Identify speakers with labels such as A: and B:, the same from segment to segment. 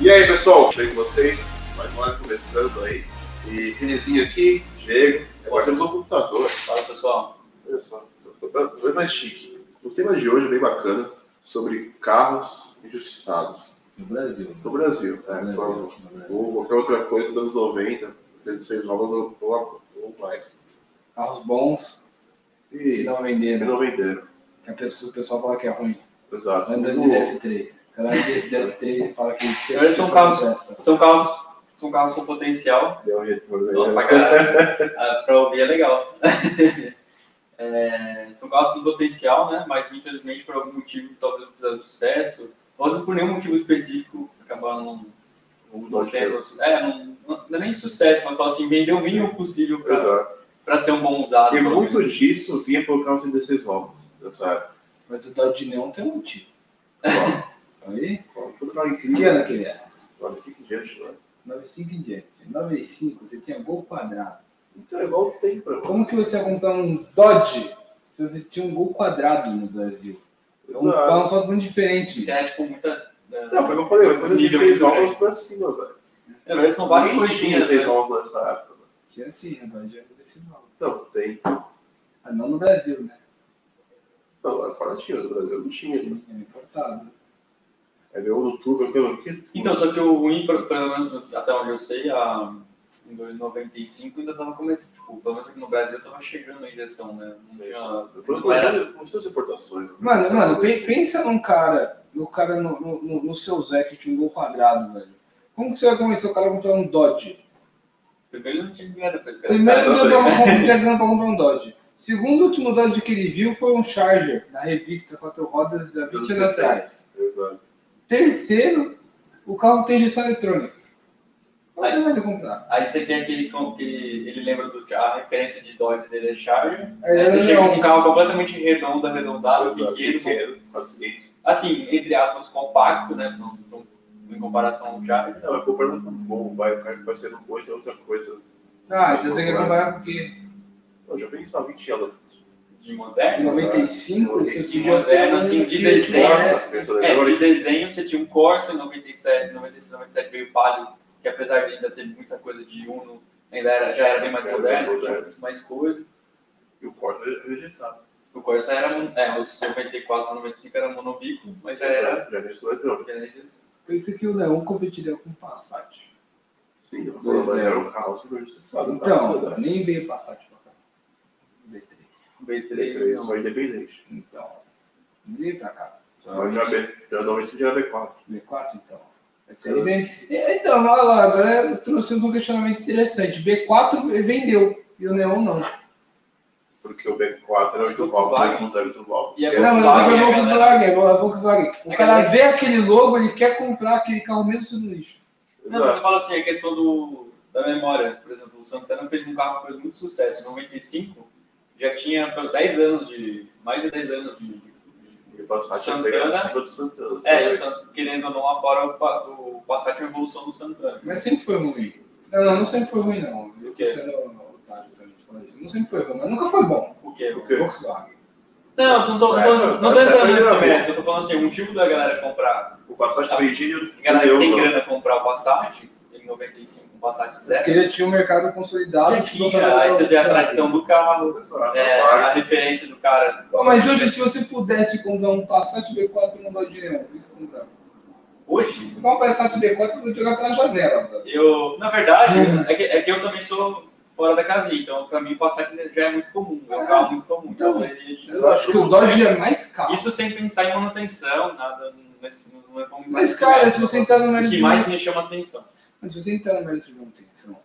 A: E aí, pessoal, chego com vocês, mais uma live começando aí. E Renezinho aqui, Diego. Agora temos um computador.
B: Fala pessoal.
A: Olha só, foi mais chique. O tema de hoje é bem bacana, sobre carros injustiçados
B: No Brasil.
A: no Brasil. Né? Como-
C: Uhum.
A: Ou qualquer outra coisa dos anos 90, sendo seis novas ou, ou- ou mais.
B: Carros bons e
A: E
B: não
A: e
B: venderam.
A: não venderam.
B: A pessoa- O pessoal fala que é ruim.
A: Exato.
B: Andando de DS3. O cara desse DS3 e fala que
C: Eles são carros- São carros, são carros com potencial.
A: Deu um retorno aí.
C: Nossa, tá
A: né?
C: pra caralho. Ah, pra ouvir é legal. É, são carros com potencial, né? Mas infelizmente por algum motivo talvez não fizeram sucesso. Ou às vezes por nenhum motivo específico acabaram não,
A: Um
C: não
A: monte de
C: tendo. É, não, não- não é nem sucesso, mas fala assim, vender o mínimo possível pra,
A: Exato.
C: pra ser um bom usado.
A: E
C: pelo
A: muito
C: menos.
A: disso vinha pelo carro 116 novos. Nessa época.
B: Mas o Dodge Neon tem um motivo.
A: Ó,
B: Aí?
A: ó, Tudo carro
B: Que
A: incrível.
B: ano que ele é? era?
A: Olha, cinco dias, né?
B: 95 em diante. 95 você tinha gol quadrado.
A: Então é igual tem pra
B: Como que você ia comprar um Dodge se você tinha um gol quadrado no Brasil? É um é um
A: Exato.
B: assunto muito diferente.
C: Internet com É, muita. né?
A: Não, foi o que eu falei, foi coisa de
C: Nível
A: seis
C: muito grande.
A: ovos pra cima, velho.
C: Na verdade, são várias
A: Nem
C: coisinhas.
A: tinha seis
C: né?
A: ovos nessa época. velho.
B: Que é assim, o Dodge era 16 dólares.
A: Então, tem.
B: Ah, não no Brasil, né?
A: Não, lá fora tinha, no Brasil não tinha. né?
B: Sim, é importado.
A: É ver o YouTube, aquilo que.
C: Então, só que o ruim, pelo pelo menos até onde eu sei, a, em 1995 ainda tava começando, tipo, pelo menos aqui no Brasil tava chegando a injeção, né? Não tinha-
A: Ah,
C: não era-
A: Começou as importações. né?
B: Mano, mano, pe- pensa num cara, no cara no, no- no- no seu Zé que tinha um gol quadrado, velho. Como que você vai convencer o cara a comprar um Dodge?
C: Primeiro não tinha dinheiro pra esperar.
B: Primeiro
A: Exato,
B: não tinha grana- não tinha grana pra comprar um Dodge. Segundo, o último Dodge que ele viu foi um Charger, na revista Quatro Rodas, há 20
A: Anos
B: anos
A: 70.
B: atrás.
A: Exato.
B: Terceiro, o carro tem injeção eletrônica. Onde
C: Aí.
B: vai ter comprar?
C: Aí você tem aquele, com- aquele ele lembra do a referência de Dodge dele é Charger.
B: Aí
C: aí você
B: ele
C: chega
B: não-
C: com um carro completamente redondo, arredondado,
A: Exato,
C: Ah, pequeno,
A: pequeno. Mas o seguinte,
C: assim, entre aspas, compacto, né? Não- não- Em comparação ao Charger.
A: não, é comparando com o bom, vai, o cara que vai ser no bom, então é outra coisa.
B: Ah, se você quer comprar porque
A: Eu já pensava em tinha ela.
C: De
B: em
C: moderno,
B: 95 você
A: 95
B: podia ter
C: moderno,
B: um
C: assim, de
B: Fiat
C: desenho,
B: Corsa.
A: Corsa, pensa na
C: É, de
A: história.
C: desenho você tinha um Corsa em 97, 96, 97 veio o Palio, que apesar de ainda ter muita coisa de Uno, ainda era, já era bem mais
A: Era
C: moderno,
A: bem
C: tinha
A: moderno.
C: muito mais coisa. tipo
A: E o corte é rejeitado.
C: O Corsa era, um- é, os 94, 95 era monobico, mas já era...
A: Já é então. era eletrônico.
C: já era disso.
B: Pensa que o Leon competiria com o Passat.
A: Sim, eu
B: Pois
A: mas
B: é.
A: era um carro super injustiçado. um carro
B: Então,
A: verdade.
B: nem veio Passat pra cá. B3.
C: B3,
A: Ele é
C: né?
A: só independente.
B: Então, não veio pra cá. Só
A: Mas já B, já não, esse já era B4.
B: B4, então. Esse aí vem. E- Então, olha lá, agora trouxemos um questionamento interessante. B4 v- vendeu e o Neon não.
A: Porque o é B4 era 8
C: Volkswagen.
A: valvos, mas não era 8 valvos.
C: E a
A: Era
B: Não, mas
C: Volkswagen,
B: agora é
C: a
B: o
C: galera-
B: Volkswagen, agora é o Volkswagen. O
C: A
B: cara
C: galera-
B: vê aquele logo, ele quer comprar aquele carro mesmo sendo lixo.
C: Não, mas eu falo assim, a questão do, da memória, por exemplo, o Santana fez um carro que fez muito sucesso, em 95, já tinha pelo- 10 anos de, mais de 10 anos de... de-
A: Porque o Passat
C: Santana.
A: veio acima do Santana.
C: É, o
A: sabe?
C: San- querendo ou não, lá fora o Pa- o Passat é uma evolução do Santana.
B: Mas sempre foi ruim. Não, não, não sempre foi ruim, não. tá, Eu
C: O
B: tô
C: quê?
B: sendo otário também de falar isso. Não sempre foi ruim, mas nunca foi bom.
C: O quê?
A: O quê?
B: Volkswagen.
C: Não, não tô,
A: É,
C: tô-
A: não,
C: não tô
A: essa é a
C: entrando nesse
A: primeira
C: mérito. Eu tô falando assim, o motivo da galera comprar.
A: O Passat tá
C: Tá.
A: vendido.
C: A galera que tem
A: deu, né?
C: grana comprar o Passat, em 95, um Passat
B: Porque
C: zero.
B: ele tinha um mercado consolidado.
C: já
B: tipo,
C: tinha, aí você vê a tradição do carro,
A: Exato,
C: é,
A: a marca.
C: a referência do cara.
B: Pô, mas hoje, se você pudesse comprar um Passat B4 no Dodge Neon, isso não dá.
C: Hoje,
B: Se comprar um Passat B4, eu vou jogar pela janela, velho.
C: eu, na verdade,
B: Hum.
C: é que, é que eu também sou fora da casinha, então pra mim o Passat já é muito comum, é um
B: É.
C: carro muito comum.
B: Então,
C: ele-
B: Eu acho que o Dodge é mais caro.
C: Isso sem pensar em manutenção, nada, nesse, não é como.
B: Mas, cara, se você entrar no
C: O
B: mérito
C: que
B: de
C: mais
B: manutenção,
C: me chama atenção.
B: se você entrar no mérito de manutenção,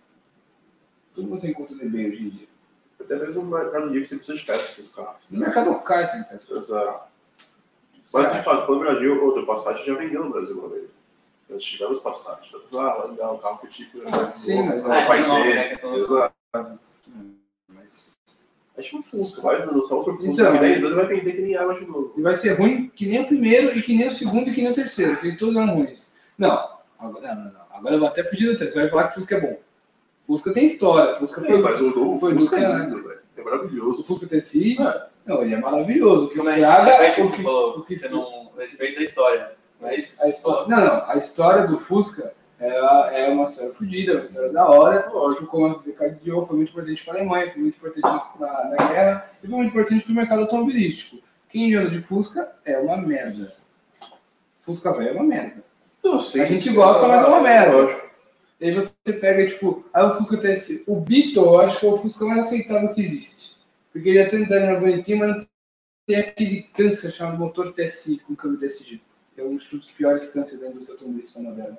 B: tudo você encontra no eBay hoje em dia.
A: Até mesmo no Mercado Livre você precisa de peça pra esses carros.
B: No mercado é caro tem assim. peças.
A: Exato. Mas de fato, no Brasil, outro Passat já vendeu no Brasil uma vez. Nós tivemos Passat. Eu falei, Ah, legal, um carro que tipo.
B: Ah, sim, mas-
A: não vai
C: Ah, de novo, né, a
A: ter.
C: questão do-
A: Exato.
B: Mas...
A: É tipo um Fusca, vai lançar outro Fusca
B: Então,
A: que 10 anos vai vender que nem água de novo.
B: E vai ser ruim que nem o primeiro, e que nem o segundo, e que nem o terceiro, porque todos eram ruins. Não, agora, não, não, não. agora eu vou até fugir do terceiro, vai falar que Fusca é bom. Fusca tem história, Fusca foi.
A: É, Mas o novo
B: foi do
A: Fusca é
B: caralho.
A: lindo, velho. É maravilhoso.
B: O Fusca TSI,
A: É.
B: não, ele é maravilhoso. O que
C: Como é-
B: estraga
C: como é
B: é
C: que
B: o
C: você
B: que.
C: falou
B: o
C: que você não é respeita a história. Mas
B: A história, não, não, a história do Fusca ela é uma história fodida, uma história da hora. Lógico, como a desencadeou, foi muito importante para a Alemanha, foi muito importante na, na guerra e foi muito importante para o mercado automobilístico. Quem anda de Fusca é uma merda. Fusca velho é uma merda.
A: Não sei.
B: A gente gosta, mas é uma merda.
A: Lógico.
B: E aí você pega, tipo, ah, o Fusca TSI. O Beetle, eu acho que é o Fusca mais aceitável que existe. Porque ele já tem um design bonitinho, mas não tem aquele câncer chamado motor TSI com câmbio DSG. É um dos piores cânceres da indústria automobilística moderna.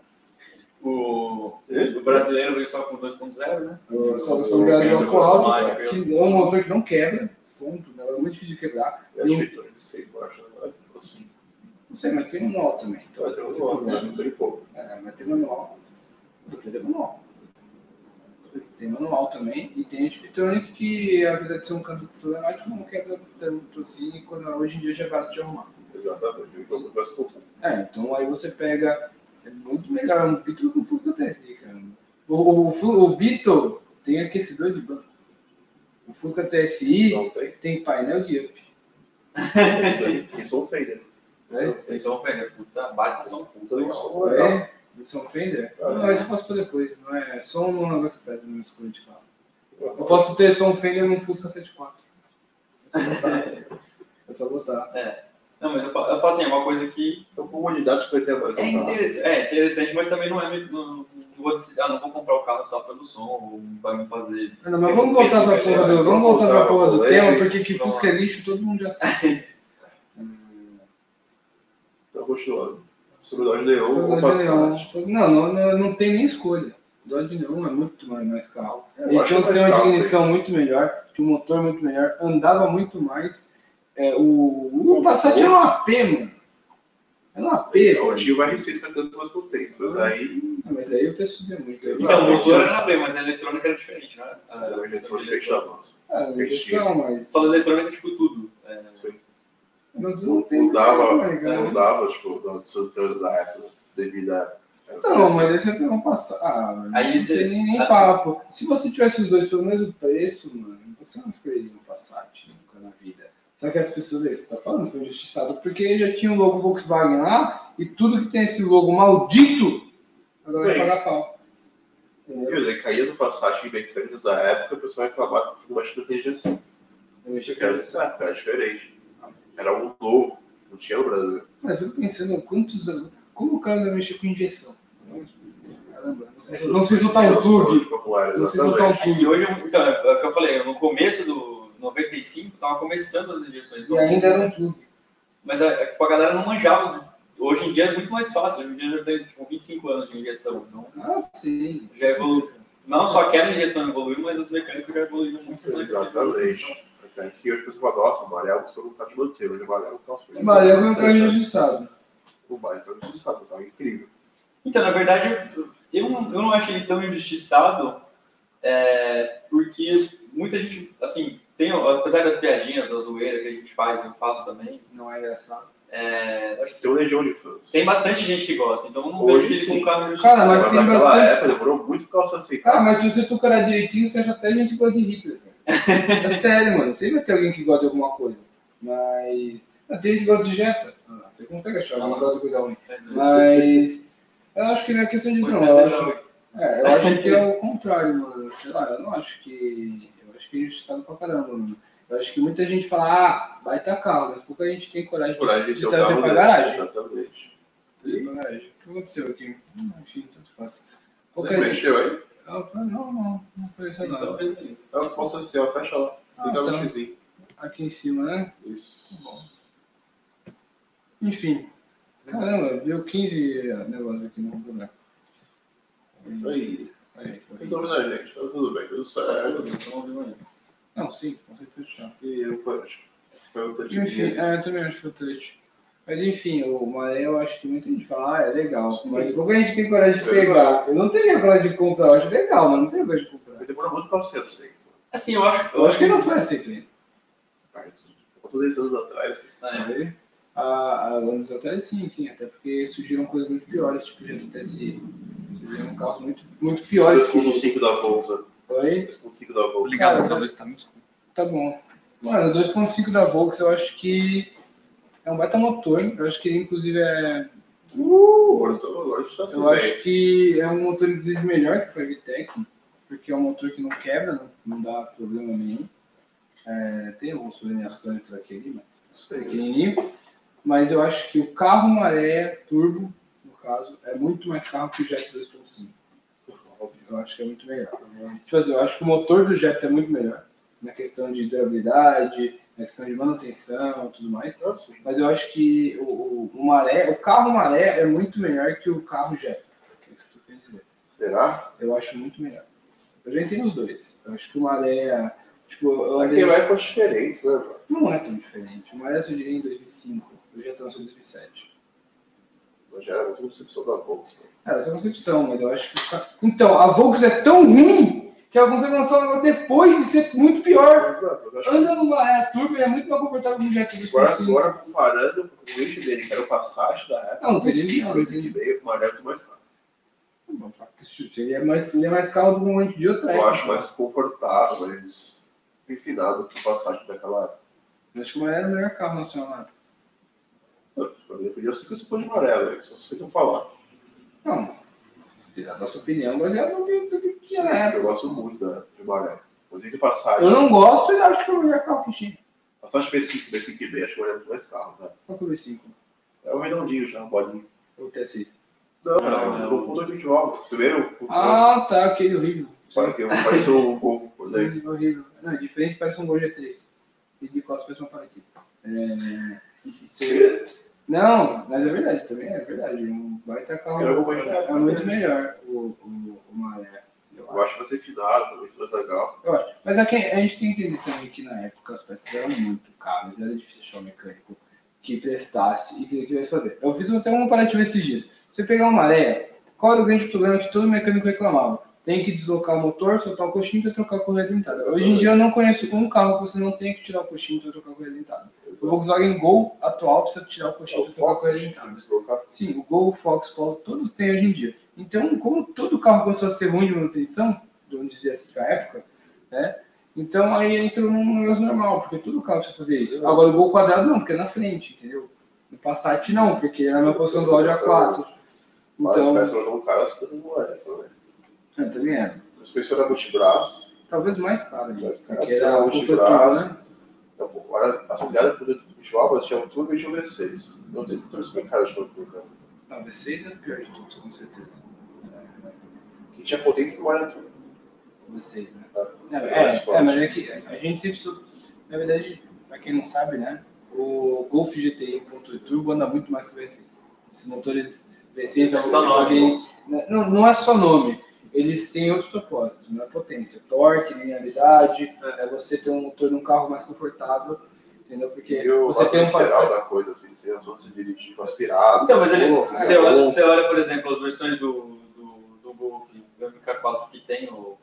C: o, o brasileiro veio só com 2.0, né?
B: Eu Ah, Só nós falamos de álcool
C: automático,
B: alto, que é um motor que não quebra, ponto, né? é muito difícil de quebrar.
A: Eu
B: E
A: acho
B: um-
A: que tem seis, eu acho. né? Ou cinco.
B: não sei, mas tem manual também. Então,
A: Então,
B: não
A: eu
B: tem
A: tô
B: problema.
A: né? bem pouco.
B: É, mas tem manual. O Duplo é manual. Tem manual também. E tem a Spitonic que, apesar de ser um canto problemático, não quebra tanto assim. e Quando, hoje em dia já é barato de arrumar.
A: Exatamente. Eu tô com essa cultura.
B: É, então aí você pega. É muito melhor um Beetle que um Fusca TSI, cara. O, o, o Fu- o Beetle tem aquecedor de banco. O Fusca TSI
A: Não tem.
B: tem painel de up.
A: Quem são feios, né?
B: Né?
C: Eles são fender, um puta, bate um são puta.
A: Então,
C: legal.
A: isso é legal.
B: É, são Fender?
A: Ah,
B: não, mas eu posso pôr depois, não é? Só um negócio que pesa na minha escolha de carro. Eu
A: Eu
B: posso ter som Fender num Fusca 74. É só botar. É só botar.
C: Não, mas eu falo, eu falo assim, é uma coisa que
A: Então, comodidade você vai ter mais.
C: é
A: um carro.
C: interessante, é interessante, mas também não é. muito- Não, não vou decidir, ah, não vou comprar o carro só pelo som, ou vai me fazer.
B: Ah, Não, mas vamos voltar pra porra do, vamos voltar pra porra do tema, porque que Fusca é lixo todo mundo já sabe.
A: Então, continuando. Sobre o Dodge Neon
B: Todo
A: ou
B: mundo já
A: Passat.
B: sabe. Não, não, não, não tem nem escolha. Dodge Neon é muito mais- mais carro.
A: É, Eu
B: Ele
A: acho
B: tinha um
A: mais né?
B: sistema de
A: carro,
B: ignição muito melhor, tinha um motor muito melhor, andava muito mais. É,
A: Então,
B: o, o Passat era um AP, mano. Era um AP.
A: Eu
B: velho.
A: tinha Então, o R6 com a dança mais potência, mas aí
B: Ah, Mas aí o preço subiu muito. Aí-
C: Então, o
A: não,
C: motor
A: não. um
C: era bem, mas a eletrônica era diferente, né? A-
A: a injeção diferente da nossa.
B: Ah, injeção, mas.
C: Só da eletrônica, tipo, tudo. É,
A: Assim,
B: Mas não tem
A: Não
B: muito
A: dava,
B: mais, né?
A: não dava, tipo, da Santana da época, devido a.
B: Não, Então, mas aí você pegou passar. Ah, mano,
C: Aí
B: não
C: você-
B: tem nem, nem
C: ah.
B: papo. Se você tivesse os dois pelo mesmo preço, mano, você não escolheria um Passat nunca na vida. Só que as pessoas aí, você tá falando, foi injustiçado, porque já tinha o logo Volkswagen lá e tudo que tem esse logo maldito, agora vai
A: Sim.
B: pagar pau. Entendeu?
A: Viu, Ele né, caía no passagem mecânicas da época, o pessoal reclamava que baixo da injeção.
B: Eu
A: assim.
B: mexi
A: Eu
B: com
A: quero
B: isso.
A: dizer, ah, era diferente. Era um novo, não tinha no Brasil.
B: Mas eu fico pensando quantos anos. Como o cara vai mexer com injeção? Caramba, não sei, não sei soltar um plug. Não sei soltar um
A: plug.
C: É que
B: plug.
C: hoje, então, é o que eu falei, no começo do 95, tava começando as injeções.
B: E ainda era um plug.
C: Mas é, a, tipo, a, a galera não manjava. Hoje em dia é muito mais fácil. Hoje em dia já tem, tipo, 25 anos de injeção. Então,
B: Ah, sim.
C: Já é evoluiu. não só que a injeção evoluiu, mas os mecânicos já evoluíram muito mais.
A: Exatamente. Até que hoje você fala, nossa, o amarelo você não tá te mantendo, hoje o amarelo é um carro feio.
B: Amarelo é um carro injustiçado.
A: O mais pra um você sabe, tá incrível.
C: Então, na verdade, eu, eu, não, eu não acho ele tão injustiçado, é, porque muita gente, assim, tem, apesar das piadinhas, da zoeira que a gente faz, eu faço também,
B: Não é engraçado.
C: é, acho que
A: Tem uma legião de fãs.
C: tem bastante gente que gosta, então eu não
A: Hoje
C: vejo ele
A: sim.
C: como um carro
B: Cara,
C: injustiçado.
B: É, mas tem
A: naquela
B: bastante-
A: época demorou muito pra você aceitar.
B: Ah, mas se você procurar direitinho, você acha até gente que gosta de Hitler. cara. É sério, mano. Sempre vai ter alguém que gosta de alguma coisa. Mas. Ah, Tem gente que gosta de Jetta. Ah, Você consegue achar alguém que gosta de
C: é.
B: coisa ruim. Mas. Eu acho que não é questão de não. Eu acho, é, eu acho que é o contrário, mano. Sei lá, eu não acho que. Eu acho que é injustiçado pra caramba, mano. Eu acho que muita gente fala, ah, vai tacar, carro, mas pouca gente tem coragem de
A: Coragem
B: de
A: de ter o
B: trazer
A: carro
B: pra
A: dele.
B: garagem.
A: Exatamente.
B: Coragem. O que aconteceu aqui? Hum, Enfim, tanto faz.
A: Você
B: Qualquer...
A: mexeu aí?
B: Ela falou, não, não, não aconteceu
C: Então,
B: nada.
C: beleza.
A: É um falso social, fecha lá.
B: Ah,
A: Fica
B: tá.
A: um xizinho.
B: Aqui em cima, né?
A: Isso.
B: Enfim. Caramba, deu 15 negócios aqui no buraco.
A: Aí,
B: Aí, aí.
A: resolve na gente, tá tudo bem, tudo certo.
C: Então, vamos ver.
B: Não, sim, com certeza tá.
A: E eu acho. Foi outra de
B: Enfim, é, eu também acho frustrante. Mas enfim, o Maré eu acho que muita gente fala, ah, é legal.
A: Sim.
B: Mas pouco a gente tem coragem de
A: Verdade.
B: pegar. Eu não teria coragem de comprar, eu acho legal, mas não teria coragem de comprar.
A: Demorou muito pra ser aceito.
C: Assim, eu acho,
B: Eu acho que não foi aceito ainda.
A: Cara, Quanto 10 anos atrás,
C: É,
B: Aí, há, há anos atrás, sim, sim, até porque surgiram coisas muito piores, tipo o Jeto TSI. Surgiram carros muito, muito piores que
A: 2.5 da Volta.
B: Oi?
A: 2.5 da Volta.
B: Cara,
D: Obrigado, Carlos, tá muito
B: Tá bom. Mano, o 2.5 da Volks eu acho que é um baita motor. Eu acho que ele, inclusive, é
A: Uh, agora, só- agora a gente tá assim,
B: Eu
A: velho.
B: acho que é um motor inclusive melhor que o FabTech, porque é um motor que não quebra, não- não dá problema nenhum. É, tem alguns probleminhas crônicos aqui né? ali, mas
A: Isso aí.
B: pequenininho. Mas eu acho que o carro maré turbo, no caso, é muito mais carro que o Jet 2.5. Eu acho que é muito melhor. Tipo assim, eu acho que o motor do Jet é muito melhor na questão de durabilidade, na questão de manutenção e tudo mais.
A: Ah, sim.
B: Mas eu acho que o, o, o maré, o carro maré é muito melhor que o carro Jetta. É isso que eu tô querendo dizer.
A: Será?
B: Eu acho muito melhor. Eu já entendo os dois. Eu acho que o maré, tipo, eu
A: Aqui
B: andei-
A: vai com as diferentes, né? mano?
B: não é tão diferente. O maré eu diria em 2005, o Jetta lançou em 2007.
A: Mas Já era muito concepção da Volks. né?
B: É, essa é uma concepção, mas eu acho que. o ca- Então, a Volks é tão ruim que ela consegue lançar um negócio depois de ser muito pior.
A: Exato, mas acho que
B: Anda no maré turbo, ele é muito mais confortável que o Jetta
A: Agora,
B: 2.5.
A: agora comparando com o eixo dele, que era o Passat da época,
B: Não, não
A: com
B: teria
A: cinco
B: nenhum,
A: vezes
B: assim.
A: e meio, uma época é mais cara.
B: Ele é mais, ele é mais carro do que um monte de outra
A: Eu
B: época.
A: acho mais confortável, mais refinado que o Passat daquela época.
B: Acho que o Maré era o melhor carro nacional.
A: Eu podia ser que você fosse de amarelo, é só sei que eu falar.
B: Não. A nossa opinião baseada no que, do que tinha na
A: Eu
B: época.
A: gosto muito da, de amarelo. Gostei de Passat.
B: É. Eu não gosto e acho que era o melhor carro que tinha.
A: Passat B5, B5B, acho que era muito mais carro, né?
B: Qual que é o V5?
A: É o redondinho já, o bolinho.
B: O TSI.
A: Não,
C: Não,
A: cara,
C: não.
A: eu vou de futebol. Primeiro, o
B: Ah, tá. Aquele horrível.
A: Para que eu pareça um pouco. né?
B: Sim, horrível. Não, é diferente, parece um Gol G3. E de costas parece uma partida. É... você- Não, mas é verdade também. É verdade. Um baita carro.
A: Eu não vou imaginar.
B: É muito melhor o, o, o Maré. Eu
A: Eu acho mais refinado, muito mais legal.
B: Eu acho. Mas é que a gente tem que entender também que na época as peças eram muito caras, era difícil achar um mecânico que prestasse e que quisesse fazer. Eu fiz até um comparativo esses dias. Você pegar uma areia, qual era o grande problema que todo mecânico reclamava? Tem que deslocar o motor, soltar o coxinho para trocar a correia dentada. Hoje em dia eu não conheço um carro que você não tem que tirar o coxinho para trocar a correia dentada. O Volkswagen Gol atual precisa tirar o
A: É
B: coxinho
A: o
B: para trocar a
A: Fox, né? acho
B: correia
A: que
B: dentada.
A: eles colocaram.
B: Sim, o Gol, o Fox, Polo, todos têm hoje em dia. Então, como todo carro começou a ser ruim de manutenção, vamos dizer assim, pra época, né? Então aí entra num negócio normal, porque todo carro precisa fazer isso. Agora o Gol quadrado não, porque é na frente, entendeu? No Passat não, porque é na minha posição do áudio A4.
A: Mas as
B: Então,
A: peças são caras que não é, então, né?
B: eu também era.
A: Os pessoas eram multibraço,
B: Talvez mais caro, né?
A: Mais caro,
B: porque
A: sei lá,
B: era
A: um
B: o
A: Tibraço.
B: né?
A: então, pô, agora as mulheres por dentro do futebol, elas tinham tudo e tinham V6. Não tem tudo isso bem caro de tudo, né?
B: Não, V6 era o pior de todos, com certeza.
A: Que tinha potência não era tudo. né?
B: vocês, né?
A: Tá.
B: Não,
A: Eu
B: é,
A: acho
B: é, mas
A: forte.
B: é que a gente sempre. sou- Na verdade, pra quem não sabe, né? O Golf GTI 1.8 Turbo anda muito mais que o V6. Esses motores é V6 da
C: Só
B: Volkswagen. um Não, não é só nome. Eles têm outros propósitos, não é potência, torque, linearidade, é você ter um motor num carro mais confortável, entendeu? Porque
A: E o
B: você tem um
A: geral
B: passeio.
A: da coisa, assim, sem as outras dirigir com aspirado.
C: Então, mas ele,
A: pô,
C: você,
A: é
C: olha,
A: bom.
C: você olha, por exemplo, as versões do, do, do Golf, do MK4 que tem o,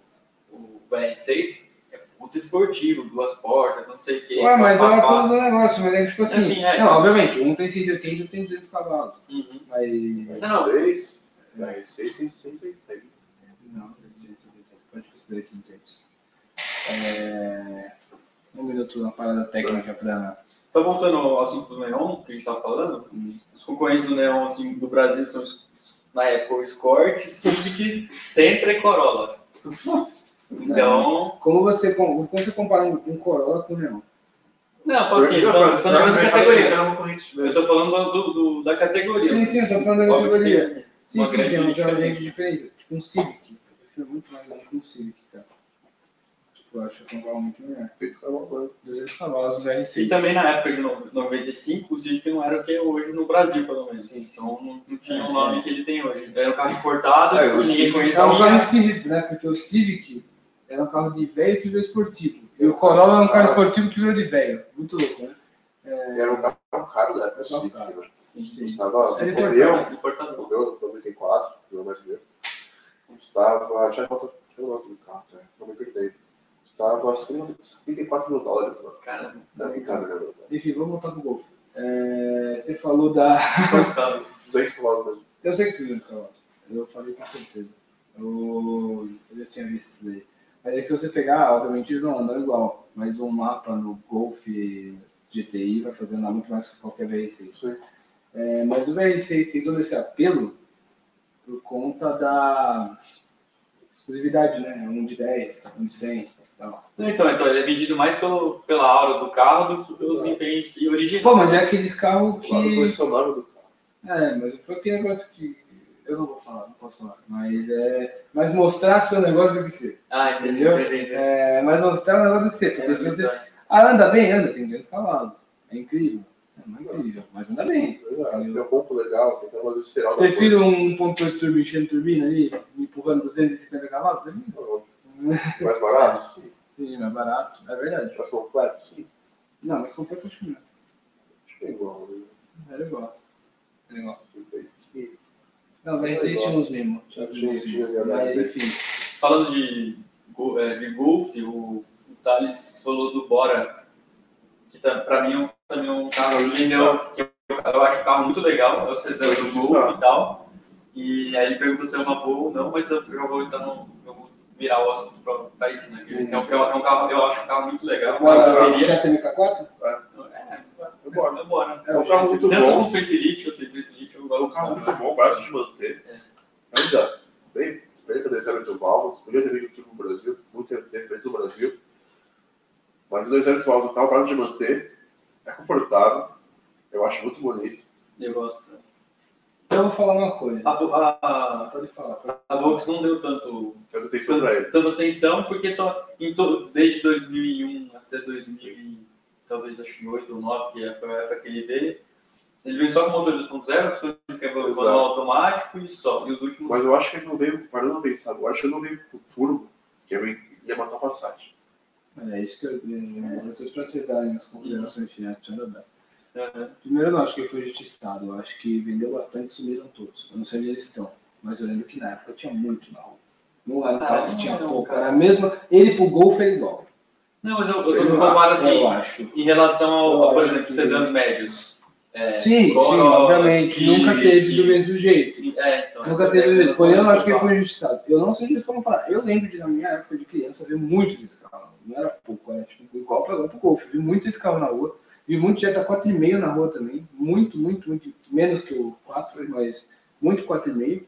C: o BR6, é muito esportivo, duas portas, não sei o quê.
B: Ué, mas é
C: pá,
B: uma
C: pá.
B: coisa do negócio, mas é que tipo assim.
C: Assim, é.
B: Não, obviamente, um tem 180 e outro tem 200 cavalos.
C: Uhum.
B: Mas.
A: R6,
C: Não, não.
A: R6 tem 180.
B: Não, 880. Pode considerar 500. É... Um minuto na parada técnica para.
C: Só voltando ao assunto do Neon, que a gente estava falando,
B: Uhum.
C: os concorrentes do Neon assim, do Brasil são, na época, o Escort, Civic, Sentra e Corolla. Então,
B: Como você, com- como você compara um um Corolla com o Neon?
C: não, eu falo assim, são, são da mesma categoria.
A: um né?
C: Eu tô falando do, do- da categoria.
B: Sim, sim, eu tô falando da
C: Óbvio que
B: categoria.
C: tem
B: Sim,
C: uma
B: sim,
C: grande
B: tem uma tem uma grande
C: diferença.
B: diferença. Tipo um Civic. Eu prefiro muito mais longe que um Civic, cara. Tipo, eu acho que é um carro muito melhor. 200 cavalos no R6.
C: E também na época de no- 95, o Civic não era o que é hoje no Brasil, pelo menos. Então não, não tinha o nome que ele tem hoje. Era um carro importado,
A: É,
C: tipo,
A: o
C: ninguém
A: Civic
B: É um carro
C: conhecia.
B: esquisito, né? Porque o Civic era um carro de velho que virou esportivo. E o Corolla é um carro esportivo que virou de velho. Muito louco, né?
A: Era um carro caro da época,
B: Era um
A: Civic,
B: carro.
A: né?
C: Sim,
A: Estava
B: Ele
A: o
B: importava.
C: né?
A: meu, o
C: importador.
A: meu, 94, o meu mais meu. Estava. Deixa eu voltar deixa eu voltar do carro, tá? Não me perdi. Estava 54 mil dólares, mano.
C: Cara,
A: Tá brincando, né? mano?
B: Enfim, vamos voltar pro Golf. É, você falou da.
C: importado.
A: 200 dólares mesmo.
B: Eu sei que eu falei, eu falei com certeza. Eu, eu já tinha visto isso daí. Mas é que se você pegar, obviamente eles não andam igual, mas um mapa no Golf GTI vai fazer andar muito mais que qualquer VRC.
A: Isso aí.
B: É, mas o BR6 tem todo esse apelo por conta da exclusividade, né? Um de 10, um de 100. Tal.
C: Então, então, ele é vendido mais pelo, pela aura do carro do que pelo desempenho em si original.
B: Pô, mas é aqueles carros que.
A: Claro, posicionável do carro.
B: É, mas foi aquele negócio que. Eu não vou falar, não posso falar. Mas é. Mas mostrar seu negócio do que ser.
C: Ah, entendi,
B: Entendeu?
C: entendi, entendi.
B: É, mas mostrar o negócio do que ser. Porque
C: É
B: se você. Ah, anda bem, anda, tem 200 cavalos. É incrível. É, não é incrível, mas anda bem.
A: Exato. Tem um pouco legal, tem um negócio visceral da
B: Prefiro um 1.8 turbo enchendo turbina ali, me empurrando 250 cavalos, pra mim.
A: coisa. é Mais barato? Sim.
B: Sim, mais barato, é verdade.
A: Mais completo? Sim.
B: Não, mas completo acho que não.
A: Acho que é igual. né?
B: Era igual. Era igual.
A: é E-
B: É Não, mas
A: Era
B: vocês
A: igual.
B: tinham os mesmos. tinha os
A: Tinha,
B: mesmos.
A: tinha, era
B: Mas
A: verdade.
B: enfim.
C: Falando de, go- é, de golfe, o, o Thales falou do Bora, que tá, pra mim é um, também é um carro legal, que eu, eu acho um carro muito legal, é o sedã do Golf e tal. E aí ele perguntou se é uma boa ou não, mas eu, eu vou entrar no. Eu vou virar o assunto pra, pra isso, né?
A: Sim.
C: Então, eu, é um carro, eu acho um carro muito legal.
B: Agora,
A: Agora,
B: o Jetta MK4?
C: É,
A: Eu gosto.
C: é Bora.
A: É um carro muito
C: Tanto
A: bom.
C: com facelift, eu sei facelift, eu
A: É
C: gosto
A: um
C: do
A: carro
C: carro.
A: muito bom, barato de manter. Ainda bem, bem credenciado do válvulas. Podia ter vindo tudo no Brasil, muito tempo ter feito no Brasil. Mas o 2.0 de válvulas é um carro barato de manter. É confortável. Eu acho muito bonito.
C: Eu gosto. né?
B: Então eu vou falar uma coisa. Ah,
C: A, a,
B: Pode falar.
C: a Volks não deu tanto
A: Então, Eu tenho isso pra ele.
C: dando atenção, porque só em to- desde 2001 até 2000, e talvez acho que 8 ou 9, que é, foi a época que ele veio, ele veio só com motor 2.0, opção de câmbio
A: Exato.
C: manual automático e só. E os últimos.
A: Mas eu acho que ele não veio, parando a pensar, eu acho que ele não veio pro turbo, que ele ia matar a passagem.
B: É isso que eu. Eu estou esperando vocês darem as considerações finais pra andar.
C: Aham.
B: Primeiro, eu não acho que ele foi justiçado. Eu acho que vendeu bastante e sumiram todos. Eu não sei onde eles estão. Mas eu lembro que na época tinha muito na rua. Não era um carro que tinha
C: Caramba,
B: pouco.
C: cara.
B: Era mesmo. Ele pro Golf é igual.
C: Não, mas eu, eu,
B: Eu
C: eu comparo
B: acho,
C: assim,
B: Eu acho.
C: em relação ao, ao, por
B: Eu acho
C: exemplo,
B: que-
C: sedãs médios. É,
B: sim, sim,
C: Corolla,
B: obviamente.
C: Civic,
B: nunca teve do mesmo jeito.
C: É, então,
B: Nunca
C: essa é a
B: teve do mesmo jeito.
C: relação
B: Porém, eu não acho
C: desse
B: que ele
C: carro.
B: foi injustiçado. Eu não sei onde eles foram parar. Eu lembro de, na minha época de criança, ver muito desse carro. Não era pouco, era tipo igual pra igual pro Golf. Vi muito esse carro na rua. Vi muito Jetta 4,5 na rua também. Muito, muito, muito. Menos que o 4, mas muito 4,5.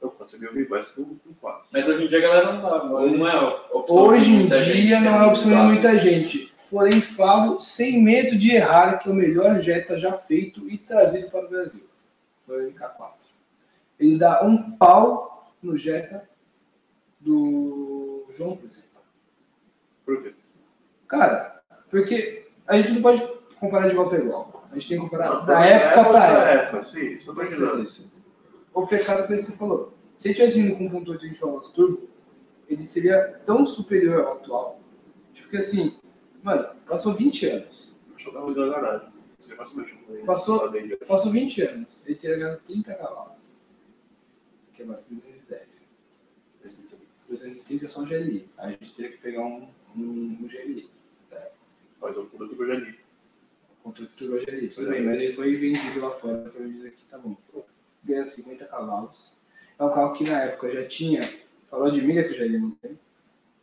A: Eu consegui ouvir mais que um 4.
C: Mas hoje em dia a galera não dá, não é opção. de
B: Hoje em
C: muita gente,
B: dia
C: né?
B: não é opção de
C: Tá.
B: muita gente. Porém, falo sem medo de errar que é o melhor Jetta já feito e trazido para o Brasil. Foi o MK4. Ele dá um pau no Jetta do João, por exemplo.
A: Por quê?
B: Cara, porque a gente não pode comparar de igual para igual. A gente tem que comparar
A: Não,
B: da
A: foi é,
B: época para época.
A: Da época, sim, isso eu tô
B: Pensa
A: entendendo.
B: nisso. O pecado que você falou. Se ele tivesse vindo com 1.8 de válvulas turbo, ele seria tão superior ao atual. Porque assim, mano, passou 20 anos.
A: Deixa eu dar uma olhada na garagem. Você passa o meu jogo aí,
B: Passou?
A: lá dentro.
B: Passou 20 anos. Ele teria ganhado 30 cavalos. Que é mais 210. 230 é só um GLI. Aí a gente teria que pegar um, um, um GLI.
A: Mas eu pulo do meu janinho.
B: Contra turbo GLI. Tudo bem, mas ele foi vendido lá fora. Foi vendido aqui, tá bom. Ganha 50 cavalos. É um carro que na época já tinha. Falou de milha que o GLI não tem.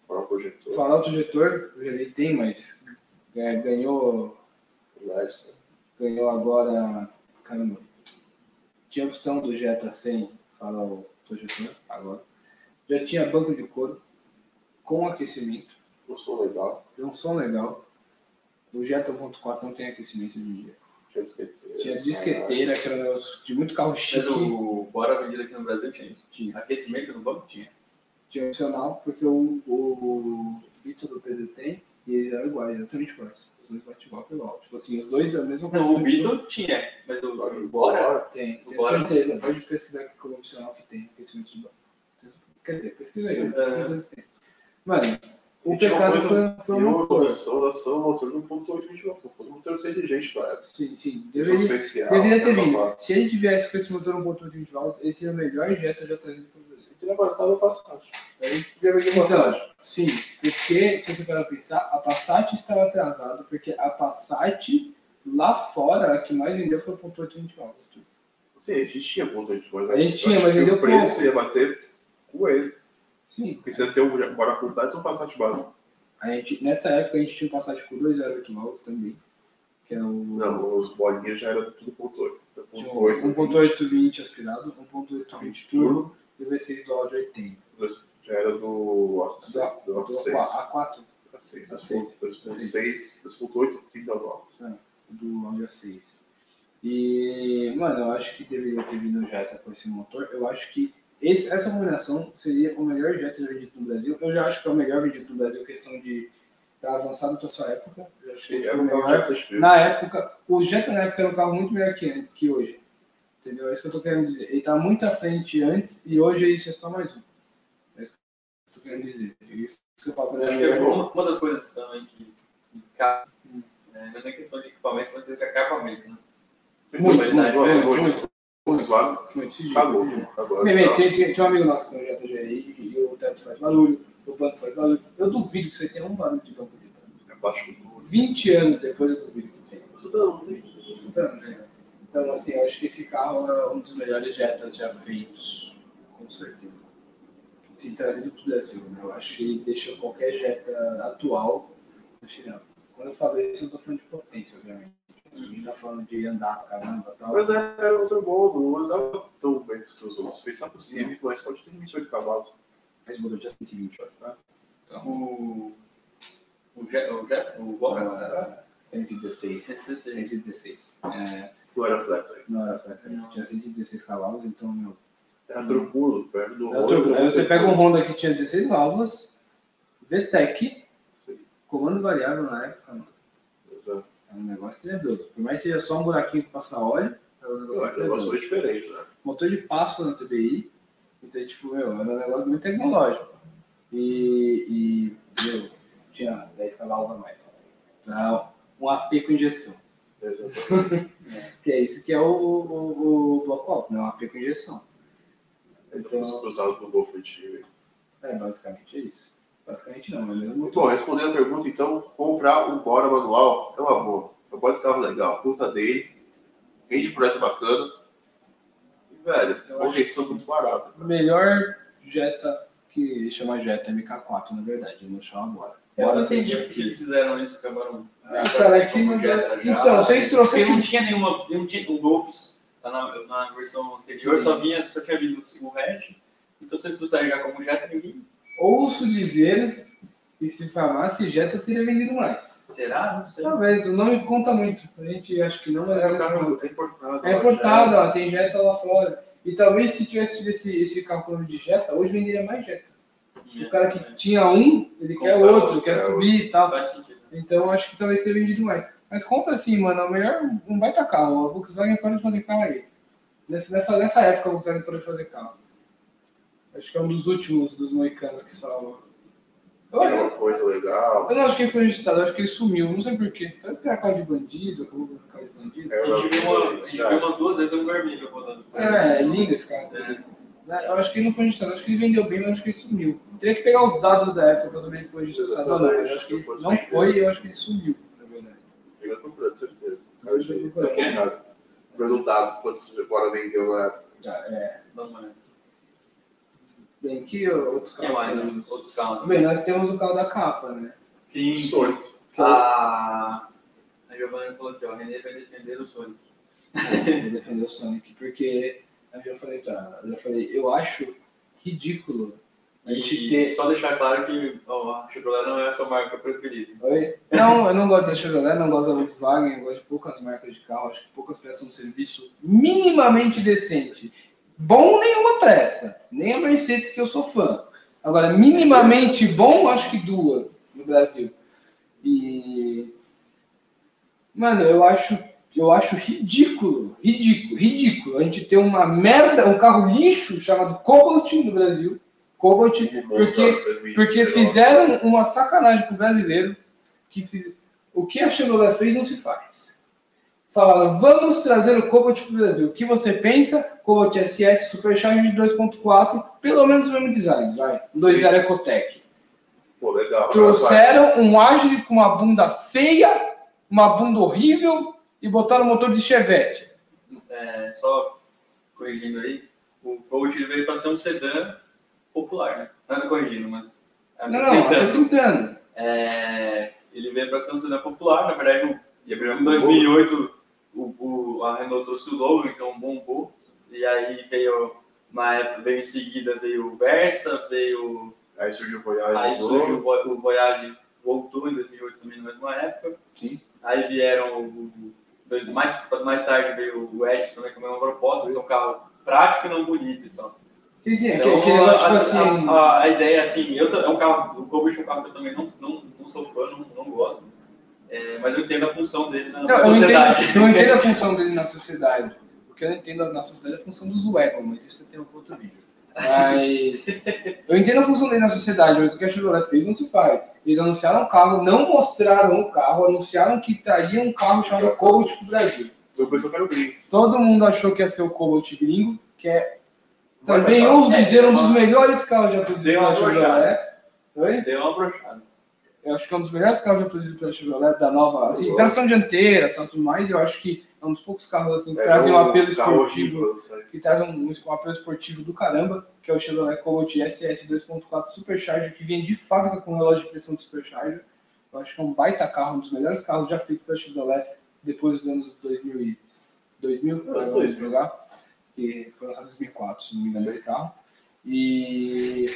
A: Fora o projetor,
B: Falar o projetor, já ele tem, mas é, ganhou,
A: mas, né?
B: ganhou agora. Caramba. Tinha opção do Jetta sem falar o projetor, agora. Já tinha banco de couro, com aquecimento,
A: não sou legal,
B: deu um som legal. O Jetta 1.4 não tem aquecimento hoje em dia.
A: tinha disqueteira.
B: Tinha
A: caralho.
B: disqueteira, que era um negócio de muito carro
C: Mas
B: chique.
C: o Bora vendido aqui no Brasil tinha isso.
B: Tinha.
C: Aquecimento no banco tinha.
B: Tinha opcional, porque o, o Vitor do Pedro tem, e eles eram iguais, exatamente iguais. Os dois bate igual pelo alto. Tipo assim, os dois é a mesma coisa.
C: Não, o Beatle tinha, mas o
A: Agora,
C: o Bora.
B: Tem, tenho
C: Bora.
B: certeza. Pode pesquisar que como opcional que tem aquecimento de banco. Quer dizer, pesquisa aí, eu tenho
C: É.
B: certeza que tem. Mano, o
A: E tinha é uma
B: pecado
A: coisa- né?
B: foi, foi
A: E
B: um
A: uma
B: motor.
A: consolação, o motor não pontou de 20 motor. O motor inteligente na época.
B: Sim, sim.
A: Deveria,
B: Deveria, deveria ter vindo. Se ele tivesse com esse motor 1.8 de volta, ele seria é o melhor Jetta já trazido para o Brasil.
A: Ele teria matado a passagem.
B: Aí,
A: Podia vender
B: Então,
A: passagem.
B: sim, porque se você parar pra pensar, a Passat estava atrasada, porque a Passat lá fora, a que mais vendeu foi o 1.8 de volta.
A: Sim, Assim, a gente tinha ponto de coisa.
B: A gente tinha, mas vendeu
A: O preço ia bater com ele.
B: Sim.
A: Porque você tem um bora curtar e tem um passate base.
B: A gente, nessa época a gente tinha um Passat com 208 volts também, que é o...
A: Não, os bolinhas já eram tudo ponto 8.
B: de um
A: 1.8.
B: 1.820 aspirado, 1.820 turbo e o V6 do áudio 80.
A: Dois- Já era do Alto 6. Do Alto
B: Do
A: 6.
B: A4,
A: Tá seis,
B: Tá
A: dois
B: seis.
A: ponto- dois ponto seis, dois ponto oito, 30 dólares.
B: do áudio A6. E, mano, eu acho que deveria ter vindo o Jetta com esse motor. Eu acho que esse- essa combinação seria o melhor Jetta já vendido no Brasil. Eu já acho que é o melhor vendido no Brasil, questão de estar avançado para sua época. Eu acho que
A: É
B: foi
A: o
B: o
A: carro
B: melhor.
A: que vocês viram.
B: Na época, o Jetta na época era um carro muito melhor que, que hoje. Entendeu? É isso que eu tô querendo dizer. Ele tá muito à frente antes e hoje isso é só mais um. É isso que eu tô querendo dizer. É isso que eu falo quando eu
C: Acho que
B: era
C: é
B: melhor.
C: uma, uma das coisas também que, que cabe, né, não é questão de equipamento, mas é que é acabamento, né?
B: Muito, muito, muito, muito, muito, muito,
A: Volkswagen,
B: muito, muito.
A: acabou, acabou.
B: Bem, bem, tem, tem- tem um amigo nosso que tem um Jetta GRI e o teto faz barulho, o banco faz barulho. Eu duvido que você tenha um barulho de banco de teto.
A: É plástico duro.
B: 20 anos depois eu duvido que tenha.
A: Você tá- não tem-
B: Então, né? Então, assim, eu acho que esse carro é um dos melhores Jettas já feitos, com certeza. Se trazido para o Brasil, né? eu acho que ele deixa qualquer Jetta atual no chinelo. Quando eu falo isso, eu estou falando de potência, obviamente. Não está falando de andar pra caramba e tal.
A: Mas é, era outro bom, não andava tão bem que os outros. Pensar possível, mas só de 28 cavalos.
B: Mas mudou de 120 horas, tá? Então,
C: O. O Je- o Je- o Bora.
B: agora, 116.
C: 116.
B: 116. É,
A: Não era flex aí.
B: não era flex, tinha 116 cavalos, então, meu,
A: Era tranquilo, perto do
B: É o
A: Honda,
B: turbo. Aí você
A: não tem
B: pega um
A: como.
B: Honda que tinha 16 válvulas, VTEC, comando variável na época, mano.
A: Exato.
B: É um negócio tenebroso. Por mais que seja só um buraquinho que passa óleo, é um negócio
A: Mas O negócio
B: tenebroso.
A: foi diferente, né?
B: Motor de passo na TBI, então, tipo, meu, era um negócio muito tecnológico. E, e meu, tinha 10 cavalos a mais. Então, um AP com injeção.
A: Exato.
B: Que é isso que é o, o, o bloco alto, né? Um AP com injeção.
A: Então, foi cruzado pro Golf antigo.
B: É, basicamente é isso. Basicamente não, mas mesmo
A: Bom, respondendo a pergunta, então, comprar um Bora manual é uma boa. Eu gosto de carro legal, puta dele, rende projeto bacana. E, velho,
B: Eu
A: convenção muito barata.
B: O melhor Jetta que chama Jetta MK4, na verdade, no chão agora.
C: Eu não entendi porque eles fizeram isso, acabaram.
B: Ah, cara, é que
C: Como
B: não-
C: Jetta já. assim,
B: Então, vocês trouxeram-
C: Porque não tinha nenhuma. Não tinha, o Golf, na, na versão anterior,
B: Sim.
C: só, vinha, só tinha vindo o hatch. Então, se eles trouxeram já como Jetta, ninguém.
B: Ouço dizer que se falasse Jetta, eu teria vendido mais.
C: Será? Não sei.
B: Talvez, o nome conta muito. A gente acha que não, mas
A: É,
B: às
C: tá
B: vezes conta.
A: é importado.
B: É importado, ó, tem Jetta lá fora. E talvez se tivesse tido esse, esse carro com nome de Jetta, hoje venderia mais Jetta.
C: É,
B: O cara que tinha um, ele quer
A: Comprar
B: outro,
A: outro,
B: quer
A: é,
B: subir e tal.
C: Faz sentido.
B: Então acho que talvez tenha vendido mais. Mas compra assim, mano. É o melhor um baita carro. A Volkswagen pode fazer carro aí. Nessa, nessa, nessa época a Volkswagen pode fazer carro. Acho que é um dos últimos dos moicanos que salva. Eu,
A: É
B: eu
A: uma coisa legal.
B: não acho que ele foi registrado, eu acho que ele sumiu, não sei porquê. Tanto que era carro de bandido, acabou com carro de bandido.
A: É
C: A gente viu, uma, a gente viu
A: uma...
C: umas duas vezes um vermelho rodando.
B: É, lindo esse carro.
C: É.
B: Né, Eu acho que ele não foi registrado, eu acho que ele vendeu bem, mas eu acho que ele sumiu. Teria que pegar os dados da época pra saber se ele foi registrado ou não. mas Eu acho que ele não foi e eu acho que ele sumiu, na É verdade.
A: Chega comprando, certeza. O cara chega comprando. Perguntado quantos Bora vendeu na época.
B: Ah, é.
C: Dá uma olhada.
B: Bem, que outro
C: Quem
B: carro
C: é mais?
B: temos?
C: Outro carro.
B: Bem, nós temos o carro da capa, né?
C: Sim.
A: Sonic.
C: A, a Giovanna falou que ó, o René vai defender o Sonic.
B: Eu defender o Sonic, porque eu já falei, tá, eu já falei, eu acho ridículo a gente
C: E
B: ter.
C: só deixar claro que ó, a Chevrolet não é a sua marca preferida.
B: Oi? Não, eu não gosto da Chevrolet, não gosto da Volkswagen, eu gosto de poucas marcas de carro, acho que poucas prestam um serviço minimamente decente. Bom, nenhuma presta, nem a Mercedes, que eu sou fã. Agora, minimamente bom, acho que duas no Brasil. E. Mano, eu acho, eu acho ridículo, ridículo, ridículo. A gente ter uma merda, um carro lixo chamado Cobalt no Brasil. Cobalt, porque porque fizeram uma sacanagem com o brasileiro. Que fiz- O que a Chevrolet fez não se faz. Falaram, vamos trazer o Cobalt para o Brasil. O que você pensa? Cobalt SS Supercharge de 2.4, pelo menos o mesmo design, vai. 2.0 Ecotec.
C: Tá
A: Pô, legal.
B: Trouxeram um Agile com uma bunda feia, uma bunda horrível e botaram um motor de Chevette.
C: É, só corrigindo aí, o Colt ele veio para ser um sedã popular, né? Não é corrigindo, mas
B: Não, é assim- não, acrescentando.
C: É, ele veio para ser um sedã popular, na verdade,
A: E a
C: em
A: primeira
C: 2008 o, o- a Renault trouxe o Lobo, então bombou. E aí veio, na época, veio em seguida veio o Versa, veio.
A: Aí surgiu ah, é o Voyage.
C: Aí
A: voltou.
C: surgiu o Vo- o Voyage, voltou em 2008 também, na mesma época.
A: Sim.
C: Aí vieram. o- o- Mais, mais tarde veio o né, Edge também com a mesma proposta, de ser um carro prático e não bonito. Então.
B: Sim, sim, aquele,
C: Então,
B: aquele negócio tipo
C: a,
B: assim.
C: a, a- a ideia é assim, eu, ta- é um carro, o Cobalt é um carro que eu também não, não, não sou fã, não, não gosto, É, mas eu entendo a função dele na,
B: Não,
C: na
B: eu, não
C: sociedade.
B: entendo, eu não entendo a função dele na sociedade. O que eu não entendo na sociedade é a função do Zuegon, mas isso tem um outro vídeo. Mas eu entendo a função dele na sociedade, mas o que a Chevrolet fez não se faz. Eles anunciaram o carro, não mostraram o carro, anunciaram que traria um carro chamado Cobalt pro Brasil.
A: Depois eu quero gringo.
B: Todo mundo achou que ia ser o Cobalt gringo, que é
A: Vai
B: também
A: pra
B: uns
C: É,
B: dizer um dos
C: uma-
B: melhores carros já
C: Deu
B: produzidos
C: uma
B: pela Chevrolet. Oi?
C: Deu uma brochada.
B: Eu acho que é um dos melhores carros já produzidos pela Chevrolet, da nova. Assim, tração dianteira, tanto mais, eu acho que é um dos poucos carros assim, que trazem
A: É
B: um apelo esportivo, que trazem um, um apelo esportivo do caramba, que é o Chevrolet Cobalt SS 2.4 Supercharger, que vem de fábrica com relógio de pressão de Supercharger. Eu acho que é um baita carro, um dos melhores carros já feito pela Chevrolet depois dos anos 2000, e- 2000
A: Anos
B: vamos
A: 2000.
B: jogar, que foi lançado em 2004, se não me engano, esse carro. E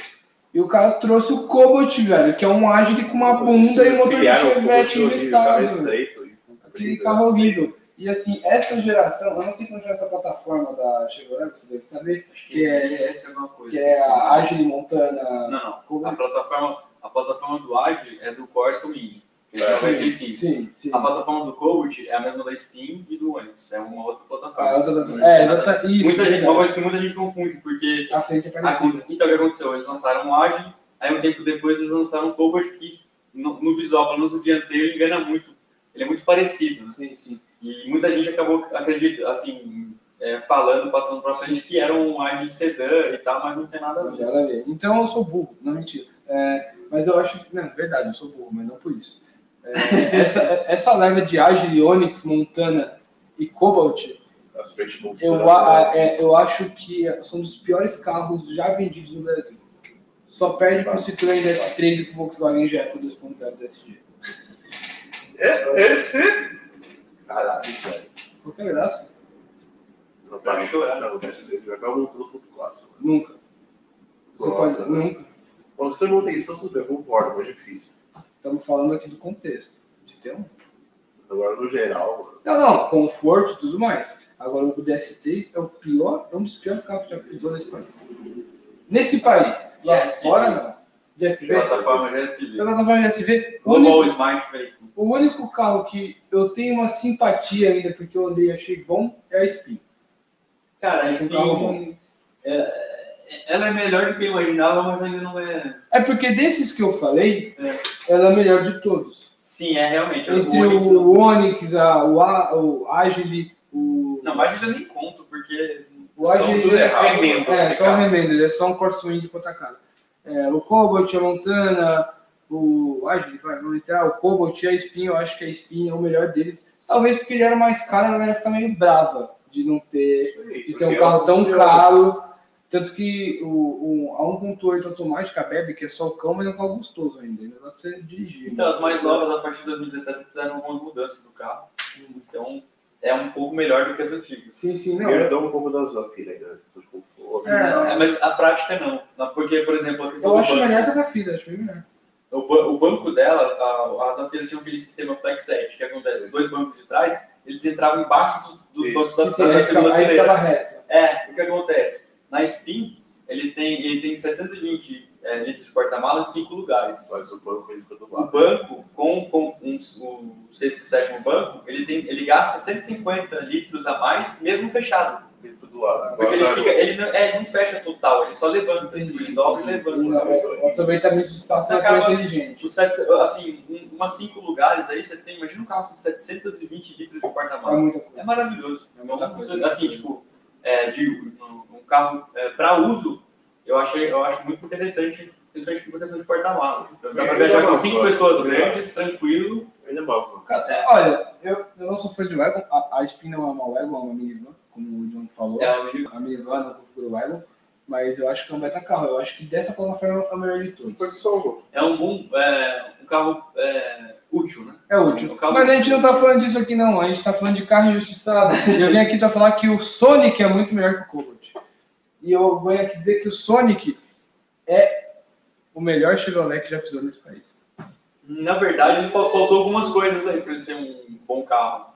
B: e o cara trouxe o Cobalt, velho, que é um Agile com uma bunda e um motor de Chevette né?
A: Carro
B: inventado. velho.
A: estreito. e com
B: Aquele
A: brilho.
B: carro é horrível. E assim, essa geração, eu não sei como chama essa plataforma da Chevrolet, você deve saber,
C: Acho
B: Que
C: que
B: é-
C: é essa é alguma coisa.
B: que é
C: assim.
B: a é? Agile Montana.
C: Não, não. A
B: Cobalt.
C: plataforma, a plataforma do Agile é do Corsa Mini, que é
A: É.
C: o M5.
B: Sim, sim.
C: A plataforma do Cobalt é a mesma da Spin e do Onix, é uma outra plataforma.
B: Ah, outra plataforma.
C: Não
B: É,
C: tem nada a ver.
B: exata, isso.
C: Muita gente, uma
B: verdade.
C: coisa que muita gente confunde, porque
B: A frente é parecida.
C: Acontece- Então, o que aconteceu? Eles lançaram o Agile, aí um tempo depois eles lançaram o Cobalt, que no, no visual, pelo menos o dianteiro, ele engana muito. Ele é muito parecido. né?
B: Sim, sim.
C: E muita gente acabou, acredito, assim, é, falando, passando pra frente, que era um Agile sedã e tal, mas não tem nada a
B: Não
C: ver.
B: tem nada a ver. Então eu sou burro, não mentira. É, mas eu acho. Não, verdade, eu sou burro, mas não por isso. É, essa, essa leva de Agile, Onix, Montana e Cobalt,
A: As frente bom.
B: eu, a- a- é, eu acho que são dos piores carros já vendidos no Brasil. Só perde pro Citroën DS3 e pro Volkswagen Jetta 2.0 DSG.
A: É, Caralho, velho.
B: Qualquer é graça?
A: Não
C: Pra
A: para
C: chorar.
A: Não, o S3 vai um acabar voltando pro 4.
B: Nunca. Você
A: Nossa, né?
B: pode, nunca.
A: Quando você manutenção, tudo bem, eu concordo, mas é difícil.
B: Estamos falando aqui do contexto. De ter um.
A: Agora, no geral, mano.
B: Não, não, conforto e tudo mais. Agora o DS3 é o pior, é um dos piores carros que já pisou nesse país. Nesse país, lá
C: Yes.
B: fora não. De SV.
C: Plataforma é GSV.
B: Pela plataforma de SV, o um único,
C: Global Smart Vehicle.
B: o único carro que eu tenho uma simpatia ainda, porque eu andei e achei bom, é a Spin.
C: Cara, a
B: Esse
C: Spin,
B: carro é bom.
C: é- ela é melhor do que eu imaginava, mas ainda não é...
B: É porque desses que eu falei, ela é a melhor de todos.
C: Sim, é realmente. o
B: Entre
C: Onix né?
B: o
C: não-
B: Onix, a, o, a, o Agile, o.
C: Não, mas eu nem conto, porque...
B: o Agile-
A: tudo errado.
C: Remendo,
B: É,
C: né,
B: só o
C: cara?
B: remendo, ele é só um crosswind contra cara. É, o Cobalt, a Montana, o. Ai, gente, vai, vamos entrar. O Cobalt e a Spin, eu acho que a Spin é o melhor deles. Talvez porque ele era mais caro, a galera fica meio brava de não ter. de ter um
A: é
B: carro tão
C: é
B: caro. Tanto que o, o, a 1.8 automática, a Bebe, que é só o cão, mas é um carro gostoso ainda. Ainda dá pra você dirigir.
C: Então, as mais novas, a partir de 2017, fizeram algumas mudanças do carro. Então, é um pouco melhor do que as antigas.
B: Sim, sim, não.
A: Eu dou um pouco da sua filha ainda. Tipo, pô,
B: É.
C: É, mas a prática não. Na- Porque, por exemplo, a questão
B: Eu
C: do
B: acho
C: banco.
B: melhor que essa filha, acho bem melhor.
C: O, ba- o banco dela, a, a Zafira tinha aquele sistema flex set, que acontece, os dois bancos de trás, eles entravam embaixo dos do
A: Isso.
C: bancos da,
B: Sim, sim,
C: da,
B: aí
C: segunda
B: ficava- aí
C: fileira.
B: ficava reto.
C: É, o que acontece? Na Spin, ele tem, ele tem 720 é, litros de porta-mala em cinco lugares.
A: Mas o banco ele fica do
C: O
A: lado.
C: banco, com, com um, o sexto e sétimo banco, ele, tem, ele gasta 150 litros a mais, mesmo fechado.
A: Ele fica do lado.
C: Porque ele,
A: Agora,
C: fica, ele, não, é, ele não fecha total, ele só levanta.
B: Entendi.
C: Ele dobra e
B: O
C: levanta.
B: o aproveitamento do espaço é
C: Acaba-
B: tão inteligente.
C: Os sete, assim, um, umas cinco lugares aí, você tem, imagina um carro com 720 litros de
B: É
C: porta-malas.
B: muita
C: É
B: coisa.
C: maravilhoso.
B: É muita coisa.
C: Assim, tipo, é, de, um um carro para uso, eu, achei, eu acho muito interessante, principalmente por questão de porta-malas. Dá pra viajar com cinco pessoas grandes, tranquilo,
A: Ele é mal.
B: Cara, é, Olha, eu, eu não sou fã de wagon. A, a Spin não é uma wagon, é uma minivan, como o John falou.
C: É, o mini-
B: A minivan não configura wagon. Mas eu acho que é um baita carro. Eu acho que dessa
C: um
B: plataforma é o melhor de todos.
A: Foi que salvou.
C: é um bom é, um carro é, útil, né?
B: É útil.
C: O carro-
B: Mas a gente não tá falando disso aqui, não. A gente tá falando de carro injustiçado. E eu vim aqui pra falar que o Sonic é muito melhor que o Cobalt. E eu venho aqui dizer que o Sonic é o melhor Chevrolet que já pisou nesse país.
C: Na verdade, ele fal- faltou algumas coisas aí para ele ser um bom carro.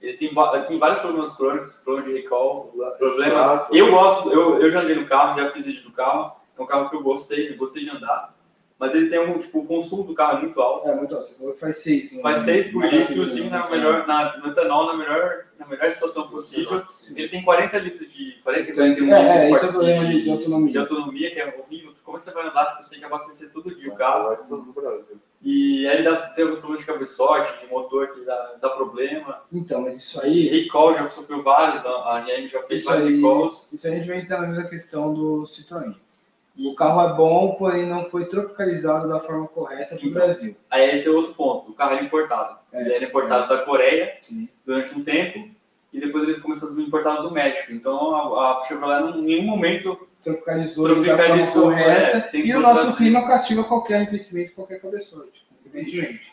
C: Ele tem, va- tem vários problemas crônicos, problema de recall, problema.
A: Exato.
C: Eu gosto, eu, eu já andei no carro, já fiz vídeo do carro. É um carro que eu gostei, eu gostei de andar. Mas ele tem um, tipo, o consumo do carro é muito alto.
B: É, muito Você falou que faz seis. né?
C: Faz 6 por litro e o 5 na melhor, na, no etanol na melhor, na melhor situação possível. Ele tem 40 litros de. 40, 41 litros
B: É, é,
C: de
B: esse é o problema de, de
C: de
B: autonomia.
C: autonomia, que é horrível. Como é que você vai andar? Tipo, você tem que abastecer todo dia o carro.
A: Vai ser do Brasil.
C: E aí dá, tem algum problema de cabeçote, de motor que dá, dá problema.
B: Então, mas isso
C: E
B: aí.
C: recall já sofreu vários, a a GM já fez
B: Isso
C: vários
B: aí.
C: recalls.
B: Isso aí a gente vai entrar na mesma questão do Citroën. O carro é bom, porém não foi tropicalizado da forma correta para o
C: Então.
B: Brasil.
C: Aí esse é outro ponto, o carro era importado.
B: É.
C: ele era importado da Coreia
B: Sim.
C: durante um tempo e depois ele começou a ser importado do México. Então a, a Chevrolet não- em nenhum momento
B: Tropicalizou, da forma
C: Tropicalizou,
B: correta.
C: é, tem
B: e
C: que
B: o
C: botar
B: nosso
C: assim.
B: clima castiga qualquer envelhecimento, qualquer cabeçote. Consequentemente.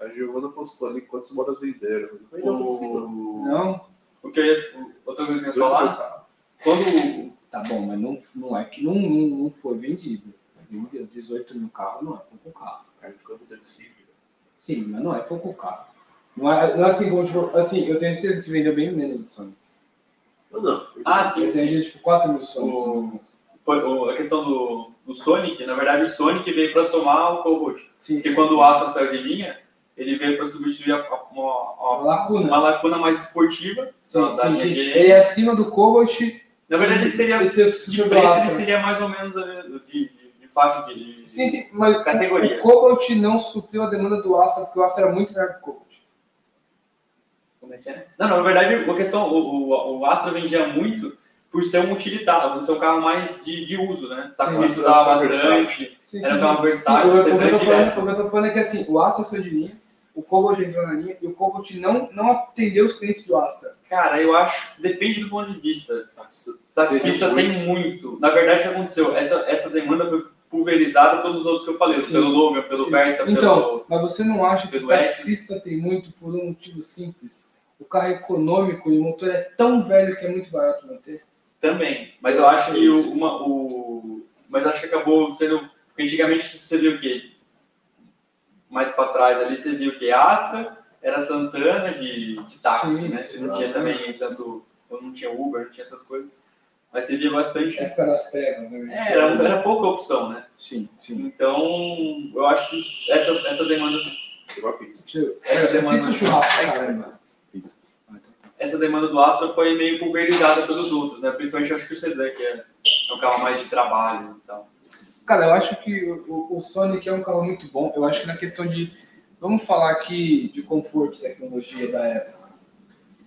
A: A Giovana postou ali quantos modas venderam. Mas não consigo.
C: o,
B: Não?
C: o que eu ia- outra coisa que eu ia
A: Dois mil
C: falar,
A: carros.
C: quando o-
B: Tá bom, mas não, não é que não, não, não foi vendido. Meu Deus, 18 mil carros não é pouco carro.
A: Cara, de campo deve ser, velho.
B: Sim, mas não é pouco carro. Não é, não é assim como, tipo, assim, eu tenho certeza que vendeu bem menos o Sonic.
A: Não, não.
C: Ah, sim.
B: Eu tenho gente, tipo, 4 mil Sonics.
C: O-
B: no-
C: foi- o- a questão do, do Sonic, na verdade o Sonic veio para somar o Cobalt.
B: Sim,
C: Porque
B: sim,
C: quando
B: sim.
C: o Astra saiu de linha, ele veio para substituir a- a- uma,
B: Uma
C: uma-
B: lacuna.
C: uma lacuna mais esportiva.
B: Sim,
C: da- da
B: sim,
C: linha
B: sim.
C: GM.
B: Ele é acima do Cobalt.
C: Na verdade ele seria
B: esse é o
C: De
B: Super
C: preço ele
B: Astra.
C: seria mais ou menos ali de, de- de faixa de, de-
B: Sim, sim, mas
C: Categoria.
B: o Cobalt não supriu a demanda do Astra, porque o Astra era muito melhor que o Cobalt.
C: Como é que é? Não, não, na verdade, a questão, o, o, o Astra vendia muito por ser um utilitário, por ser um carro mais de, de uso, né? Taxista
A: Sim.
C: usava
A: Versátil.
C: bastante.
B: Sim,
C: Era
B: sim,
C: uma
B: sim.
C: versátil,
B: Sim,
C: você
B: o, o, que eu
C: vai
B: tô
C: direto.
B: falando, o que eu tô falando é que assim, o Astra saiu de linha, o Cobalt entrou na linha e o Cobalt não, não atendeu os clientes do Astra.
C: Cara, eu acho, depende do ponto de vista.
A: Taxista.
C: Taxista
A: Tem
C: tem muito. Na verdade, o que aconteceu? Essa, essa demanda foi pulverizada pelos outros que eu falei,
B: Sim.
C: pelo Logan, pelo
B: Sim.
C: Versa,
B: Então, mas você não acha que o
C: pelo Exodus.
B: taxista tem muito por um motivo simples? O carro é econômico e o motor é tão velho que é muito barato manter.
C: pelo. Também. Mas eu acho que o, uma, o. Mas acho que acabou sendo. Porque antigamente você viu o quê? mais para trás ali você viu que Astra era Santana de, de táxi,
B: Sim,
C: né?
B: sim.
C: não tinha também tanto, não tinha Uber, não tinha essas coisas. Mas você via bastante.
B: Na época É das terras, né?
C: É, era, era pouca opção, né?
B: Sim, sim.
C: Então, eu acho que essa, essa demanda,
A: uma pizza.
B: Deixa eu-
C: Essa demanda-
B: Pizza ou é churrasco, caramba.
A: Pizza.
B: Ah, então tá.
C: essa demanda do Astra foi meio pulverizada pelos outros, né? Principalmente eu acho que o Sedan, que é, é um carro mais de trabalho então. e tal.
B: Cara, eu acho que o- o, o Sonic é um carro muito bom. Eu acho que na questão de. Vamos falar aqui de conforto e tecnologia da época.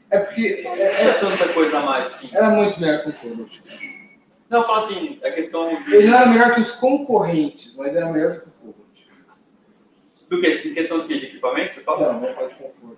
B: É porque
C: Não
B: é-
C: tinha tanta coisa a mais assim.
B: era muito melhor que o Cobalt.
C: Não, eu falo assim, a questão de-
B: Ele não era melhor que os concorrentes, mas era melhor que o Cobalt.
C: do que? Em questão do quê? De equipamento? Você fala?
B: Não, vamos falar de conforto.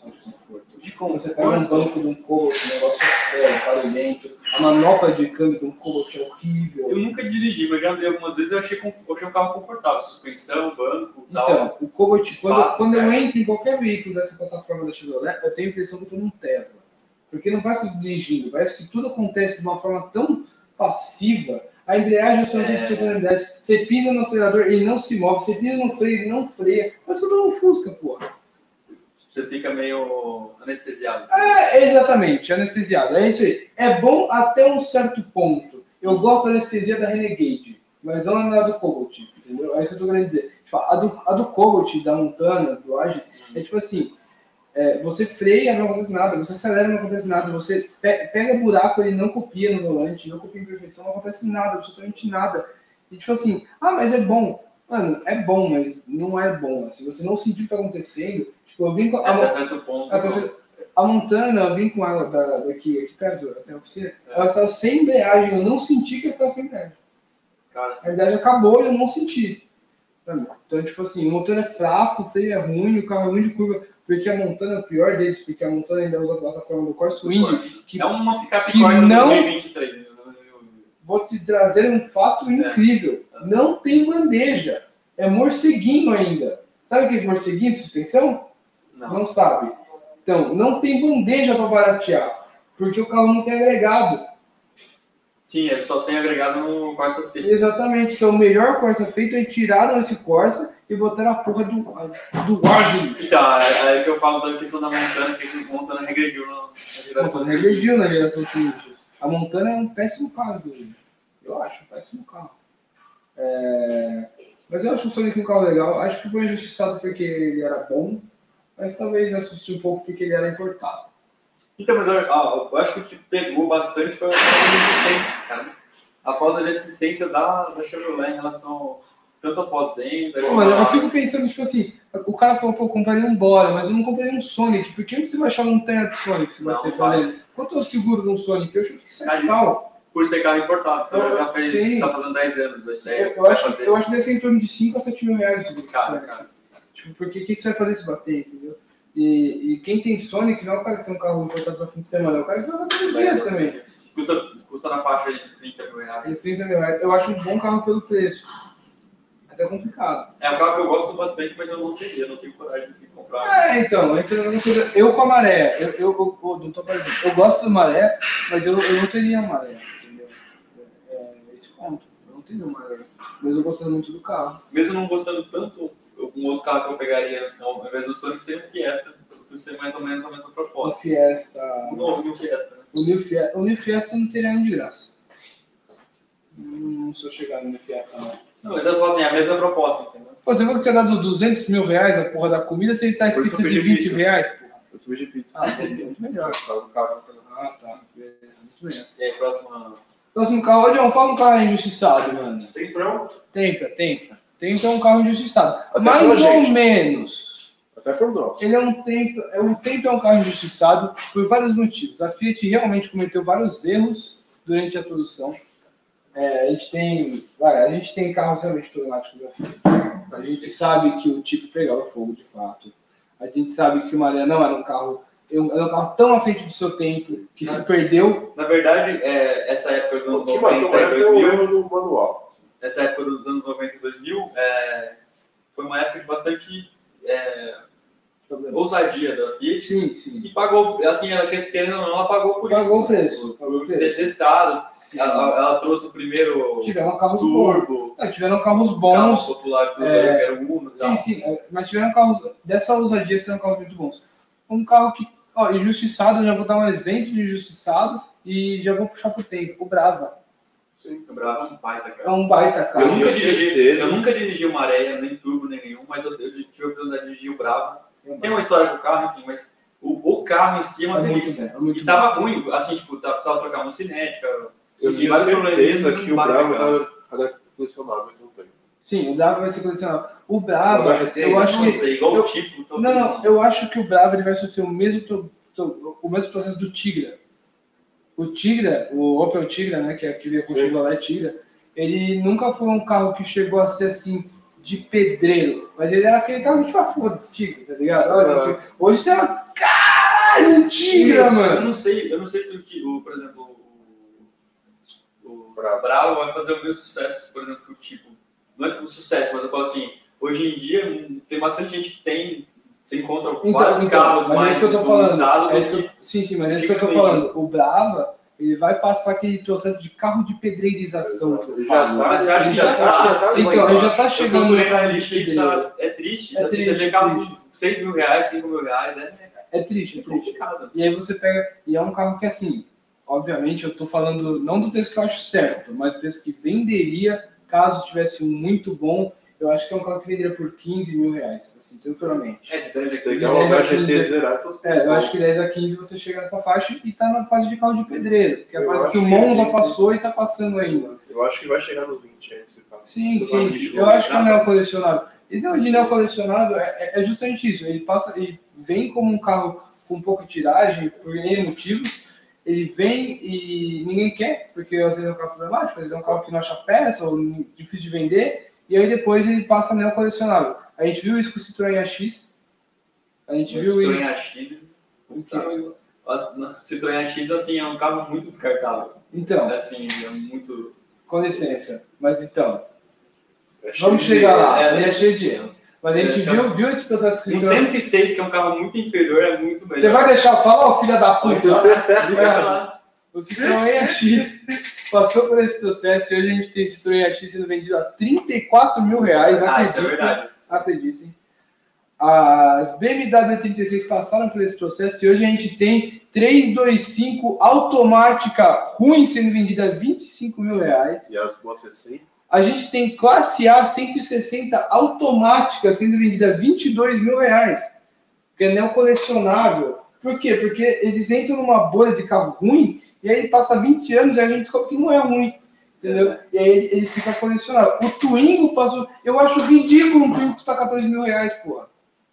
B: Vamos falar de conforto.
C: De
B: Quando
C: como?
B: Você pega um banco de um Cobalt, um negócio é, barulhento, a manopla de câmbio de um Cobalt é
C: Eu
B: horrível.
C: nunca dirigi, mas já andei algumas vezes e eu achei, conf- eu achei um carro confortável. Suspensão, banco, tal.
B: Então, o Cobalt, quando,
C: um Espaço,
B: quando eu
C: cara.
B: entro em qualquer veículo dessa plataforma da Chevrolet, eu tenho a impressão que eu tô num Tesla. Porque não parece que eu tô dirigindo, parece que tudo acontece de uma forma tão passiva. A embreagem é só
C: É.
B: de unidade. Você pisa no acelerador, ele não se move. Você pisa no freio, ele não freia. Parece que eu tô num Fusca, porra.
C: Você fica meio anestesiado.
B: É, exatamente, anestesiado. É isso aí. É bom até um certo ponto. Eu gosto da anestesia da Renegade, mas não da do Cobalt, entendeu? É isso que eu tô querendo dizer. Tipo, a do, a do Cobalt, da Montana, do Age, é tipo assim, é, você freia, não acontece nada, você acelera, não acontece nada, você pe- pega buraco, ele não copia no volante, não copia em perfeição, não acontece nada, absolutamente nada. E tipo assim, ah, mas é bom. Mano, é bom, mas não é bom. Se você não sentir o que tá acontecendo, tipo, eu vim com a,
C: É Até certo ponto.
B: a, terceira- Ah, tá, a Montana, eu vim com ela da, daqui, aqui perto, até a oficina. Ela estava sem embreagem, eu não senti que ela estava sem embreagem.
C: Cara,
B: A embreagem acabou e eu não senti. Sabe? Então, tipo assim, o motor é fraco, o freio é ruim, o carro é ruim de curva, porque a Montana é o pior deles, porque a Montana ainda usa a plataforma do Corsa Wind, que
C: é uma picape
B: que
C: Corsa
B: não-
C: 2023.
B: vou te trazer um fato incrível.
C: É.
B: Não tem bandeja. É morceguinho ainda. Sabe aqueles morceguinhos de suspensão?
C: Não.
B: Não sabe. Então, não tem bandeja para baratear, porque o carro não tem agregado.
C: Sim, ele só tem agregado no Corsa C.
B: Exatamente, que é o melhor Corsa feito, aí tiraram esse Corsa e botaram a porra do, do Agile.
C: Então, é, é que eu falo da questão da Montana, que a Montana regrediu na, na geração
B: Nossa,
C: seguinte.
B: Tá regrediu na geração seguinte. A Montana é um péssimo carro, inclusive. Eu acho, um péssimo carro. É, Mas eu acho o Sonic um carro legal. Acho que foi injustiçado porque ele era bom, mas talvez assustou um pouco porque ele era importado.
C: Então, mas eu, ó, eu acho que o que pegou bastante foi a falta de assistência, cara. A falta de assistência da, da Chevrolet em relação ao- tanto ao pós-venda.
B: Pô,
C: quanto
B: Mano,
C: a-
B: eu fico pensando, tipo assim, o cara falou, pô, comprei um Bora, mas eu não comprei um Sonic. Por que você vai achar um terra de Sonic se
C: Não,
B: bater
C: vai.
B: fazendo? Quanto é o seguro de um Sonic? Eu chuto que
C: Cara,
B: 7 pau.
C: Por ser carro importado. Então,
B: Eu-
C: já fez,
B: sim.
C: tá fazendo 10 anos. Né?
B: Eu, eu
C: Vai
B: acho,
C: fazer.
B: eu acho que deve ser em torno de 5 a 7 mil reais o
C: Cara,
B: Sonic. Tipo, porque o que, que você vai fazer se bater, entendeu? E, e quem tem Sonic não é o cara que tem um carro importado pra fim de semana, é o cara que joga todo dia também.
C: Custa, custa na faixa de 30 mil reais.
B: Esses 30 mil reais, eu acho um bom carro pelo preço. Mas é complicado.
C: É um carro que eu gosto bastante, mas eu não teria, não tenho coragem de comprar.
B: É, então, entra numa coisa- eu com a maré, eu, eu, eu, eu não tô parecendo. Eu gosto do maré, mas eu, eu não teria a maré, entendeu? É, é esse ponto. Eu não teria a maré. Mas eu gosto muito do carro.
C: Mesmo não gostando tanto, um outro carro que eu pegaria ao invés do Sonic seria o Fiesta, por ser mais ou menos a mesma
B: O
C: proposta.
B: Fiesta.
C: O novo o Fiesta, né?
B: O New Fiesta, o New Fiesta não teria nem de graça. Não sou chegado no New Fiesta, não.
C: Não, mas eu falo assim, é a mesma proposta, entendeu?
B: Pô, você falou que tinha dado 200 mil reais a porra da comida, você traz
A: Por isso
B: pizza
A: eu
B: de
A: pedi
B: 20
A: pizza.
B: reais, porra.
A: Eu subi de pizza.
B: Ah, muito melhor.
A: Tava no carro.
B: Ah, tá. Beleza, Muito melhor.
C: E aí, próxima.
B: Próximo carro, ô John, fala um carro injustiçado, mano.
C: Tem problema?
B: Tenta, tenta. Tenta um carro injustiçado.
A: Até
B: Mais
A: pela
B: ou
A: gente.
B: menos.
A: Até por nós.
B: Ele é um tempo, é um tempo é um carro injustiçado por vários motivos. A Fiat realmente cometeu vários erros durante a produção. É, a gente tem, vai, a gente tem carros realmente problemáticos da Fiat. A gente sabe que o tipo pegava fogo de fato. A gente sabe que o Maria não era um carro, era um carro tão à frente do seu tempo que se perdeu.
C: Na verdade, é, essa época do
A: O que
C: 90
A: matou
C: e
A: o Maré foi o
C: 2000,
A: erro do manual.
C: essa época dos anos 90 e 2000, é, foi uma época de bastante é, ousadia da Fiat,
B: Sim, sim.
C: E pagou, assim, ela quer- querendo ou não, ela pagou por
B: Pagou o
C: isso.
B: preço, pagou o preço.
C: Detestado.
B: sim. Tipo,
C: Ela, ela trouxe o primeiro
B: Tiveram carros bons.
C: turbo,
B: Ah, Tiveram carros
C: carro
B: bons.
C: popular que
B: é,
C: era o Uno e
B: Sim,
C: tal.
B: sim, é, mas tiveram carros, dessa ousadia, tiveram carros muito bons. Um carro que, ó, injustiçado, eu já vou dar um exemplo de injustiçado e já vou puxar pro tempo. O Brava
A: Sim.
C: O Brava é um baita, cara.
B: é um baita
C: Eu
B: carro.
A: tenho
C: nunca, dirigi,
A: certeza.
C: eu nunca dirigi uma areia, nem turbo, nem nenhum, mas eu, eu tive a oportunidade de dirigir o Brava.
B: É
C: Tem
B: um baita-
C: uma história com o carro, enfim, mas o, o carro em si é uma
B: é muito
C: delícia.
B: bom, é muito
C: E tava ruim, assim, tipo, tava, precisava trocar uma cinética.
A: Eu
C: enfim,
A: tenho
C: vários
A: certeza
C: probleminhas,
A: que o
C: baita
A: Bravo
C: carro.
A: tá tá colecionável não tem.
B: bom. Sim, o Brava vai ser colecionável. O Brava,
A: Eu acho que-
B: eu acho
C: Não
B: que.
C: sei, igual
B: eu-
C: o tipo.
B: Não,
C: talvez
B: não, eu acho que o Brava ele vai sofrer o mesmo, pro- pro- o mesmo processo do Tigra. O Tigra, o Opel Tigra, né, que é que veio com o
A: Sim.
B: Chevrolet Tigra, ele nunca foi um carro que chegou a ser assim de pedreiro, mas ele era aquele carro que tipo, ah, foda-se, Tigra, tá ligado? Olha,
A: Ah.
B: Tigra. Hoje você é um caralho, um Tigra,
C: Eu
B: mano!
C: não sei, eu não sei se o, Ti- o, por exemplo, o, o
A: Bravo.
C: Bravo vai fazer o mesmo sucesso, por exemplo, que o Tipo. Não é um sucesso, mas eu falo assim, hoje em dia hum, tem bastante gente que tem, você encontra vários carros
B: mas é
C: mais
B: isso que eu tô
C: do
B: falando.
C: estado
B: É
C: do
B: isso que eu- sim, sim, mas é isso que eu tô
C: Tigra.
B: falando. O Brava, ele vai passar aquele processo de carro de pedreirização que eu
A: Ele
B: falo. né?
A: já tá,
C: Mas você acha
A: ele
C: que
A: já
C: já tá-
A: tá,
C: Sim,
A: lá
B: Então, ele
A: embaixo.
B: já tá
C: Eu
B: chegando
C: procurei na
B: carro de
C: LX,
B: pedreiro.
C: tá, é triste.
B: É
C: assim,
B: triste,
C: você vê carro
B: triste.
C: de 6 mil reais, 5 mil reais, é,
B: É triste,
C: é
B: é triste.
C: complicado.
B: E aí você pega. E é um carro que, assim, obviamente, eu tô falando não do preço que eu acho certo, mas do preço que venderia caso tivesse um muito bom. Eu acho que é um carro que venderia por 15 mil reais, assim, tranquilamente.
C: É, de 10 a
A: Tem
C: 15.
A: que arrumar
B: Ele já
A: GT
B: tinha-
A: zerado, essas coisas.
B: É, eu acho que 10 a 15 você chega nessa faixa e tá na fase de carro de pedreiro, que é a
A: Eu
B: fase
A: acho
B: que o
A: que
B: Monza
A: ele-
B: passou e tá passando ainda.
A: Eu acho que vai chegar nos 20 aí, esse carro. Você
B: Sim,
A: vai
B: sim,
A: no lixo,
B: eu
A: né?
B: acho que é um neo colecionável. Esse negócio de neo colecionável é, é- é justamente isso. Ele passa, ele vem como um carro com pouca tiragem, por N motivos. Ele vem e ninguém quer, porque às vezes é um carro problemático, às vezes é um carro que não acha peça ou difícil de vender. E aí depois ele passa neo colecionável. A gente viu isso com o Citroën AX. A gente
C: O
B: viu em-
C: Citroën AX, puta, as- não, o Citroën AX assim, é um carro muito descartável.
B: Então,
C: É, assim, é muito...
B: com licença, mas então,
A: É cheio
B: Vamos
A: de-
B: chegar lá,
C: é,
B: ele é cheio de erros. Mas a gente
C: É,
B: viu, viu esse processo
C: Um
B: criticando.
C: 106, que é um carro muito inferior, é muito melhor.
B: Então. Você vai deixar eu falar, ô filha da puta?
C: Liga lá.
B: O Citroën AX passou por esse processo e hoje a gente tem o Citroën AX sendo vendido a 34 mil reais.
C: Ah, isso é
B: acreditem.
C: verdade.
B: acreditem. As BMW 36 passaram por esse processo e hoje a gente tem 325 automática ruim sendo vendida a 25 mil reais.
A: E as boas 60.
B: A gente tem classe A 160 automática sendo vendida a 22 mil reais. Porque é não colecionável. Por quê? Porque eles entram numa bolha de carro ruim e aí passa 20 anos e a gente descobre que não é ruim. Entendeu? E aí ele, ele fica colecionável. O Twingo passou. Eu acho ridículo um Twingo custar 14 mil reais, porra.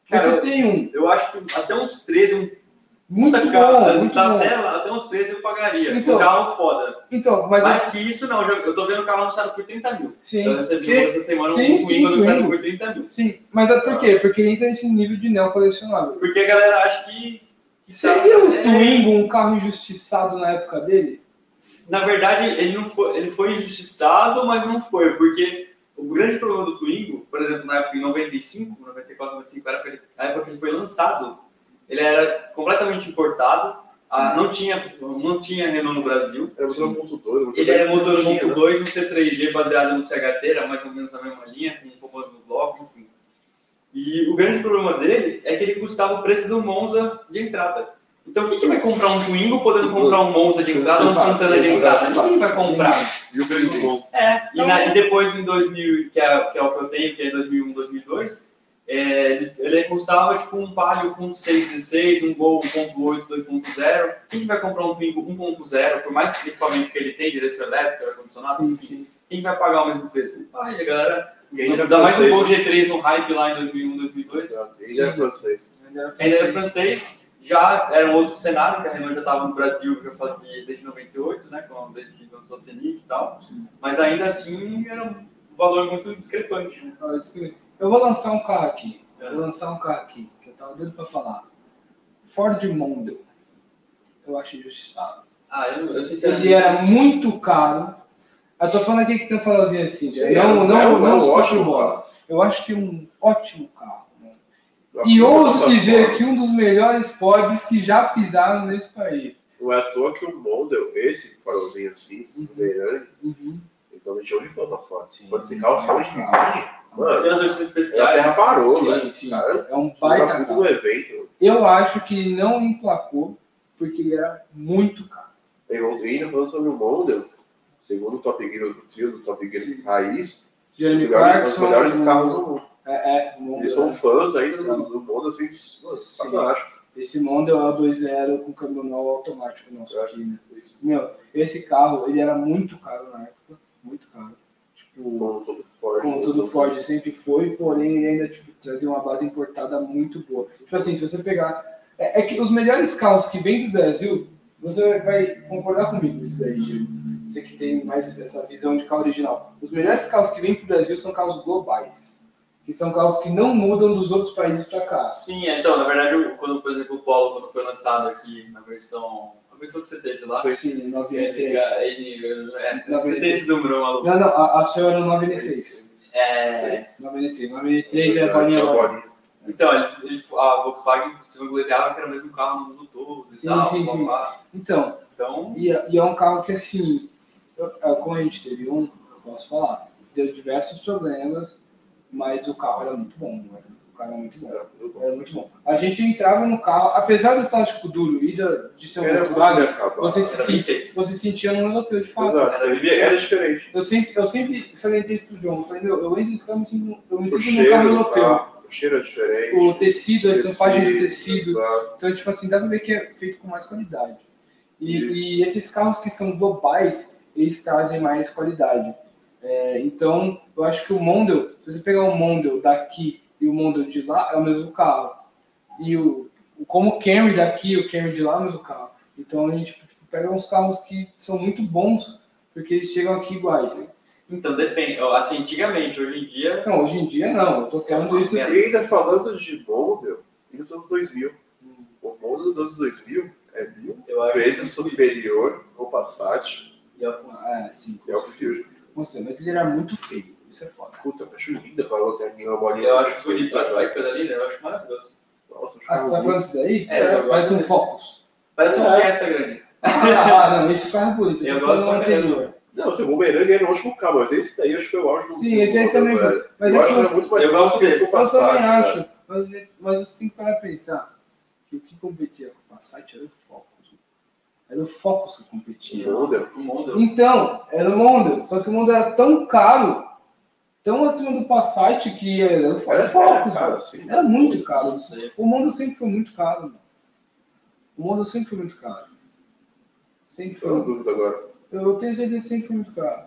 B: Mas
C: Cara,
B: eu tenho um.
C: Eu acho que até uns 13, um
B: Muito
C: puta
B: bom,
C: carro,
B: muito
C: até,
B: bom.
C: até lá, até uns 13 eu pagaria.
B: Então.
C: um carro foda.
B: Então, mas.
C: Mas, que isso não, eu eu tô vendo o carro anunciado por 30 mil.
B: Sim.
C: Eu recebi
A: Que?
C: essa semana
B: Sim,
C: um
B: sim,
C: Twingo anunciado
B: Twingo.
C: por 30 mil.
B: Sim, mas é por quê? Porque ele entra nesse nível de neo colecionável.
C: Porque a galera acha que. que
B: Seria o
C: é-
B: Twingo um carro injustiçado na época dele?
C: Na verdade, ele não foi, ele foi injustiçado, mas não foi, porque o grande problema do Twingo, por exemplo, na época em 95, 94, 95, era que ele- a época que ele foi lançado, ele era completamente importado, ah, não tinha não tinha Renault no Brasil.
A: Era um motor 1.2.
C: Ele era motor
A: tinha, né?
C: 1.2, um C3G baseado no CHT, era mais ou menos a mesma linha, com um comando no bloco, enfim. E o grande problema dele é que ele custava o preço do Monza de entrada. Então quem que vai comprar um Twingo podendo comprar um Monza de entrada ou um Santana de entrada? Ninguém vai comprar.
A: E o grande bom.
C: É, e,
D: Não
C: na-
D: é.
C: e depois em 2000, que é, que é o que eu tenho, que é 2001, 2002, é, ele, ele custava tipo um Palio 1.616, um Gol 1.8, 2.0. Quem que vai comprar um Twingo 1.0, por mais equipamento que ele tem, direção elétrica, ar-condicionado,
B: Sim,
C: enfim, quem vai pagar o mesmo preço? Ai, a galera,
A: Ele era
C: dá mais um Gol
A: francês. né?
C: G3 no hype lá em 2001, 2002.
A: Exato, Ele era francês.
C: Ele era francês, já era um outro cenário, que a Renault já estava no Brasil, já fazia desde 98, né? com- Desde que lançou a Senic e tal. Mas ainda assim era um valor muito discrepante. né?
B: Ó, eu descrevi. Eu vou lançar um carro aqui.
C: É.
B: Vou lançar um carro aqui, que eu tava doido pra falar. Ford Mondeo. Eu acho injustiçado.
C: Ah, eu, eu sinceramente.
B: Ele era muito caro. Eu tô falando aqui que tem um falarzinho assim, gente. não, não, não,
A: é um
B: escute
A: ótimo
B: bola.
A: carro.
B: Eu acho que é um ótimo carro. né? E ouso dizer que um dos melhores Fords que já pisaram nesse país.
A: Não é à toa que o Mondel, esse farolzinho assim,
B: Uhum.
A: do Verane, ele também tinha um rifão da Ford. Quando esse carro
B: Sim.
A: saiu de linha, mano,
C: Tem as versões
A: a
C: especiais.
A: terra parou, né?
B: sim.
A: Cara,
B: É um
A: Baita
B: baita
A: muito
B: carro.
A: no evento,
B: Eu acho que ele não emplacou porque ele era muito caro.
A: em Londrina, falando sobre o Mondel, segundo o Top Gear, o trio do Top Gear
B: Sim.
A: Raiz,
B: Jeremy
A: melhor- os
B: Clarkson.
A: melhores
B: um-
A: carros do mundo.
B: É, é, um-
A: Eles são fãs ainda
B: Sim.
A: do, do Mondel, assim, mano,
B: Sim.
A: sacanagem.
B: Esse Mondeo é o 2.0 com caminhão automático nosso
A: É.
B: aqui, né?
A: Eles
B: Meu, esse carro, ele era muito caro na época. Muito caro. Tipo,
A: foram todo Ford.
B: como tudo Ford sempre foi, porém ele ainda tipo, trazia uma base importada muito boa. Tipo assim, se você pegar. É, é que os melhores carros que vêm do Brasil, você vai concordar comigo com isso daí, Diego. Você que tem mais essa visão de carro original. Os melhores carros que vêm pro Brasil são carros globais. Que são carros que não mudam dos outros países para cá.
C: Sim, é, então, na verdade, eu- quando, por exemplo, o Polo, quando foi lançado aqui na versão. A versão que você teve lá.
A: Sim.
B: Esse
C: Ele,
B: 9N3.
C: ele, é, você
B: 93.
C: tem esse número, maluco.
B: Não, não, a, a senhora era um 9N6.
C: É.
B: 9N6. 9N3 é a bolinha. lá.
C: Então, ele, ele- a Volkswagen se vangloriava que era o mesmo carro no mundo todo. e
B: Sim,
C: tal,
B: sim,
C: blá,
B: sim.
C: blá.
B: Então,
C: Então,
B: E, é- e é um carro que, assim, eu- é, como a gente teve um, eu posso falar, deu diversos problemas, mas o carro era muito bom, né? o carro era muito bom. Era muito bom. A gente entrava no carro, apesar do plástico duro e da- de ser um
A: Era
B: Volkswagen, você
A: Vocês
B: se
C: era
B: sim.
C: bem feito.
B: você sentia num europeu de fato.
A: Exato, você via- era diferente.
B: Eu sempre, eu sempre salientei isso pro John, eu falei, meu, eu entro nesse carro, eu me sinto, eu me
A: O
B: sinto num carro
A: cheiro, do
B: europeu.
A: carro, o cheiro é diferente.
B: O tecido, a estampagem do tecido,
A: exato.
B: então, tipo assim, dá pra ver que é feito com mais qualidade. E, e esses carros que são globais, eles trazem mais qualidade. É, então, eu acho que o Mondeo, se você pegar o Mondeo daqui e o Mondeo de lá, é o mesmo carro. E o, o- como o Camry daqui e o Camry de lá é o mesmo carro. Então, a gente tipo, pega uns carros que são muito bons, porque eles chegam aqui iguais.
C: então, depende. Ó, Assim, antigamente, hoje em dia.
B: Não, hoje em dia não, eu tô falando isso...
A: E ainda falando de Bondel, e dos anos 2000. O Bondel dos anos 2000 é mil
C: Eu acho que-
A: vezes superior ao Passat é
C: E a-
B: Ah, sim,
A: e ao Fusion.
B: mostrando, mas ele era muito feio. Isso é foda.
A: Puta, eu acho linda aquela outra aqui, uma bolinha.
C: Eu acho bonito, eu acho que coisa linda, eu acho maravilhoso.
A: Nossa, acho
B: Ah, você tá
A: muito-
B: falando isso daí?
C: É, eu gosto
B: Parece um
C: desse.
B: Focus.
C: Parece uma
A: É.
C: festa grande.
B: Ah, não, esse carro é bonito.
C: Eu
B: tô
C: gosto
B: falando
C: pra caramba.
B: anterior.
A: Não, seu bumerangue é longe com o cabo, mas esse daí acho que foi o auge do.
B: Sim, esse aí
A: do-
B: também
A: do-
B: foi.
A: velho.
B: Mas
A: eu
B: é
A: acho
B: que
A: que é muito mais
C: eu
A: bonito
C: gosto
A: que o
C: desse.
B: Eu
A: Passat,
B: também
A: cara.
B: acho. Mas, é- mas você tem que parar pra pensar que o que competia com o Passat era o Focus. Era o Focus que competia.
A: Não deu.
C: O mundo.
B: Então, era o Mondeo. Só que o Mondeo era tão caro, tão acima do Passat, que era o Focus.
A: Era
B: Focus,
A: foco, cara,
B: mano.
A: assim.
B: Era muito
C: Cara,
B: caro.
C: não sei.
B: O Mondeo sempre foi muito caro, mano. O Mondeo sempre foi muito caro. Sempre
A: Tô na
B: foi.
A: dúvida agora.
B: Eu tenho certeza que sempre foi muito caro.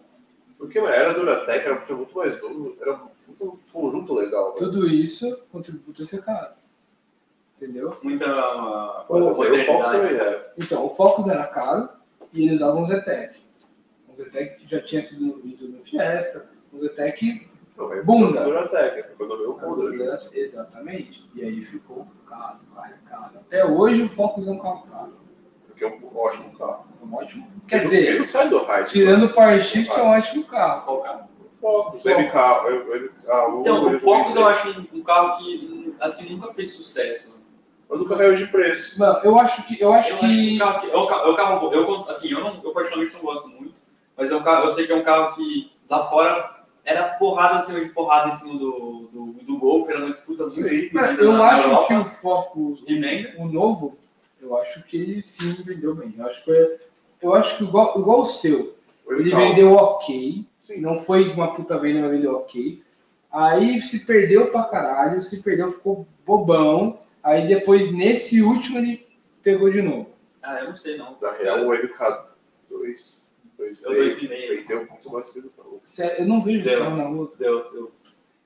A: Porque mano, era Duratec, era muito mais duro, era muito- um conjunto legal. velho.
B: Tudo isso contribuiu pra ser caro. Entendeu?
C: Muita. ah,
A: Mas até o Fox
C: modernidade.
A: também né? era.
B: Então, o Focus era caro e eles usavam o Zetec. O Zetec que já tinha sido vendido no Fiesta. O Zetec
A: Não, mas
B: Bunda.
A: Duratec, é quando eu Bunda. né?
B: era- exatamente. E aí ficou caro, caro, caro. Até hoje o Focus é um carro caro.
A: Porque é um ótimo carro.
B: É um ótimo. Quer
A: Ele
B: dizer,
A: não sai do hype.
B: tirando o Power Shift é um ótimo carro.
C: Qual carro?
A: Focus, MK, eu- eu- ah,
C: Então, o
A: eu-
C: Focus eu acho um carro que assim, nunca fez sucesso.
A: Mas nunca caiu de preço.
B: Mano, eu acho que. Eu
C: Eu
B: acho
C: acho que é um
B: que.
C: carro que. É um ca- é um carro bom. Eu, con- assim, eu, não, eu particularmente não gosto muito, mas é um carro, eu sei que é um carro que lá fora era porrada em cima de porrada em cima do, do, do Golf, era uma disputa muito
A: Sim.
C: fodida
B: Mano,
C: na-
B: É, eu
C: na
B: acho
C: Europa,
B: que o Focus,
C: de venda.
B: o novo, eu acho que ele sim vendeu bem. Eu acho que foi. Eu acho que igual, igual o seu.
A: Foi
B: Ele
A: um carro.
B: vendeu ok.
A: Sim.
B: Não foi uma puta venda, mas vendeu ok. Aí se perdeu pra caralho, se perdeu, ficou bobão. Aí depois, nesse último, ele pegou de novo.
C: Ah, eu não sei não.
A: Na real, o MK2
C: Eu dois e meio.
A: vendeu muito mais que o MK1.
B: Sé- Eu não vejo esse
C: Deu.
B: carro na rua.
C: Deu, deu.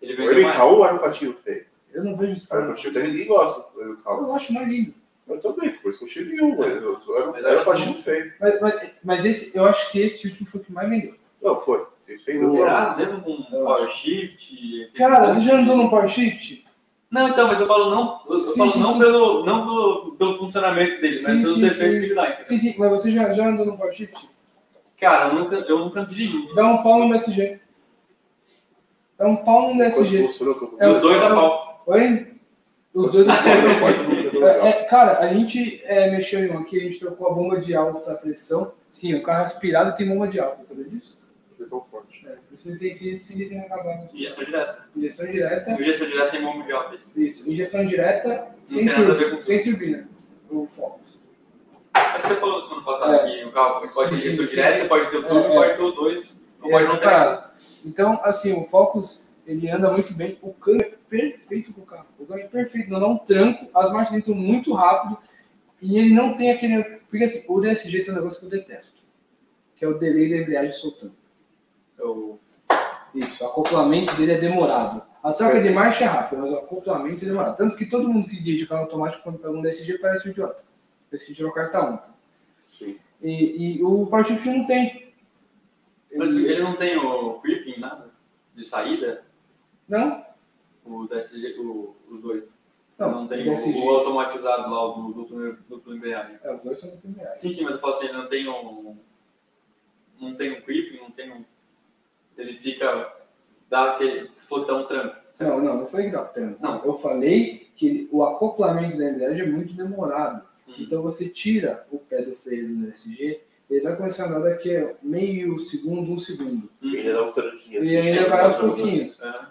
C: Ele
A: O
C: vendeu mais.
A: MK1 era um patinho feio.
B: Eu não vejo esse
A: Era um
B: carro.
A: patinho até que ninguém gosta do MK1.
B: Eu acho mais lindo.
A: Eu também, por isso que eu tive um, mas eu, eu era,
C: Mas
A: era
C: acho
A: um patinho feio.
B: Mas, mas, mas esse, eu acho que esse último foi o que mais vendeu.
A: Não, foi. Ele fez um-
C: Será? Mesmo com
B: Eu
C: Power Shift?
B: Cara, você já andou no Power Shift?
C: Não, então, mas eu falo não, eu
B: Sim,
C: falo
B: sim,
C: não,
B: sim.
C: Pelo, não pelo, pelo funcionamento dele, mas
B: Sim,
C: pelos
B: sim,
C: defeitos
B: sim.
C: que ele dá. entendeu?
B: Sim, sim, mas você já, já andou no Power Shift?
C: Cara, eu nunca, eu nunca dirigi.
B: Dá um pau no SG. Dá um pau no
A: Quando
B: SG.
A: funcionou, que eu
B: É,
C: E os dois a pau.
B: Oi? Os dois
A: Quando pode, nunca deu legal.
B: É, é, cara, a gente é, mexeu em um aqui, a gente trocou a bomba de alta pressão. Sim, o carro aspirado tem bomba de alta, sabe disso?
A: Mas é tão forte.
B: É, você tem sim, você tem que acabar nessa
C: Injeção direta.
B: Injeção direta,
C: Injeção direta tem mão mundial, é isso.
B: isso, injeção direta, sem,
C: tem nada
B: tur-
C: a ver com-
B: sem turbina, o Focus.
C: Acho que É você falou semana passada
B: É.
C: que o carro pode ter
B: Sim, sim,
C: injeção
B: sim,
C: direta,
B: sim.
C: pode ter o turbo,
B: É, é.
C: pode ter os dois, não
B: É,
C: pode não ter nada.
B: separado. Então, assim, o Focus, ele anda muito bem, o câmbio é perfeito com o carro, o câmbio é perfeito, não dá um tranco, as marchas entram muito rápido, e ele não tem aquele... Porque assim, o DSG tem um negócio que eu detesto, que é o delay da embreagem soltando. É o- Isso, o acoplamento dele é demorado. A troca de marcha é rápida, mas o acoplamento é demorado. Tanto que todo mundo que dirige carro automático quando pega um DSG parece um idiota. Parece que tirou carta ontem.
A: Sim.
B: E, e o Power Shift não tem.
C: Mas ele não tem o creeping, nada? De saída?
B: Não?
C: O DSG, o, os dois.
B: Não,
C: Não, tem
B: o
C: o,
B: DSG.
C: o automatizado lá, o do duplo duplo embreagem.
B: É, os dois são do primeiro.
C: né? Sim, sim, mas eu falo assim, ele não tem um. Não tem um creeping, não tem um. Ele fica. Dá aquele. Se for que dá um tranco.
B: Não, não, não foi que dá tranco.
C: Não.
B: Eu falei que ele- o acoplamento da embreagem é muito demorado.
C: Hum.
B: Então você tira o pé do freio do DSG, ele vai começar a andar daqui a é meio segundo, um segundo.
C: Hum.
A: Ele dá uns tranquinhos.
B: E
A: assim,
B: ainda
A: que
B: vai aos
A: passa no-
B: pouquinhos.
C: Aham.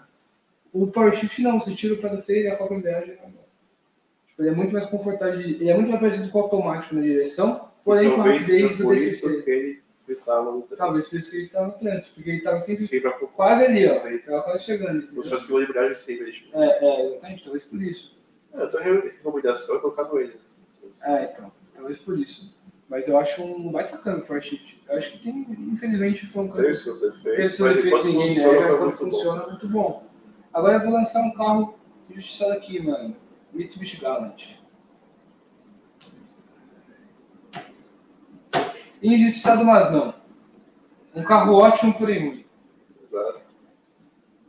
B: O Power Shift não, você tira o pé do freio e acopla a embreagem. na mão. é Tipo, ele é muito mais confortável, de- ele é muito mais parecido com o automático na direção, porém com
A: Então,
B: a
A: Talvez
B: rapidez do
A: por isso
B: DSG.
A: que ele gritava no trânsito.
B: Talvez por isso que ele estava no trânsito, porque ele estava sempre
A: Sempre a culpa.
B: quase ali, ó.
A: Sim.
B: Ele estava quase chegando. entendeu?
A: Os seus que vão liberar a gente sempre. eles-
B: É, é, exatamente, talvez por isso.
A: É, Eu tô re- recomendação é colocar no ele.
B: É, então. Talvez por isso. Mas eu acho um baita câmbio pro Shift. Eu acho que tem, infelizmente, foi um
A: Tem
B: câmbio.
A: os seus defeitos.
B: Teve seus
A: mas
B: efeitos,
A: enquanto
B: ninguém
A: funciona,
B: nega,
A: tá
B: quando
A: muito bom.
B: funciona, muito bom. Agora eu vou lançar um carro injustiçado aqui, mano. Mitsubishi Galant. Injustiçado, mas não. Um carro ótimo, porém ruim.
A: Exato.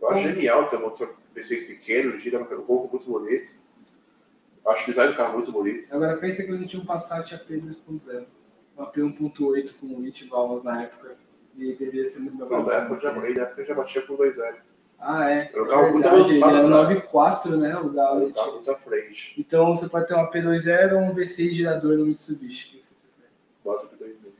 A: Eu acho genial ter um motor V6 pequeno, gira um pouco muito bonito. Acho o design do carro muito bonito.
B: Agora pensa que você tinha um Passat AP 2.0. Um AP 1.8 com 20 válvulas na época. E devia ser muito
A: Não,
B: bom.
A: na época eu já, na época eu já batia com dois anos.
B: Ah, é.
A: Era um carro muito
B: Verdade, ele
A: avançado,
B: era um
A: né?
B: 94, né? O
A: Era um
B: Galaxy.
A: carro muito à frente.
B: Então você pode ter uma P2.0 ou um V6 gerador no Mitsubishi. que você prefere.
A: Nossa, que dois mil.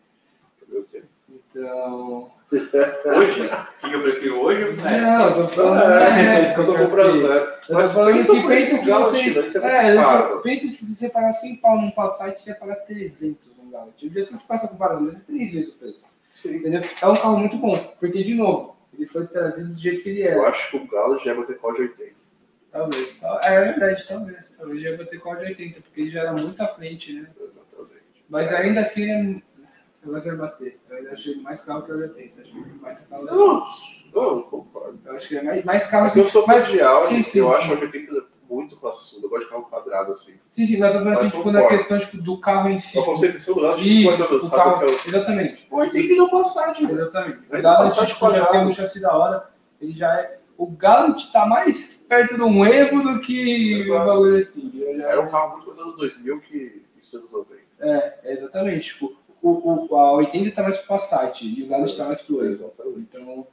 A: Meu tempo.
B: Então.
C: Hoje? O que eu prefiro hoje? É.
B: Não, eu tô falando.
A: Ah, É, eu sou
B: cacete.
A: comprador.
B: Eu tô falando que pensa que você. É, eu só
A: É,
B: pensa que você pagar 100 pau num Passat, você ia pagar 300 num Galaxy. Eu devia sempre passar comparação, mas é 3 vezes o preço.
A: Sim.
B: Entendeu? É um carro muito bom, porque, de novo, ele foi trazido do jeito que ele
A: Eu
B: era.
A: acho que o Galo já vai ter código 80.
B: Talvez. tal- É verdade, talvez. Talvez já vou ter código 80, porque ele já era muito à frente, né?
A: Exatamente.
B: Mas ainda assim, né, você vai se bater. Eu ainda achei mais carro que o 80. Acho que ele vai ter carro.
A: Não, não, concordo.
B: Eu acho que ele é mais, mais carro assim.
A: eu sou fã
B: mas,
A: de Audi,
B: sim, sim,
A: eu
B: sim.
A: acho que 80 muito classudo. Eu gosto de carro quadrado assim.
B: Sim, sim, mas eu tô falando assim,
A: Mas
B: tipo, na
A: concordo.
B: questão tipo, do carro em si.
A: Só concepção do Galo de
B: Isso,
A: coisa
B: tipo, o
A: avançada
B: carro.
A: que é o.
B: Exatamente.
A: O 80 não tipo, passagem, velho.
B: Exatamente.
A: Ele
B: O Gallant
A: passa de
B: tipo, já
A: quadrado.
B: tem um chassi da hora. Ele já é. O Gallant tá mais perto de um Evo do que
A: Exato.
B: um bagulho assim. Eu já-
A: Era um carro muito dos anos 2000 que isso é dos 90.
B: É, exatamente. Tipo, o, o, a 80 tá mais pro Passat e o Gallant tá mais pro Evo.
A: Exatamente.
B: Então,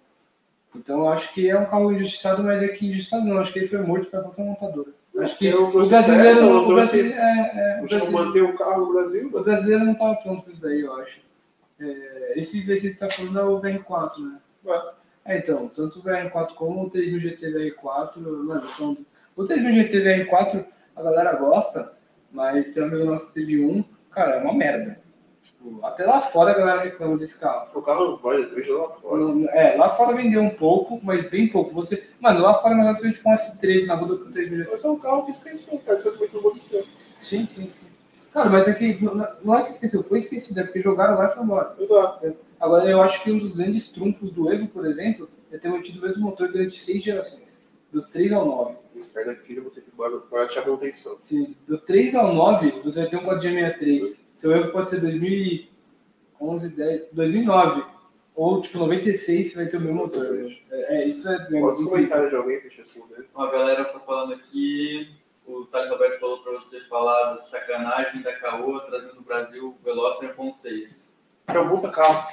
B: então eu acho que é um carro injustiçado, mas é que injustiçado não. Acho que ele foi morto pra qualquer montadora. Acho que
A: É, eu
B: o
A: trouxe
B: brasileiro,
A: essa, eu
B: não- o,
A: trouxe-
B: brasileiro, é, é, o,
A: Eu tinha que
B: brasileiro,
A: manter o carro no Brasil, né?
B: o
A: mano.
B: brasileiro não tava pronto pra isso daí, eu acho. É, esse V6 que você tá falando é o VR4, né? É, então, tanto o VR4 como o 3000 GT VR4, mano, são... O 3000 GT VR4 a galera gosta, mas tem um amigo nosso que teve um, cara, é uma merda. Tipo, até lá fora a galera reclama desse carro.
A: O carro vai, veja lá fora.
B: Não- É, lá fora vendeu um pouco, mas bem pouco. Você, mano, lá fora nós vende tipo um S13 na rua do que um 3000 GT.
A: Mas é um carro que esqueceu, cara. Fez muito no mundo inteiro.
B: Sim, sim. sim. Cara, mas é que não- não é que esqueceu, foi esquecido, é porque jogaram lá e foi embora.
A: Exato.
B: Agora, eu acho que um dos grandes trunfos do Evo, por exemplo, é ter mantido o mesmo motor durante seis gerações. Do 3 ao 9.
A: Mas aqui eu vou ter que parar de manutenção.
B: Se do 3 ao 9, você vai ter um código de 63. Seu Evo pode ser 2011, 10, 2009. Ou, tipo, 96, você vai ter o mesmo motor. né? É, é, isso é... é
A: Pode
B: muito
A: comentário de alguém que te responder.
C: Uma galera tá falando aqui, o Thales Roberto falou pra você falar da sacanagem da Caoa trazendo do Brasil o Veloster 1.6.
A: É um puta carro.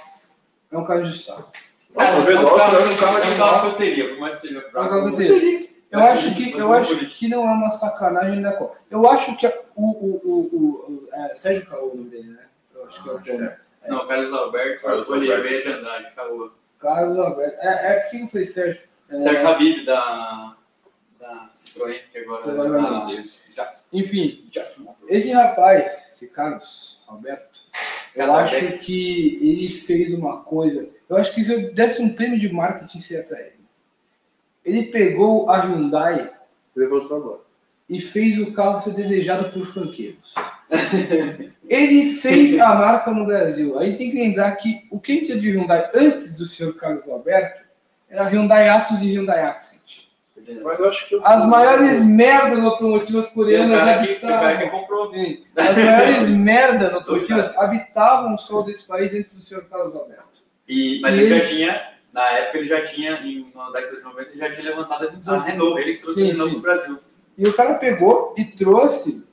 B: É um carro de saco.
A: Nossa, né? o Veloster era um carro
C: é um
A: de
C: carro que
A: carro.
C: eu teria, por mais que seja
B: É um carro que eu
C: fraco.
B: teria. Eu acho que, eu acho que não é uma sacanagem da Copa. Eu acho que a- o... o, o, o- é, Sérgio Caô, o nome dele, né? Eu acho que é o dono.
C: Não, Carlos Alberto,
A: Carlos
C: Oliveira
A: Alberto.
C: de Andrade, Caoa.
B: Carlos Alberto. É, é porque não foi Sérgio. É,
C: Sérgio Habib da, da Citroën, que agora é da-
B: Provavelmente. Enfim, esse rapaz, esse Carlos Alberto, eu
C: Carlos
B: acho que ele fez uma coisa. Eu acho que se eu desse um prêmio de marketing seria pra ele. Ele pegou a Hyundai
A: Levantou agora.
B: e fez o carro ser desejado por franqueiros. Ele fez a marca no Brasil. Aí tem que lembrar que o que tinha de Hyundai antes do senhor Carlos Alberto era Hyundai Atos e Hyundai Accent.
A: Mas eu acho que. eu-
B: As maiores merdas automotivas
C: Tem um
B: coreanas
C: cara que, tem um cara que um
B: habitavam.
C: comprou.
B: Sim. As maiores merdas automotivas habitavam o sol desse país dentro do senhor Carlos Alberto.
C: E, mas
B: E
C: ele,
B: ele-
C: já tinha, na época ele já tinha, em, na década de 90, ele já tinha levantado a
B: Ah,
C: Renault, ele que trouxe
B: sim,
C: a Renault
B: sim.
C: pro Brasil.
B: E o cara pegou e trouxe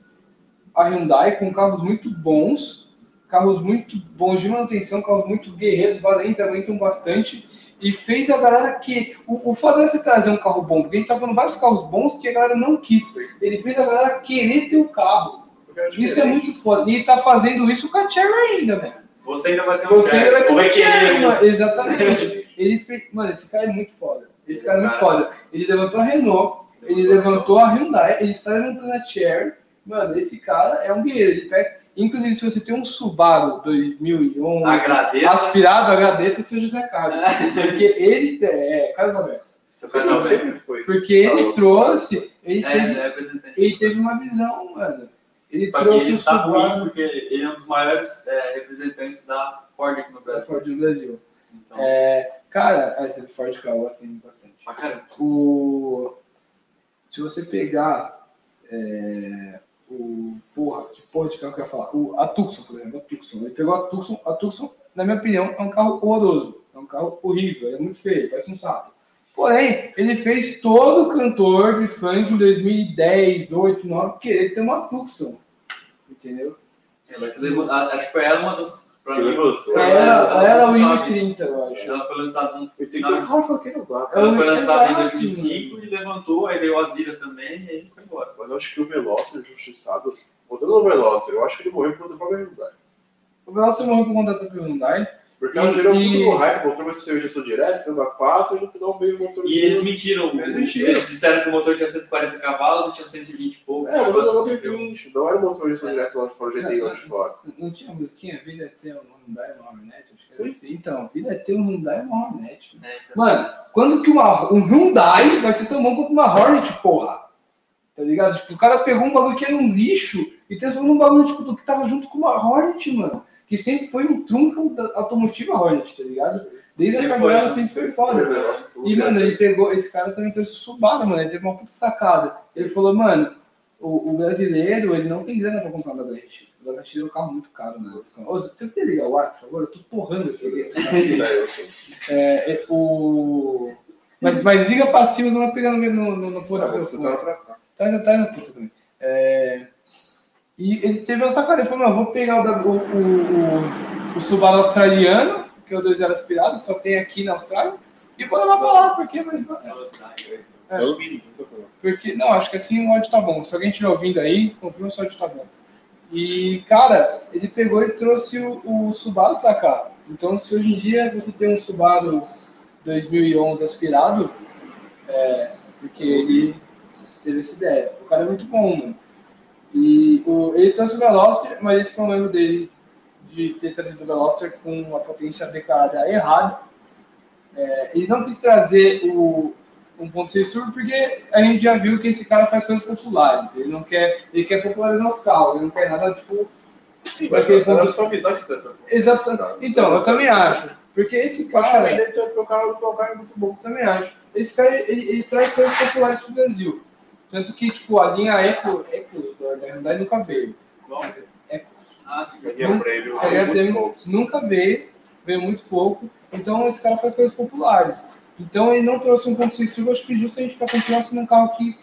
B: a Hyundai com carros muito bons, carros muito bons de manutenção, carros muito guerreiros, valentes, aguentam bastante. E fez a galera que. O, o foda não é você trazer um carro bom, porque a gente tá falando vários carros bons que a galera não quis. Ele fez a galera querer ter o carro.
A: Porque era
B: Isso é
A: diferente.
B: muito foda. E tá fazendo isso com a Cherry ainda, velho.
C: Você ainda vai ter um
B: Você
C: cara,
B: vai ter
C: ou
B: um
C: querer
B: time,
C: um.
B: mano. Exatamente. Ele fez... Mano, esse cara é muito foda. Esse cara é
C: Ah.
B: muito foda. Ele levantou a Renault, ele levantou a Hyundai, ele está levantando a Cherry. Mano, esse cara é um guerreiro. Ele pega... Inclusive, se você tem um Subaru 2011
C: Agradeço.
B: aspirado, agradeça o seu José Carlos. Porque ele... É, Carlos Alberto.
A: Você
C: Mas
A: não
C: não,
A: sempre foi. Tá
B: Porque ele
A: Carlos.
B: trouxe... Ele
C: É,
B: teve,
C: é representante.
B: ele teve uma visão, mano. Ele
C: Só que
B: trouxe
C: ele
B: o
C: está ruim
B: Subaru
C: porque ele é um dos maiores é, representantes da Ford aqui no
B: da
C: Brasil.
B: Ford do Brasil.
C: Então,
B: É, cara, essa Ford Caoa tem bastante.
C: pra caramba.
B: o se você pegar é, o porra, que porra de carro que eu ia falar? O, a Tucson, por exemplo, a Tucson. Ele pegou a Tucson, a Tucson, na minha opinião, é um carro horroroso, é um carro horrível, ele é muito feio, parece um sapo. Porém, ele fez todo cantor de funk em 2010, 2008, 2009 querer ter uma Tucson. Entendeu?
C: Ela que levou- a- Acho que foi ela uma das. Pra
A: Ele
C: mim,
A: levantou. né?
C: Foi
B: ela, Ela era o
C: lançava isso.
B: 1,30, eu acho.
C: Ela foi lançada no
A: Eu tenho que
C: final.
A: ter Rafa aqui no dá, cara.
B: Ela
C: Ela foi
B: é
C: lançada em
B: verdade,
C: 2005 e levantou, aí veio a Zira também e aí foi embora.
A: Mas eu acho que o Veloster, injustiçado, voltando ao Veloster, eu acho que ele morreu por outra própria realidade.
B: O Veloso morreu por conta do Hyundai.
A: Porque
B: E-
A: ela gerou
B: e-
A: muito hype, voltou pra ser injeção direta, dando a 4 e no final veio o motor.
C: E eles mentiram.
A: Eles mentiram.
C: Eles disseram que o motor tinha 140 cavalos e tinha 120 e pouco.
A: É, o
C: um negócio
A: motor
C: assim,
A: era 20, não era o motor injeção direta lá de fora, o
B: É,
A: GTI lá de fora.
B: Não tinha musiquinha? Vida é ter um Hyundai e um Hornet? Acho que
A: Sim.
B: era assim. Então, vida é ter um Hyundai e um Hornet.
C: né, então.
B: Mano, quando que uma, um Hyundai vai ser tão bom quanto uma Hornet, porra? Tá ligado? Tipo, o cara pegou um bagulho que era um lixo e transformou num bagulho tipo, do que tava junto com uma Hornet, mano. Que sempre foi um trunfo da automotiva Hornet, tá ligado? Desde
C: Sempre
B: a Cabrera
C: foi, né?
B: sempre
A: Foi
B: foi
A: o
B: foda.
A: Veloster, tudo,
B: E,
A: é né?
B: mano, ele pegou. Esse cara também trouxe o Subaru, mano. Ele teve uma puta sacada. Ele falou, mano, o, o brasileiro, ele não tem grana pra comprar um da RX. O da RX era um carro muito caro, mano. Ô, você poderia ligar o ar, por favor? Eu tô torrando esse aqui.
A: Assim, né, eu sei.
B: É, é, o... mas, mas liga passivos não vai pegando no, no, no
A: Tá,
B: porra do
A: vou
B: microfone.
A: tentar pra cá.
B: Traz, traz na pizza também. É, E ele teve essa cara, ele falou, meu, eu vou pegar o, da- o, o, o, o Subaru australiano, que é o 2.0 aspirado, que só tem aqui na Austrália, e vou levar pra lá, porque... vai- É.
A: É o mínimo, não tô falando.
B: porque, não, acho que assim o áudio tá bom. Se alguém estiver ouvindo aí, confirma se o áudio tá bom. E, cara, ele pegou e trouxe o, o Subaru pra cá. Então, se hoje em dia você tem um Subaru 2011 aspirado, é porque ele teve essa ideia. O cara é muito bom, mano. E o, ele trouxe o Veloster, mas esse foi um erro dele de ter trazido o Veloster com a potência declarada errada. É, ele não quis trazer o, 1.6 turbo porque a gente já viu que esse cara faz coisas populares. Ele não quer, ele quer popularizar os carros, ele não quer nada tipo
A: Sim, mas
B: Porque
A: era
B: quando-
A: só amizade que essa
B: exato. Então, eu também acho, porque esse
A: Eu acho que
B: cara
A: ele deve ter trocado o Falcão muito bom.
B: Eu também acho. Esse cara, ele, ele traz coisas populares pro Brasil. Tanto que, tipo, a linha Eco, Ecos da da Hyundai nunca veio. Tá
C: Bom,
B: É Ecos.
C: ah, sim.
A: Peguei o prêmio,
B: A linha
A: muito
B: Demo
A: bom.
B: nunca veio, veio muito pouco. Então, esse cara faz coisas populares. Então, ele não trouxe um ponto turbo, acho que justamente para continuar sendo um carro que,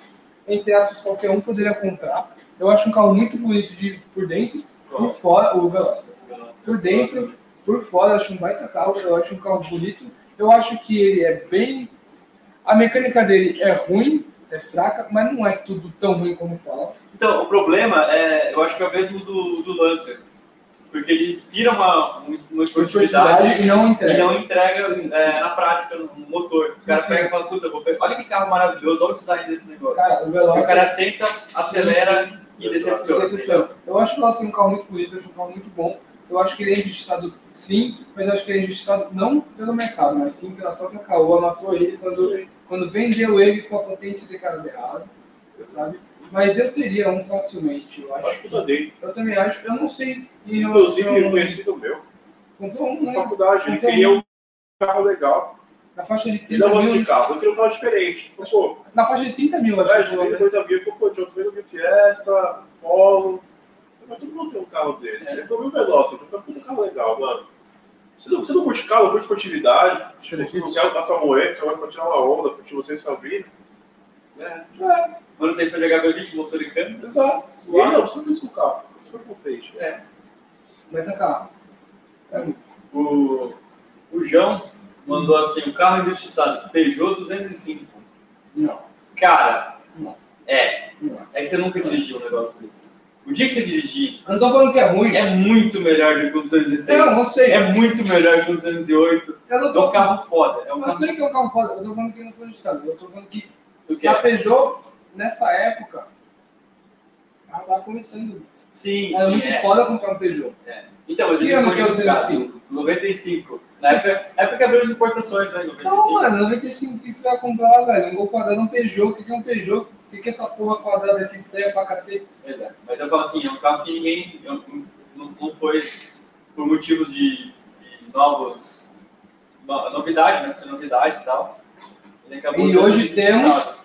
B: entre aspas, qualquer um poderia comprar. Eu acho um carro muito bonito de, por dentro, por fora, o Veloster. Por dentro, por fora, eu acho um baita carro, eu acho um carro bonito. Eu acho que ele é bem. A mecânica dele é ruim, é fraca, mas não é tudo tão ruim como fala.
C: Então, o problema é, eu acho que é o mesmo do, do Lancer. Porque ele inspira uma, um uma esportividade
B: Personalidade e não
C: e
B: entrega.
C: não entrega
B: Sim, sim.
C: é, na prática, no no motor. O
B: Sim,
C: cara
B: sim.
C: pega e fala, puta, eu vou pegar. olha que carro maravilhoso, olha o design desse negócio.
B: Cara, o
C: Aí o
B: Veloster
C: cara é senta, acelera e
B: Eu
C: decepciona.
B: decepciono. Eu acho o Veloster um carro muito bonito, eu acho um carro muito bom. Eu acho que ele é injustiçado sim, mas eu acho que ele é injustiçado não pelo mercado, mas sim pela própria Caoa. Matou ele quando, quando vendeu ele com a potência de cara errado, sabe? Mas eu teria um facilmente, eu
A: Eu
B: acho.
A: Acho que eu dei.
B: Eu também acho, eu não sei. em
A: Inclusive,
B: relação-
A: um conhecido meu,
B: Comprou um,
A: na
B: né?
A: faculdade, ele
B: Então-
A: queria um carro legal.
B: Na faixa de
A: Ele não
B: 30
A: gosta
B: mil.
A: de carro, eu queria um carro diferente. Falei, Pô,
B: Na faixa de 30 mil, acho
A: né,
B: que
A: de
B: falou, né?
A: 30, mil, ficou, pô, de outro veio Fiesta, Polo. Falei, Mas todo mundo tem um carro desse. Ele falou, meu Veloster, eu falei, puta carro legal, mano. Você não, você não curte carro, curte esportividade. Você não quer passar um uma moeda, quer pra tirar uma onda, curtir você e sua vida.
C: É. Manutenção de HB20, motor e câmbio.
A: Exato. E ele, não, você fez com o carro. Super contente.
C: É.
B: Vai tacar.
C: O, o João mandou assim, o carro injustiçado, Peugeot 205.
B: Não,
C: Cara,
B: Não.
C: é,
B: não.
C: é que você nunca dirigiu um negócio desse. O dia que você dirigir
B: Eu não tô falando que é ruim.
C: é muito melhor do que o 206.
B: Não, eu sei.
C: É muito melhor que o 208.
B: Eu não
C: É um
B: tô
C: carro foda. É um
B: Eu
C: carro
B: sei que é um carro foda, eu tô falando que não foi injustiçado. Eu tô falando que
C: do que
B: a
C: é.
B: Peugeot, nessa época, ela tava começando.
C: Sim,
B: Era
C: sim,
B: muito
C: é.
B: foda comprar um Peugeot.
C: é. Então, mas
B: Que
C: ele
B: ano
C: foi
B: que é o
C: justificado.
B: 205?
C: 95. Na época, na época que abriu as importações, né? em 95.
B: Então, mano, 95, o que você vai comprar lá, velho? Um gol quadrado, um Peugeot. O que que é um Peugeot? O que que é essa porra quadrada aqui, estreia pra cacete?
C: Pois é. Mas eu falo assim, é um carro que ninguém. eu- não, não foi por motivos de, de novos. No, novidade, né? Por ser novidade e tal. Ele acabou
B: E
C: sendo
B: hoje
C: injustiçado.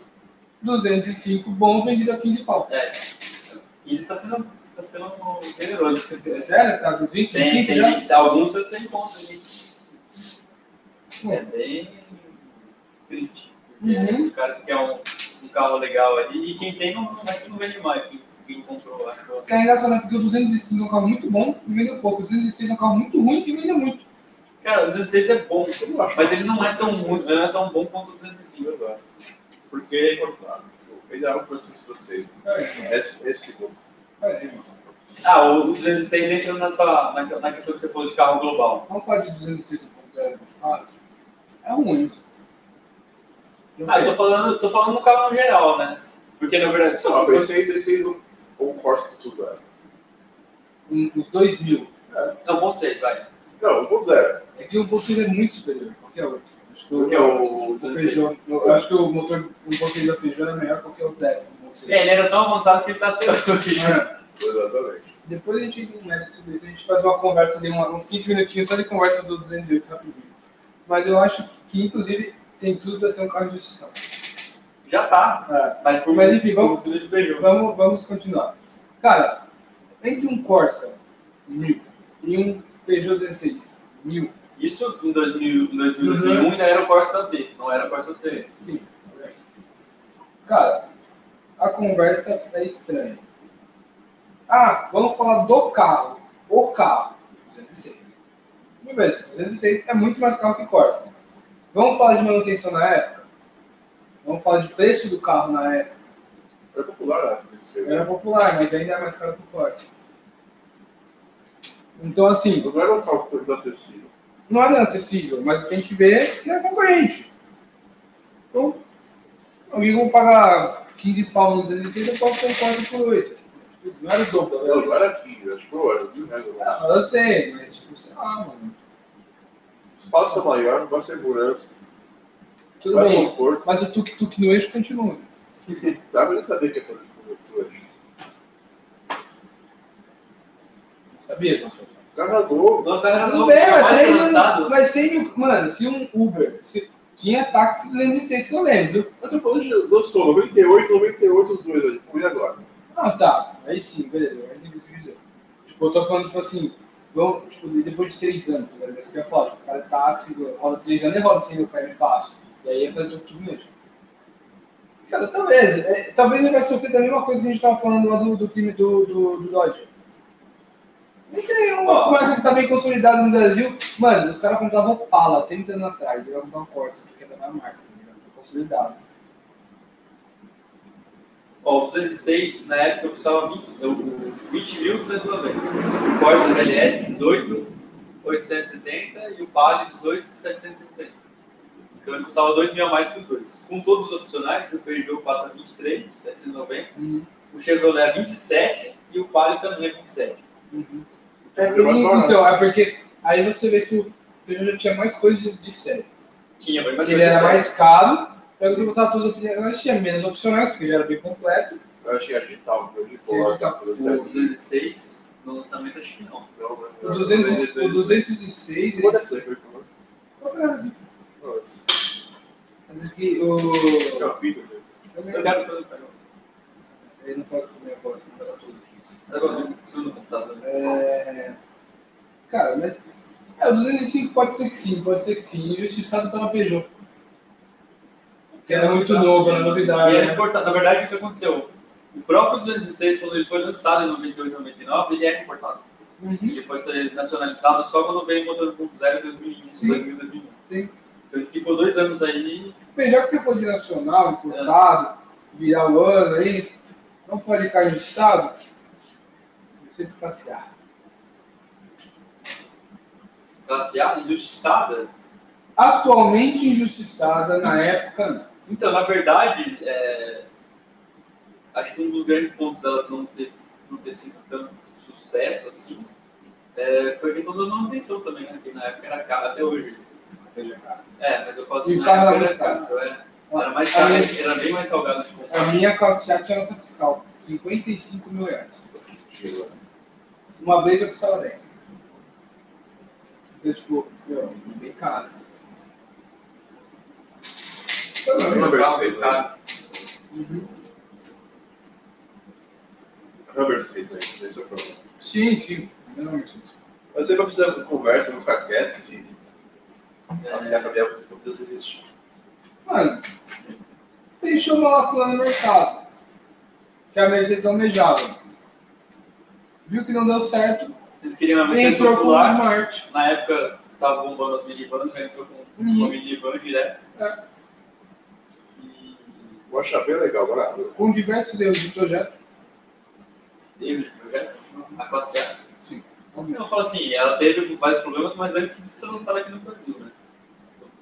B: 205 bons vendidos a 15 pau.
C: É. Isso tá sendo, tá sendo generoso.
B: É sério? Tá dos 25
C: Tem, tem
B: já?
C: gente- alguns você encontra ali.
B: Hum.
C: É bem triste. porque
B: Uhum.
C: O cara que quer um, um carro legal ali. E quem tem não, não, é não vende mais. Quem, quem comprou lá.
B: Que é engraçado, né? Porque o 205 é um carro muito bom e vendeu pouco. O 206 é um carro muito ruim e vendeu muito.
C: cara, o 206 é bom,
A: Eu não acho.
C: mas ele não é tão muito, ele não é tão bom quanto o 205.
A: assim, é Verdade. Porque, claro, ele é o Francisco Francisco. Esse, esse tipo.
B: É, mano.
C: Ah, o 206 entra nessa, na, na questão que você falou de carro global.
B: Vamos falar de 206.0.4? É ruim. Não
C: Ah, eu
B: sei.
C: tô falando, tô falando no carro no geral, né? Porque na verdade, tipo,
A: Ah,
C: essas coisas-
A: esse aí, esse aí, não- ou o Corsa que tu usa.
B: Um- Os 2000.
C: não, É um ponto 6, vai.
A: Não, 1.0.
B: É que o 1.6 é muito superior a qualquer outro. Acho que o,
A: Porque é o
B: o Peugeot, eu acho que o motor 1.6 da Peugeot é melhor que qualquer outro da Apple, o 1.6.
C: É, ele era tão avançado que ele tá até hoje.
B: É.
A: Exatamente.
B: Depois a gente entra no mérito sobre isso, a gente faz uma conversa de uma- uns 15 minutinhos só de conversa do 208 rapidinho. Mas eu acho que, inclusive, tem tudo para ser um carro de gestão.
C: Já tá.
B: É.
C: Mas por
B: Mas enfim, vamos-
C: por de Peugeot.
B: Vamos, vamos continuar. Cara, entre um Corsa 1000 e um Peugeot 16 1000,
C: Isso em 2000, em 2000,
B: Uhum.
C: 2001 ainda era o Corsa B, não era o Corsa C.
B: sim. Cara, a conversa é estranha. Ah, vamos falar do carro. O carro, 206. Tudo bem, esse 206 é muito mais carro que Corsa. Vamos falar de manutenção na época? Vamos falar de preço do carro na época?
A: Era popular, né? Esse aí.
B: Era popular, mas ainda é mais caro que o Corsa. Então, assim,
A: Não era um carro muito acessível.
B: não era acessível, mas tem que ver que é concorrente. Então, alguém vai pagar 15 pau no 206, eu posso ter um 4 por 8. Não era o dobro,
A: Não,
B: era
A: não era 15, acho que não era, viu, né?
B: Ah, eu sei, mas tipo, sei lá, mano.
A: O espaço é maior, mais segurança,
B: Tudo
A: mais
B: bem,
A: conforto.
B: mas o tuk-tuk no eixo continua.
A: Dá pra ele saber o que é fazer de cobertura.
B: Sabia, João? Paulo?
A: Carregou.
C: Não, o carro era
B: Tudo
C: novo,
B: bem,
C: era
B: mas
C: mais
B: 3
C: avançado.
B: anos. Mas 100 mil. Mano, se um Uber. Se, tinha táxi 206 que eu lembro.
A: Eu tô falando de lançou 98, 98 os dois ali. Tipo, e agora?
B: Ah, tá. Aí sim, beleza. Aí tem que dizer. Tipo, eu tô falando, tipo assim, vamos, tipo, de- depois de três anos, né? Isso que eu ia falar, tipo, o cara é táxi, roda três anos e roda sem meu pé fácil. E aí ia fazer tudo, tudo mesmo. Cara, talvez, é, talvez ele vai sofrer da mesma coisa que a gente tava falando lá do, do crime do, do, do Dodge. Não tem uma
C: Ó.
B: marca que tá bem consolidada no Brasil. Mano, os caras compravam Opala 30 anos atrás, eu ia comprar um Corsa, porque é da minha marca, tá ligado? Tô consolidado.
C: Ó, o 206, na época, eu custava 20 eu- 20.290. o Corsa GLS, 18,870 e o Palio, 18,760. Então ele custava 2 mil a mais que os dois. Com todos os opcionais, o Peugeot passa a 23,790, o Chevrolet a 27 e o Palio também a 27.
B: Uhum. É,
A: Eu gosto
B: e-
A: da
B: então, é porque aí você vê que o Peugeot já tinha mais coisa de, de série.
C: Tinha, mas
B: Ele era mais caro, aí você botava todas as opções, mas tinha menos opcionais, porque ele era bem completo.
A: Eu achei a digital, meu digital, tá por então,
B: Digital.
C: O 206, no lançamento, acho que não.
A: né?
B: O, 200, o 206, ele, né?
A: Quanto é que você reclamou?
B: mas aqui
A: é
B: o.
A: né?
C: Eu quero perguntar.
B: Ele não pode comer agora, não pode dar tudo.
C: Agora, eu preciso do computador.
B: É, Cara, mas. É, o 205 pode ser que sim, pode ser que sim. Injustiçado pela Peugeot. Porque era muito novo, era novidade.
C: E era
B: né?
C: importado. Na verdade, o que aconteceu? O próprio 206, quando ele foi lançado em 98, 99, ele era importado.
B: Uhum,
C: Ele foi ser nacionalizado só quando veio o motor 1.0 em 2001,
B: Sim.
C: 2000, 2001.
B: sim.
C: Então ele ficou dois anos aí.
B: Melhor que você for de nacional, importado, virar o ano aí, não pode ficar injustiçado, você distanciar.
C: Classe injustiçada.
B: Atualmente injustiçada na época, não.
C: Então, na verdade, é, acho que um dos grandes pontos dela não ter, não ter sido tanto sucesso assim é, foi a questão da manutenção também, né? que na época era cara, até hoje.
B: Entendeu, cara?
C: É, mas eu falo
B: E
C: assim,
B: o
C: na
B: carro
C: época
B: era
C: era
B: caro.
C: caro, é. Era mais caro, era bem mais salgado de comprar.
B: A minha classe A tinha nota fiscal, 55 mil reais. Uma vez eu custava 10. Então, tipo, meu, bem caro.
C: um
A: Não, Mercedes, né?
B: Uhum.
A: Não, Mercedes, aí, esse é o problema.
B: Sim, sim. Não, gente.
A: Mas você vai precisar de conversa, eu vou ficar quieto, de
C: Assim,
A: passear
C: É,
A: pra minha música, não precisa desistir.
B: Mano, deixou uma lacuna no mercado. Que a Mercedes almejava. Viu que não deu certo,
C: Eles queriam uma Mercedes
B: entrou com o
C: é popular.
B: Smart.
C: Na época, tava bombando as minivans, já entrou com uma
B: Uhum.
C: minivan direto.
B: É.
C: E
A: Vou achar bem legal, agora. né?
B: Com diversos erros de projeto.
C: erro de projeto, a classe A.
B: óbvio.
C: Eu falo assim, ela teve vários problemas, mas antes de ser lançada aqui no Brasil, né?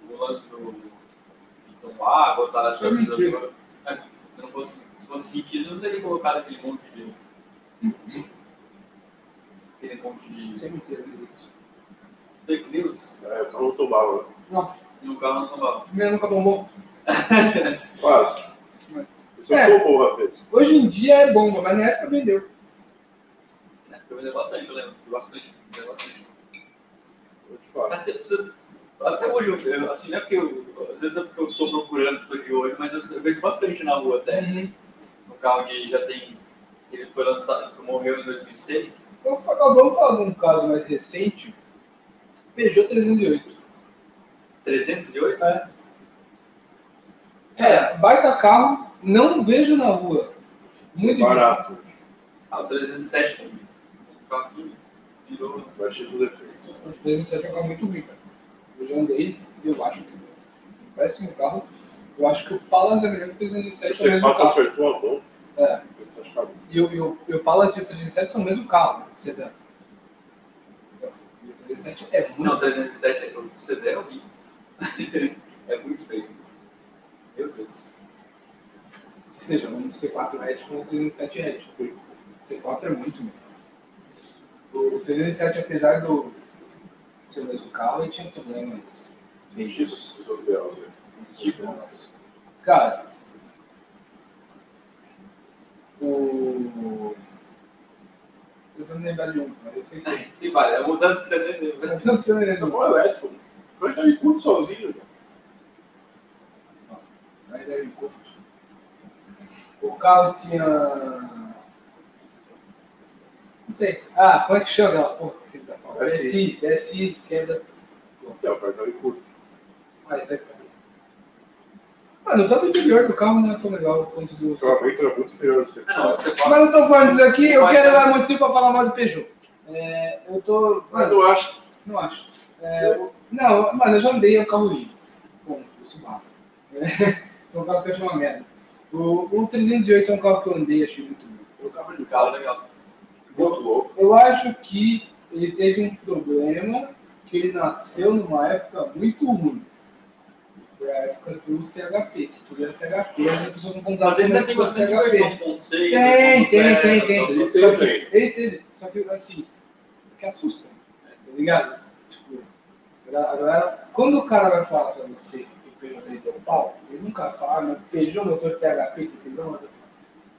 C: O lance do de tomar, botar essa
B: Foi mentira.
C: É, Se não fosse, se fosse mentira, não teria colocado aquele monte de.
B: Uhum.
C: Aquele monte de
B: Isso é mentira, não existe.
C: fake news
A: É, o cara não tomava.
B: Não,
C: e o carro não tomava.
B: primeiro nunca tombou.
A: Quase. Eu sou
B: É.
A: é. bom, rapaz.
B: Hoje em dia é bomba, mas na época vendeu.
C: Né? Eu vendeu bastante, eu lembro. Bastante, vendeu bastante.
A: Vou te falar.
C: Até, você- até hoje, eu- eu, assim, não é porque eu. Às vezes é porque eu tô procurando, tô de olho, mas eu, eu vejo bastante na rua até.
B: Uhum.
C: No carro de já tem. Ele foi lançado, foi- morreu em 2006.
B: Eu vou falar- Então, Vamos falar de um caso mais recente. Peugeot 308.
C: 308?
B: É, baita carro, não vejo na rua. Muito difícil.
A: É Barato.
C: Ah, o 307 também. O carro que virou.
A: Mas X os defeitos.
B: Os 307 é um carro muito ruim, cara. Eu já andei e eu acho. que Parece um carro. Eu acho que o Palace é melhor que o 307 é o
A: Você
B: mesmo
A: falta
B: carro.
A: acertou a mão.
B: É.
A: Ele só achava.
B: E o, e o, e o Palace e o 307 são o mesmo carro, né, sedã. E o 307 é muito.
C: Não, o 307 é o CD é horrível. é muito feio. Meu Deus.
B: Ou seja, um C4 Red com um 307 Red. O C4 é muito melhor. O 307, apesar do ser o mesmo carro, ele tinha um problemas feios.
A: X os seus ideais, né?
C: Tipo,
B: Cara, o. Eu tô me lembrando de um, mas eu sei que tem.
C: tem vários. É uns anos que você entendeu. né?
B: Eu tô me
A: É
B: lembrando. um.
A: bom elétrico. Mas tá em curto sozinho. né?
B: Aí deve curto. O carro tinha. Não tem. Ah, como é que chama ela? Porra, que você tá falando?
A: SI.
B: SI, SI, quebra.
A: Não, o cara tá em curto.
B: é Ah, isso Ah, aí que você tá falando. Mano, o próprio interior do carro não é tão legal quanto do.
A: O travamento era muito inferior ao C4.
C: Não, você
B: Mas eu
C: pode.
B: tô falando disso aqui, eu
C: Vai,
B: quero
C: vai.
B: dar motivo pra falar mal do Peugeot. É, eu tô.
A: Ah,
B: Mano,
A: não acho.
B: não acho. É, eu- não, mano, eu já andei é um carro horrível. Ponto, isso basta. É, é um carro que eu acho uma merda. O, o 308 é um carro que eu andei e achei muito bom.
A: Eu tava de
C: O carro
A: carro.
C: é legal.
A: Muito louco.
B: Eu acho que ele teve um problema que ele nasceu numa época muito ruim. Foi a época dos THP, que tudo era THP, mas a pessoa não comprava
C: Mas ainda
B: nada
C: tem
B: com
C: bastante
B: THP.
C: versão 1.6. né?
B: Tem, tem,
C: 2.0,
B: tem, tem.
C: então,
A: tem,
B: Só que,
A: tem.
B: ele teve, só que assim, que assusta, né? tá ligado? Tipo, a galera- a galera- quando o cara vai falar pra você que o Peugeot dele deu pau, ele nunca fala, né? mas Peugeot motor PHP, que vocês vão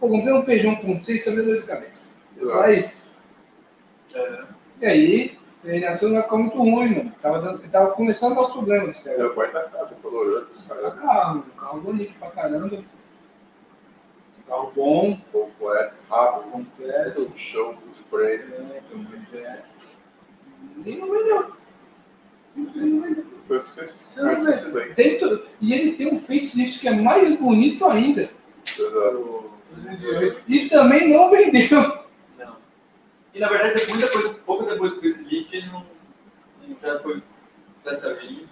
B: Pô, comprei um Peugeot 1.6, só me dor de cabeça. Só
A: Exato.
B: isso.
C: é,
B: E aí, ele nasceu numa época muito ruim, mano. Tava, dando- tava começando a dar os problemas, sério.
A: Meu pai tá casa, colorando os
B: Era
A: caras.
B: carro, um carro bonito pra caramba. Um carro bom,
A: Completo, rápido.
B: completo.
A: Completo, no chão, muito freio.
B: né, Então, mas é. Ele não vendeu. Ele não vendeu.
A: Foi o que você
B: Você não vê.
A: se bem.
B: Tem to- E ele tem um facelift que é mais bonito ainda.
A: Exato.
B: E também não vendeu.
C: Não. E na verdade, muita coisa, pouco depois do Facebook, ele não, não já foi. Já sabia.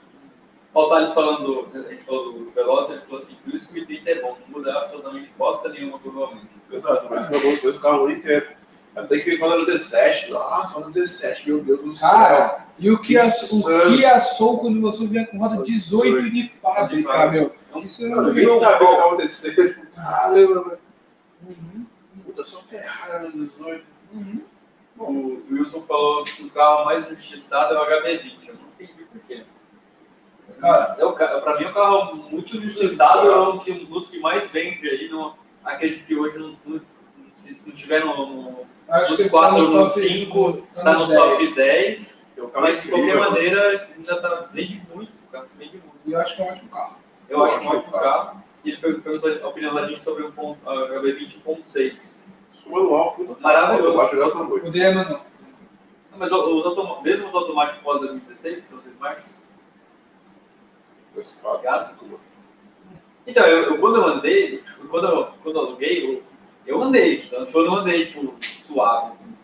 C: O Thales falando, do- a gente falou do Veloz, ele falou assim: por isso que o I30 é bom, não muda absolutamente bosta nenhuma do momento.
A: Exato, mas acabou depois o carro o ano inteiro. Até que quando era 17, nossa, era 17, meu Deus do céu.
B: Cara, e o que a, o
A: Insano.
B: que a Soul quando você vinha com roda 18 de fábrica, meu?
C: É um
B: Isso é
A: Cara,
B: não
A: ninguém
B: virou
A: sabia o que
B: gol.
A: tava acontecendo. Caramba, velho.
B: Uhum,
A: Puta, só Ferrari era 18.
B: uhum.
C: O Wilson falou que o carro mais injustiçado é o HB20, eu não entendi porquê.
B: Cara,
C: É o, ca- pra mim, é um carro muito injustiçado, é um que- um dos que mais vende aí, não, acredito que hoje não, não, se não tiver no- no
B: acho
C: Os
B: que
C: quatro,
B: tá nos
C: os
B: top-
C: cinco,
B: tá
C: tá
B: nos
C: no top
B: 10.
C: 10,
A: Tem um carro
C: mas de
B: é
C: qualquer
A: incrível.
C: maneira ainda tá, vende muito, cara, vende muito.
B: E eu acho que é um ótimo carro.
C: Eu acho um ótimo carro. E ele per- perguntou a opinião da gente sobre o ponto- a HB20.6.
A: Isso, manual, puta.
C: Maravilhoso.
A: Eu acho que essa noite.
B: O dilema não.
C: Não, Mas o- os automa- mesmo os automáticos pós 2016, que são seis marchas.
A: Dois, quatro,
C: Gato.
A: cinco, mano.
C: Então, eu, eu- quando eu andei, quando eu, quando eu aluguei, eu, eu andei, então, eu não andei tipo, suave. Assim.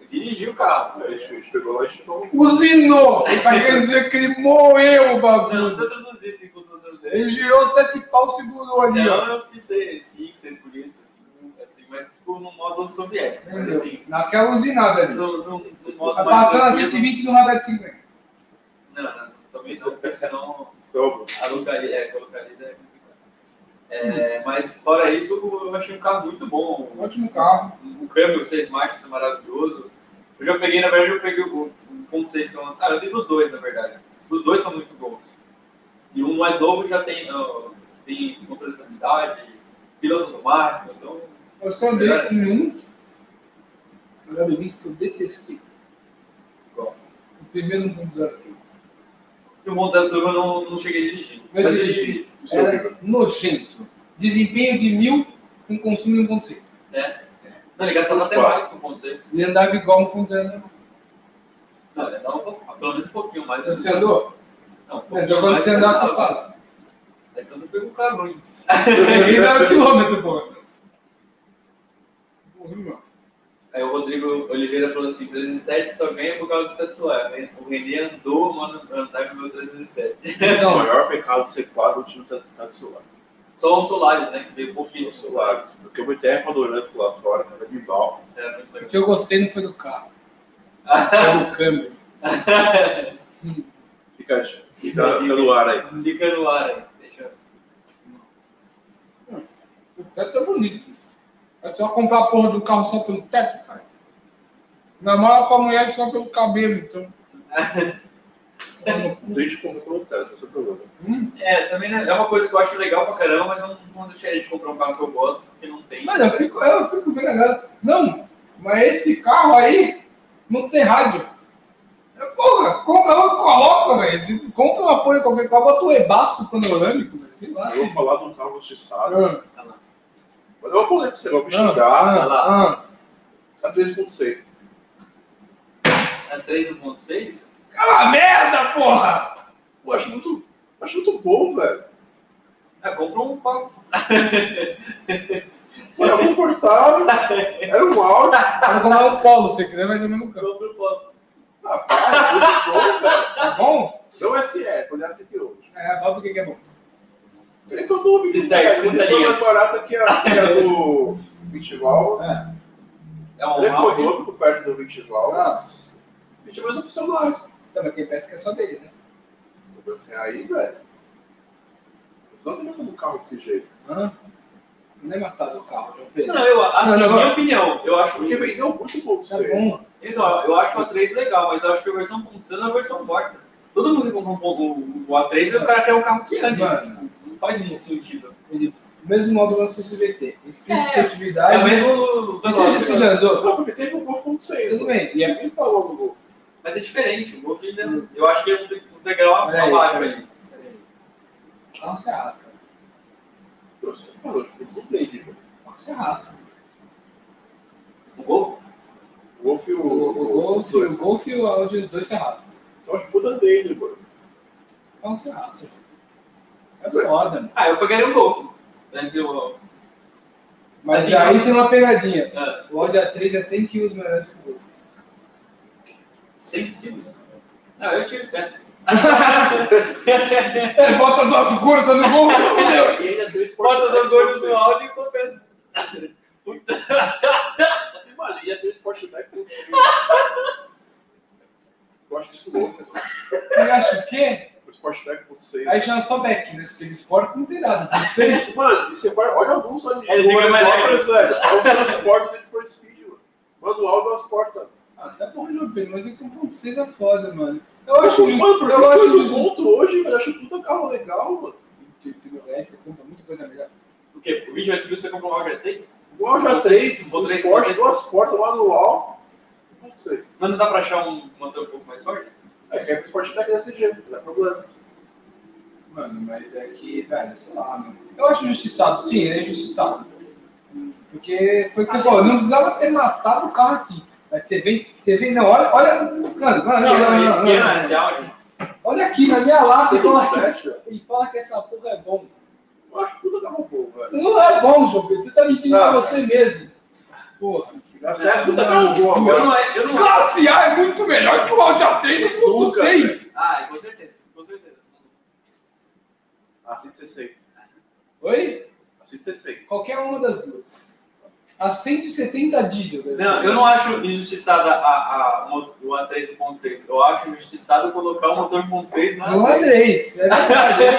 C: Eu Dirigiu o carro.
B: É.
A: Aí a gente, a gente pegou lá e chegou.
B: Usinou! Tá querendo dizer que ele moeu o
C: Não, não
B: bagulho.
C: precisa traduzir circunstâncias dele.
B: Ele girou sete pau, segurou ali, ó.
C: Não, Então, eu fiz 5, 6 bonitos, assim, assim, mas tipo no modo soviético. Mas
B: Entendeu?
C: assim,
B: Naquela usinada ali.
C: no, no, no modo.
B: Tá
C: mais
B: passando a
C: tranquilo-
B: 120 no radar de 50.
C: Não, não, também não, porque senão
A: Então,
C: a localiza é, localiza é complicado.
B: Hum.
C: É, Mas fora isso, eu achei um carro muito bom.
B: Um Ótimo carro.
C: O câmbio, seis marchas, é maravilhoso. Eu já peguei, na verdade, eu peguei o 1.6 que eu Ah, eu tenho os dois, na verdade. Os dois são muito bons. E um mais novo já tem, ó, tem controle de estabilidade, piloto automático, então.
B: Eu só andei em um. Melhor evento que eu detestei.
C: Qual?
B: O primeiro 1.0.
C: E o Montanha Turbo eu não, não cheguei dirigindo.
B: Eu
C: Mas ele-
B: dirigi.
A: o seu livro.
B: Era é nojento. Desempenho de 1.000 com consumo de 1.6.
C: Né? Não, ele gastava até
A: Qual?
C: mais com o 1.6.
B: Ele andava igual um 1.0.
C: Não, ele dava um pouco, pelo menos um pouquinho mais.
B: Então, Você andou?
C: Não, um
B: Mas
C: pouquinho
B: quando
C: mais
B: você andar,
C: dava.
B: você fala.
C: Então você pegou um carro ruim.
B: Isso era o quilômetro, pô. Horrível.
C: Aí o Rodrigo Oliveira falou assim: 307 só ganha por causa do Tatsuya. né? O Renê andou, mano, andar com o meu 307.
A: O
B: Então,
A: maior pecado do C4 o time tá, tá do seu lado.
C: Só o Solaris, né? Que veio
A: Do
C: pouquíssimo.
A: seu lado. assim. Porque eu fui terra dourando lá fora, cara, de mal.
C: Era muito
B: o
C: legal.
B: que eu gostei não foi do carro. Foi do câmbio.
A: Fica, fica pelo ar aí.
C: Fica no ar aí. Deixa eu.
B: O teto é bonito. É só comprar a porra do carro só pelo teto, cara. Namora com a mulher só pelo cabelo, então.
A: A gente comprou o teste, esse é o problema.
B: Hum,
C: É, também né, é uma coisa que eu acho legal pra caramba, mas eu não, não deixaria de comprar um carro que eu gosto, porque não tem.
B: Mas eu fico, eu fico vendo a galera. Não, mas esse carro aí não tem rádio. Eu, Porra, compra, eu coloco, velho. Se compra uma porra de qualquer carro, bota o ebasto panorâmico, velho. Sei lá.
A: Eu vou falar de um carro justiçado.
B: Ah,
C: Tá
A: Mas eu vou pra você, eu vou me
B: Ah,
A: xingar
B: ah, ah.
A: a 3.6.
C: É 3.6?
B: Cala a merda, porra!
A: Pô, acho muito, acho muito bom, velho.
C: Ah, compra um Fox.
A: Pô, Era confortável. Era um áudio.
C: Tá,
B: Vou comprar o polo, se quiser, mas é o mesmo carro.
C: compra um Fox.
A: Rapaz, muito bom, velho.
B: Tá bom?
A: Não é SE, olha esse aqui hoje.
B: É, fala porque que é bom.
A: É todo mundo que
C: De certo,
A: quer,
C: muita
A: Ele é mais
C: gente.
A: barato que a, que a do Vitival.
B: É.
C: É
A: Ele
C: um
A: é
C: Audi.
A: econômico perto do Vitival.
B: Ah,
A: Vitival é opcionais. É
B: Então, mas tem peça que é só dele, né?
A: Aí, velho. Não tem como um carro desse jeito.
B: Hã? Não é matado o carro, João Pedro.
C: Não, eu, assim,
B: Não, não, não.
C: minha opinião, eu acho
A: Porque vendeu muito pouco
B: Tá
A: você.
B: bom.
C: Então, eu acho o A3 legal, mas eu acho que a versão 1.0 é a versão morta. Todo mundo que compra um pouco o A3, o cara quer um carro que ande. tipo,
B: Mano.
C: Não faz muito sentido.
B: Ele, mesmo modo lança o CVT. Espírito de
C: É.
B: criatividade.
C: É o mesmo.
B: Mas você já se andou?
A: Não, porque teve um
B: Tudo
A: 1.6.
B: bem. E é
A: Ninguém falou do Golf.
C: Mas é diferente. O Golf ainda. Eu acho que é um de- um degrau
B: Peraí,
C: abaixo né?
B: peraí.
C: ali.
B: peraí. Carro se arrasta.
A: Você falou, tipo, tudo bem, tipo.
B: Carro se arrasta.
C: O Golf?
A: O Golf e o...
B: O, o, Golf, o Golf e o Audi, os dois se arrastam.
A: Só os puta dele, mano.
B: Carro se arrasta. É foda, mano.
C: Ah, eu pegaria o Né, Golf. Entre o.
B: Mas
C: Assim,
B: aí
C: como-
B: tem uma pegadinha.
C: ah,
B: O Audi A3 é 100 kg melhor que o Golf.
C: 100 quilos. Não, eu tiro o step.
B: É, bota duas gordas no Golf. fudeu.
A: E ainda tem esse
C: É, Bota
A: Sportback
C: os gordos no
A: 1.6.
C: áudio e compensa.
A: Mano, ia ter o Sportback 1.6. Eu acho é disso louco.
B: Você acha o quê?
A: O Sportback 1.6.
B: Aí chama só back, né? Porque de esporte não tem nada. Tem seis.
A: Mano, e você vai, olha alguns anos de
C: Ele fica mais
A: obras, velho. É o transporte do Need for Speed, mano. é Manual do transporta.
B: Ah, tá bom, João Pedro, mas é que o ponto 6 é foda, mano. Eu acho que.
A: mano, por que
B: Eu acho
A: tanto
B: que.
A: ponto hoje, velho? Eu acho um puta carro legal, mano.
B: Tu- tu não conhece, Você compra muita coisa melhor.
C: O quê? O 28 mil você compra um Roger 6?
A: O Alja 3, o Sport, duas portas, manual. Não sei.
C: Mas não dá pra achar um motor um pouco mais forte?
A: É, que é o Sport da SG, não é problema.
B: Mano, mas é que, velho, sei lá, mano. Eu acho injustiçado, sim, ele é injustiçado. Porque foi o que
A: Ah,
B: você
A: é.
B: falou, não precisava ter matado o carro assim. Mas você vem, você vem, não, olha, olha. Mano, mano, não, Ah, não, não, não,
C: Que ano é
B: não.
C: esse áudio?
B: Olha aqui, na minha lata, e fala,
A: 77, velho.
B: e fala que essa porra é bom.
A: Eu acho puta carro bom, velho.
B: Não é bom, João Pedro, você tá mentindo
A: Não,
B: pra você mesmo. Porra.
A: Essa é a puta carro de
C: Eu
A: agora.
C: não, é- eu não
B: Classe A é muito melhor que o Audi A3
A: Nunca,
B: 1.6.
C: Ah, com certeza, com certeza.
A: A 160.
B: Oi?
A: A 160.
B: Qualquer uma das duas. A 170 diesel. né? deve
C: Não,
B: ser.
C: eu não acho injustiçada a, a, mo- o A3 1.6. Eu acho injustiçado colocar o motor 1.6 na.
B: Não é 3. É verdade, é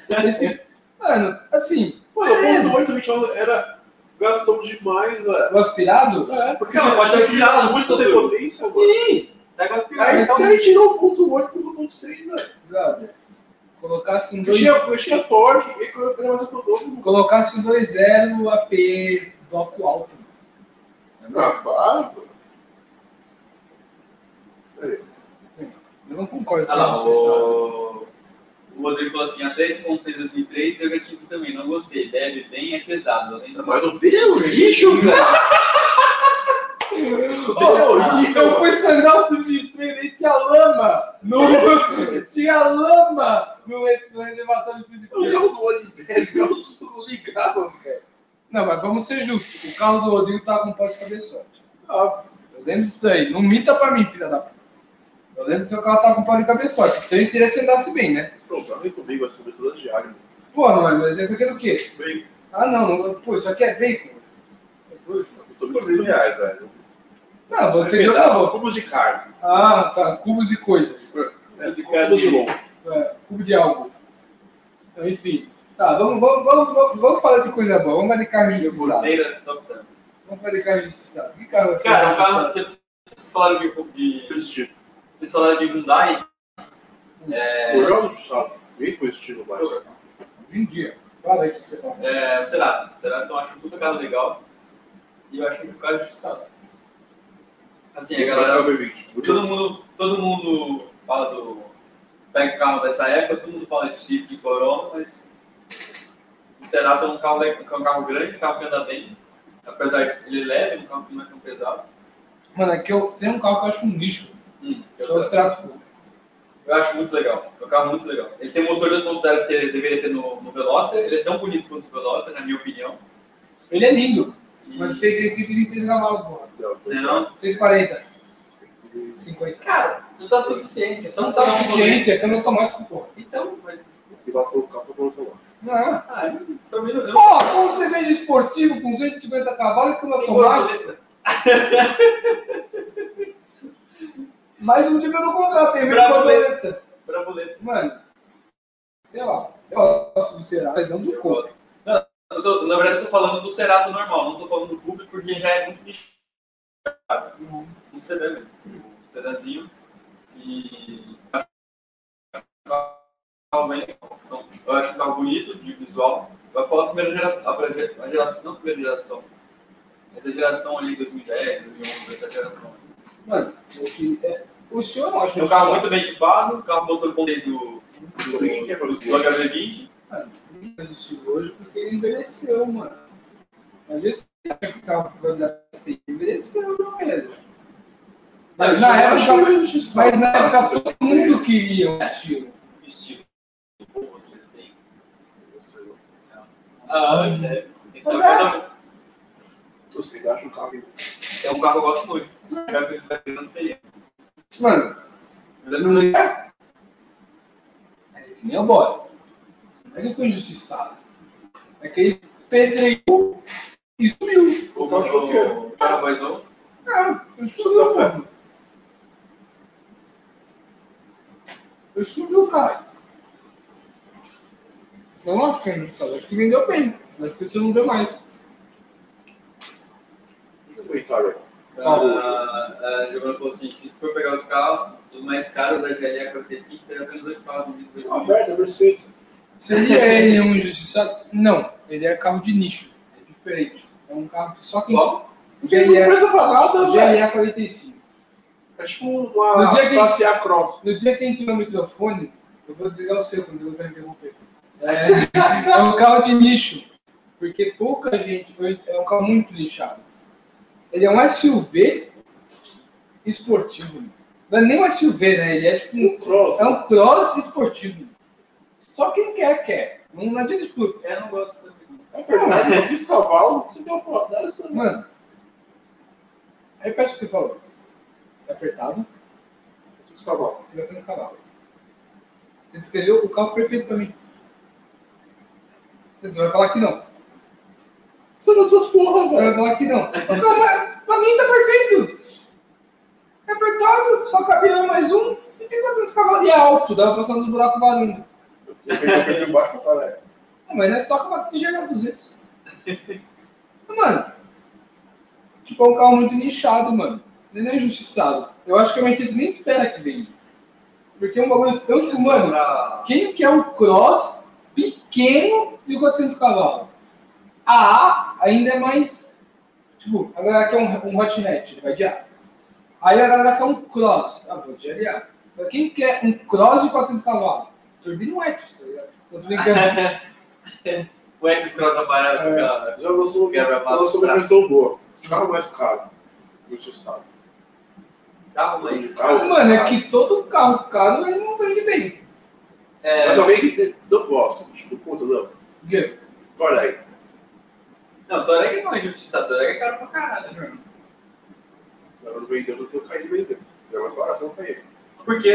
B: verdade. Esse- mano, assim,
A: Mano, o ponto 821 era. Gastamos demais, velho.
B: o aspirado?
A: É, porque
C: Não, pode ter virado um
A: muito de
C: futuro.
A: potência, mano.
B: Sim.
C: Pega as
A: Aí
C: piratas.
A: então,
C: Então,
A: aí tirou o ponto 8 pro ponto 6, velho.
B: Brother, colocasse um
A: Eu
B: 2
A: tinha, eu tinha torque, e quando eu queria mais pro dobro, mano.
B: colocasse um 2.0 no AP bloco alto.
A: Ah, para, mano.
B: Eu não concordo
C: ah lá,
B: com você, sabe?
C: o... o Rodrigo falou assim: A3 1.6 2003 eu já tive também, não gostei. Bebe bem, é pesado. Além do
A: Mas eu dei o lixo, velho.
B: Ô, eu
A: Deu
B: fui sangrar o cinto de freio e tinha lama! No... tinha lama no, re- no reservatório de cinto de
A: o
B: freio.
A: carro do Oliveira, eu não ligava, velho.
B: Não, mas vamos ser justos. O carro do Rodrigo tava com pó de cabeçote.
A: Ah,
B: Eu lembro disso daí. Não minta pra mim, filha da puta. Eu lembro que seu carro tava com pó de cabeçote. Isso daí seria se andasse bem, né?
A: pronto, vem comigo, essa metodologia diária, mano.
B: Porra, mano, mas isso aqui é do quê?
A: Vem,
B: Ah, não. não- Pô, isso aqui é bacon.
A: custou 1.000 reais, velho. É
B: Ah, você deu
A: pedaço,
B: pra
A: cubos de carne.
B: Ah, tá. Cubos de coisas.
A: É, cubos de longo.
B: É, cubo de algo. Então, enfim. Tá, vamos, vamos, vamos, vamos, vamos falar de coisa boa. Vamos falar de carro injustiçado.
C: Cordeira, top ten.
B: Vamos falar de carro injustiçado. Que carro é
C: Cara, o
B: injustiçado?
C: carro, vocês falaram de, de,
A: Fez estilo.
C: vocês falaram de Hyundai, é,
A: Eu já usava, mesmo estilo, mas...
B: Hoje em dia. Fala aí o que você fala.
C: é, o Cerato. O Cerato eu acho um puta carro legal e eu acho um carro injustiçado. Assim, a
A: é
C: galera Todo mundo, todo mundo fala do. Pega o carro dessa época, todo mundo fala de Civic e Corona, mas o Cerato é um carro, le- é um carro grande, um carro que anda bem, apesar de ele leve, um carro que não é tão pesado.
B: Mano, aqui eu tem um carro que eu acho um lixo.
C: Hum,
B: Eu
C: eu,
B: é o
C: sei.
B: Strato Puro.
C: Eu acho muito legal, é um carro muito legal. Ele tem um motor 2.0 que ele deveria ter no, no Veloster, ele é tão bonito quanto o Veloster, na minha opinião.
B: Ele é lindo,
C: E-
B: mas tem tem 126 cavalos, porra.
C: Não,
B: 140, 50.
C: cara, não dá suficiente, é só
B: Não
C: não
B: tá
C: sabe suficiente.
B: suficiente, é câmbio automático, porra.
C: Então, mas.
A: E bateu o carro pro outro lado.
B: Não.
C: Ah, eu- pra mim não. eu não-
B: Porra, como você vende esportivo com 150 cavalos e câmbio
C: Tem
B: automático?
C: borboleta.
B: Mais um tipo eu não contrato, tem mesmo
C: Borboletas. Borboletas.
B: Mano, sei lá. Eu gosto do Ceará, mas não do
C: Eu
B: contra.
C: gosto. Não, eu tô- na verdade, eu tô falando do Cerato normal, não tô falando do Cube porque já é muito nichado. Um sedã mesmo. Um sedãzinho. E. acho que o carro bem- são- Eu acho um carro bonito, de visual. Vai falar a primeira geração, a prime- a geração, não a primeira geração. Mas a geração ali 2010, 2011, essa geração.
B: Mano, o que é. O senhor eu não acha
C: É um carro muito bem equipado, um carro motor bom desde o
A: Ninguém quer fazer
C: do
A: isso.
C: HV20.
B: Mano, Ah, não faz isso hoje porque ele envelheceu, mano. Não adianta você achar que esse carro vai dar assim. Envelheceu, não é? Mas na
A: Eu acho
B: época,
A: meio injustiçado.
B: mas na época todo mundo queria um estilo.
C: estilo que você tem.
A: Eu sei,
C: Ah, é. Esse é, um
B: Mas é.
C: carro-
A: Eu sei, eu acho um carro
C: é um carro que eu gosto muito. Um carro que vocês não teria.
B: Mano,
C: Eu lembro do-
B: é que nem o Bora. Não é que foi injustiçado. É que ele pedreou e sumiu.
C: o
A: carro choqueiro.
C: o- o Carabaizão.
B: Ah, ele sumiu,
A: Tá
B: mano. Ele sumiu, cara. Eu não acho que é injustiçado. Acho que vendeu bem. Acho que você não vê mais.
A: Oi, cara.
C: Ah, ah, A Giovana falou assim: se for pegar os carros, os mais caros da GLE 45 teria apenas dois carros no mesmo
A: É Uma
C: veículo.
A: merda, Mercedes.
B: Seria ele um injustiçado? Não, ele é carro de nicho. É diferente. É um carro que só quem.
C: Qual?
A: Não tem
B: GLE.
A: empresa pra nada, velho.
B: GLA 45.
A: É tipo uma
B: No dia que-
A: classe A cross.
B: No dia que a gente tiver o microfone, eu vou desligar o seu quando você interromper. É, é um carro de nicho. Porque pouca gente. É um carro muito nichado. Ele é um SUV esportivo. Não é nem um SUV, né? Ele é tipo um.
A: Um cross.
B: É um cross esportivo. Só quem quer, quer. Não adianta tipo.
C: Eu não gosto também.
A: um É verdade. Eu tive cavalo, você deu pra dar isso também.
B: Mano, Repete o que você falou. É apertado,
A: Os cavalos.
B: tem bastante cavalos. Você descreveu o carro perfeito pra mim. Você você vai falar que não.
A: Você não essas porra,
B: Você
A: velho.
B: vai falar que não. O carro, é- pra mim tá perfeito. É apertado, só cabia eu mais um. E tem 400 cavalos. E é alto, dá pra passar nos buracos varando.
A: Eu peguei o perfil embaixo pra é. caralho.
B: Não, mas nós toca bastante chegar a 200. mano, tipo, é um carro muito nichado, mano. Ele não é injustiçado. Eu acho que a Mercedes nem espera que venha. Porque é um bagulho tão tipo, mano,
C: pra...
B: quem quer o cross pequeno de 400 cavalos? A A ainda é mais. Tipo, a galera quer um, um hot hatch, ele vai de A. Aí a galera quer um cross. Ah, vou de A. Mas quem quer um cross de 400 cavalos? Turbina um Etios, tá ligado? Então, tudo bem que é-
C: O Edson Cross aparece
B: É.
C: com ela.
A: Eu não sou,
C: Quebra
A: eu não sou uma
C: pra-
A: pessoa boa. Os caras mais caros. Injustiçado.
C: Carro, mas...
A: Carro.
B: Mano, é que todo carro caro ele não vende bem.
C: É,
A: Mas alguém que de- não gosta, bicho. Não conta, não.
B: Porque
A: Olha aí.
C: não, Toreg não é justiça, Toreg é caro pra caralho, mano.
A: Ela não vendeu do que eu caí de vender. É mais barato, eu caí.
C: Porque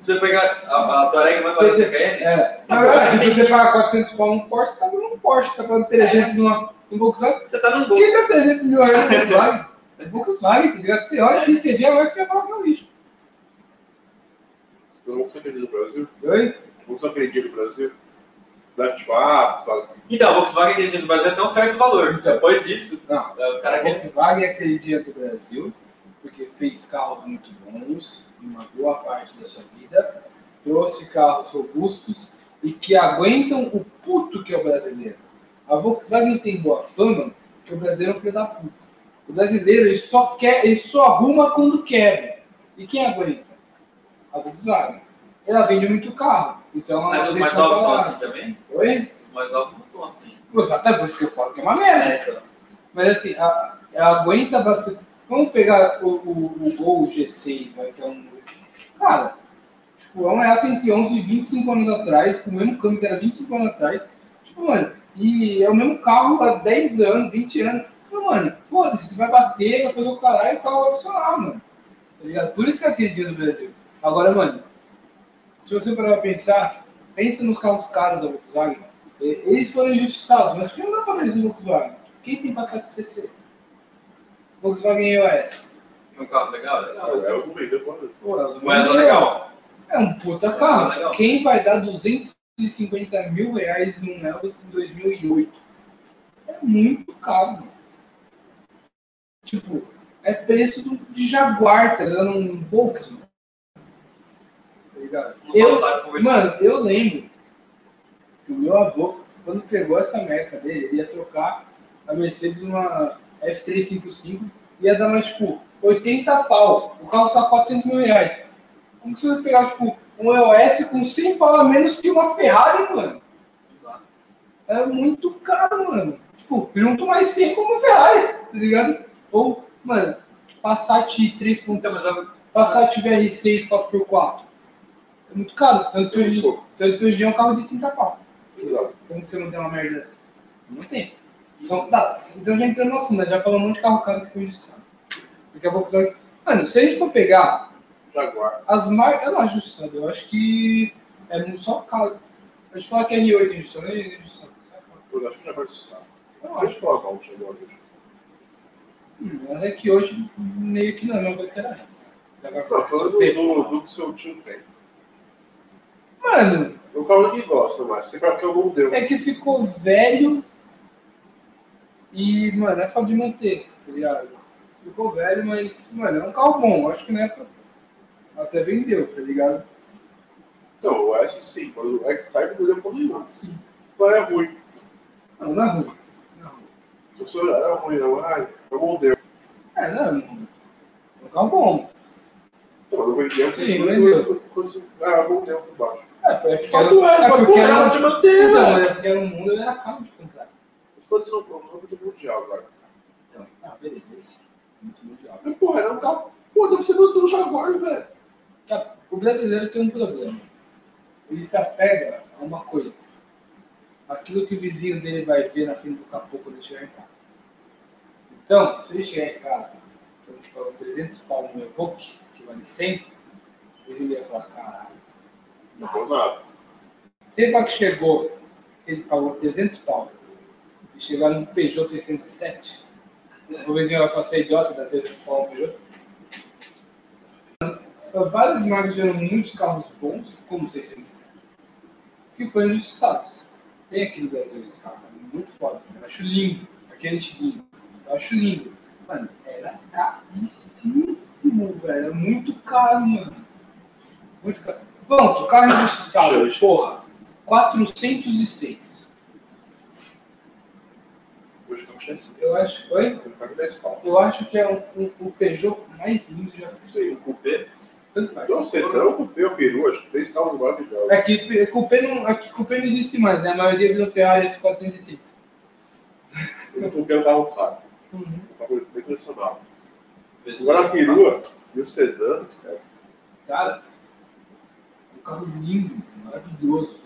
C: você pegar a, a Toreg vai
B: Pois é.
C: parecer KM,
B: É, na verdade, se você pagar 400 pau num Porsche, tá pagando um Porsche, tá pagando 300 numa, num Volkswagen.
C: você tá num gol.
B: Por que tá 300 mil reais no Volkswagen? É Volkswagen, tá ligado? Você olha assim, você vê agora que você vai falar que é um lixo.
A: Eu não vou ser vendido no Brasil.
B: Oi?
A: Não sou vendido no Brasil. Dá tipo, ah, sabe?
C: Então, a Volkswagen tem no Brasil até um certo valor.
B: Então.
C: Depois disso,
B: Não,
C: é, os
B: a
C: caras querem.
B: Volkswagen é aquele dia do Brasil, porque fez carros muito bons, em uma boa parte da sua vida, trouxe carros robustos e que aguentam o puto que é o brasileiro. A Volkswagen tem boa fama que o brasileiro é um filho da puta. O brasileiro ele só quer, ele só arruma quando quebra. E quem aguenta? A Volkswagen. Ela vende muito carro, então ela
C: Mas os
B: deixa
C: mais novos estão
B: falar.
C: assim também?
B: Oi?
C: Os mais novos não estão assim.
B: Exatamente, por isso que eu falo que é uma merda.
C: É, então.
B: Mas assim, a- ela aguenta bastante. Vamos pegar o, o, o Gol G6, vai, que é um. Cara, tipo, é um EA 111 de 25 anos atrás, com o mesmo câmbio que era 25 anos atrás. Tipo, mano, e é o mesmo carro há 10 anos, 20 anos. Então, mano, foda-se, você vai bater, vai fazer o caralho e o carro vai funcionar, mano. Tá ligado? Por isso que é aquele dia do Brasil. Agora, mano, se você parar pra pensar, pensa nos carros caros da Volkswagen. E- Eles foram injustiçados, mas por que não dá pra eles no Volkswagen? Quem tem Passat CC? Volkswagen EOS.
C: É um carro legal?
A: Ah,
C: Legal.
A: eu vou vender agora.
B: Pô, as
C: O Ezra é
B: duas-
C: legal.
B: É um puta
C: É
B: carro.
C: legal.
B: Quem vai dar 250 mil reais num Elvis em 2008? É muito caro. mano. Tipo, é preço do- de Jaguar, tá ligado? Um Volkswagen. Tá ligado?
C: Não
B: Eu,
C: posso estar conversando.
B: Mano, eu lembro que o meu avô, quando pegou essa merca dele, ele ia trocar a Mercedes numa F355 ia dar mais, tipo, 80 pau. O carro custava 400 mil reais. Como que você vai pegar, tipo, um EOS com 100 pau a menos que uma Ferrari, mano? É muito caro, mano. Tipo, junto mais 100 com uma Ferrari, tá ligado? Ou, mano, Passat 3.
C: Então, mas a-
B: Passat VR6 4x4. É muito caro. Tanto que hoje,
A: Pô,
B: tanto que hoje em dia é um carro de 30 pau.
A: Exato.
B: Como que você não tem uma merda dessa? Não tem. Só- tá, então já entrando no assunto, né? já falou um monte de carro caro que foi injustiçado. Daqui a pouco você... Mano, se a gente for pegar
A: Jaguar.
B: as marcas. Eu não acho injustiçado, eu acho que é muito só caro. A gente fala que R8 é injustiçado, não é injustiçado. sabe?
A: Eu acho que Jaguar é sucesso.
B: Eu
A: Pode
B: acho.
A: falar mal do Jaguar hoje.
B: Hum, Mas é que hoje meio que não é a mesma coisa que era antes. né?
A: Não,
B: Agora
A: Tá falando
B: começou
A: do, do,
B: feio.
A: do que seu tio né? tem.
B: Mano,
A: Eu falo que gosta mais, que pra que eu não deu.
B: É que ficou velho e, mano, é falta de manter, tá ligado? Ficou velho, mas, mano, é um carro bom. Eu Acho que na época até vendeu, tá ligado?
A: Então, o S sim, mas o X-Type não deu pra nenhum.
B: Sim.
A: Não é ruim.
B: Não, não é ruim. Não é ruim.
A: Se você era ruim, não, ai, eu não deu.
B: É, não é ruim. É um carro bom.
A: Então, mas eu vendi
B: Sim,
A: por
B: vendeu.
A: coisa- coisa- Ah, não deu por baixo.
B: É, é porque
A: Mas
B: era,
A: tu era,
B: é
A: mas
B: porque
A: porra,
B: era,
A: ela te manteve,
B: Então,
A: velho.
B: mas é porque era um mundo e era caro de comprar.
A: Foda-se, o nome do Mundial, cara.
B: Então, ah, beleza, esse. Muito mundial.
A: Mas, porra, era um carro. Pô, deve ser manter o Jaguar, velho.
B: Cara, O brasileiro tem um problema. Ele se apega a uma coisa. Aquilo que o vizinho dele vai ver na frente do capô quando ele chegar em casa. Então, se ele chegar em casa, quando a gente pagou 300 pau no Evoque, que vale 100, eles iriam falar, caralho.
A: Não vou usar.
B: Se ele falar que chegou, ele pagou 300 pau, e chegar no Peugeot 607, o vizinho vai falar, você é idiota, da vez que fala Peugeot. Então, Várias marcas geram muitos carros bons, como o 607, que foram injustiçados. Tem aqui no Brasil esse carro, é muito foda. Eu acho lindo, aquele antiguinho. Eu acho lindo. Mano, era caríssimo, velho. Era muito caro, mano. Muito caro. Pronto, carro injustiçado,
A: Gente.
B: porra. 406.
A: Hoje não tinha isso.
B: Eu acho. Oi?
A: Eu pago 10 pau.
B: Eu acho que é um, um, o Peugeot mais lindo que já
A: Não
B: fiz.
A: sei.
C: O cupê?
B: Tanto faz.
A: Não sei, eu comprei o peru, acho que três um carros maravilhosos.
B: É que pe- Coupé não, é que Coupé não existe mais, né? A maioria virou Ferrari F430.
A: Eu comprei um carro caro, É
B: Uhum.
A: uma coisa bem colecionável. Agora a perua e o sedã, esquece.
B: Cara, um carro lindo, maravilhoso.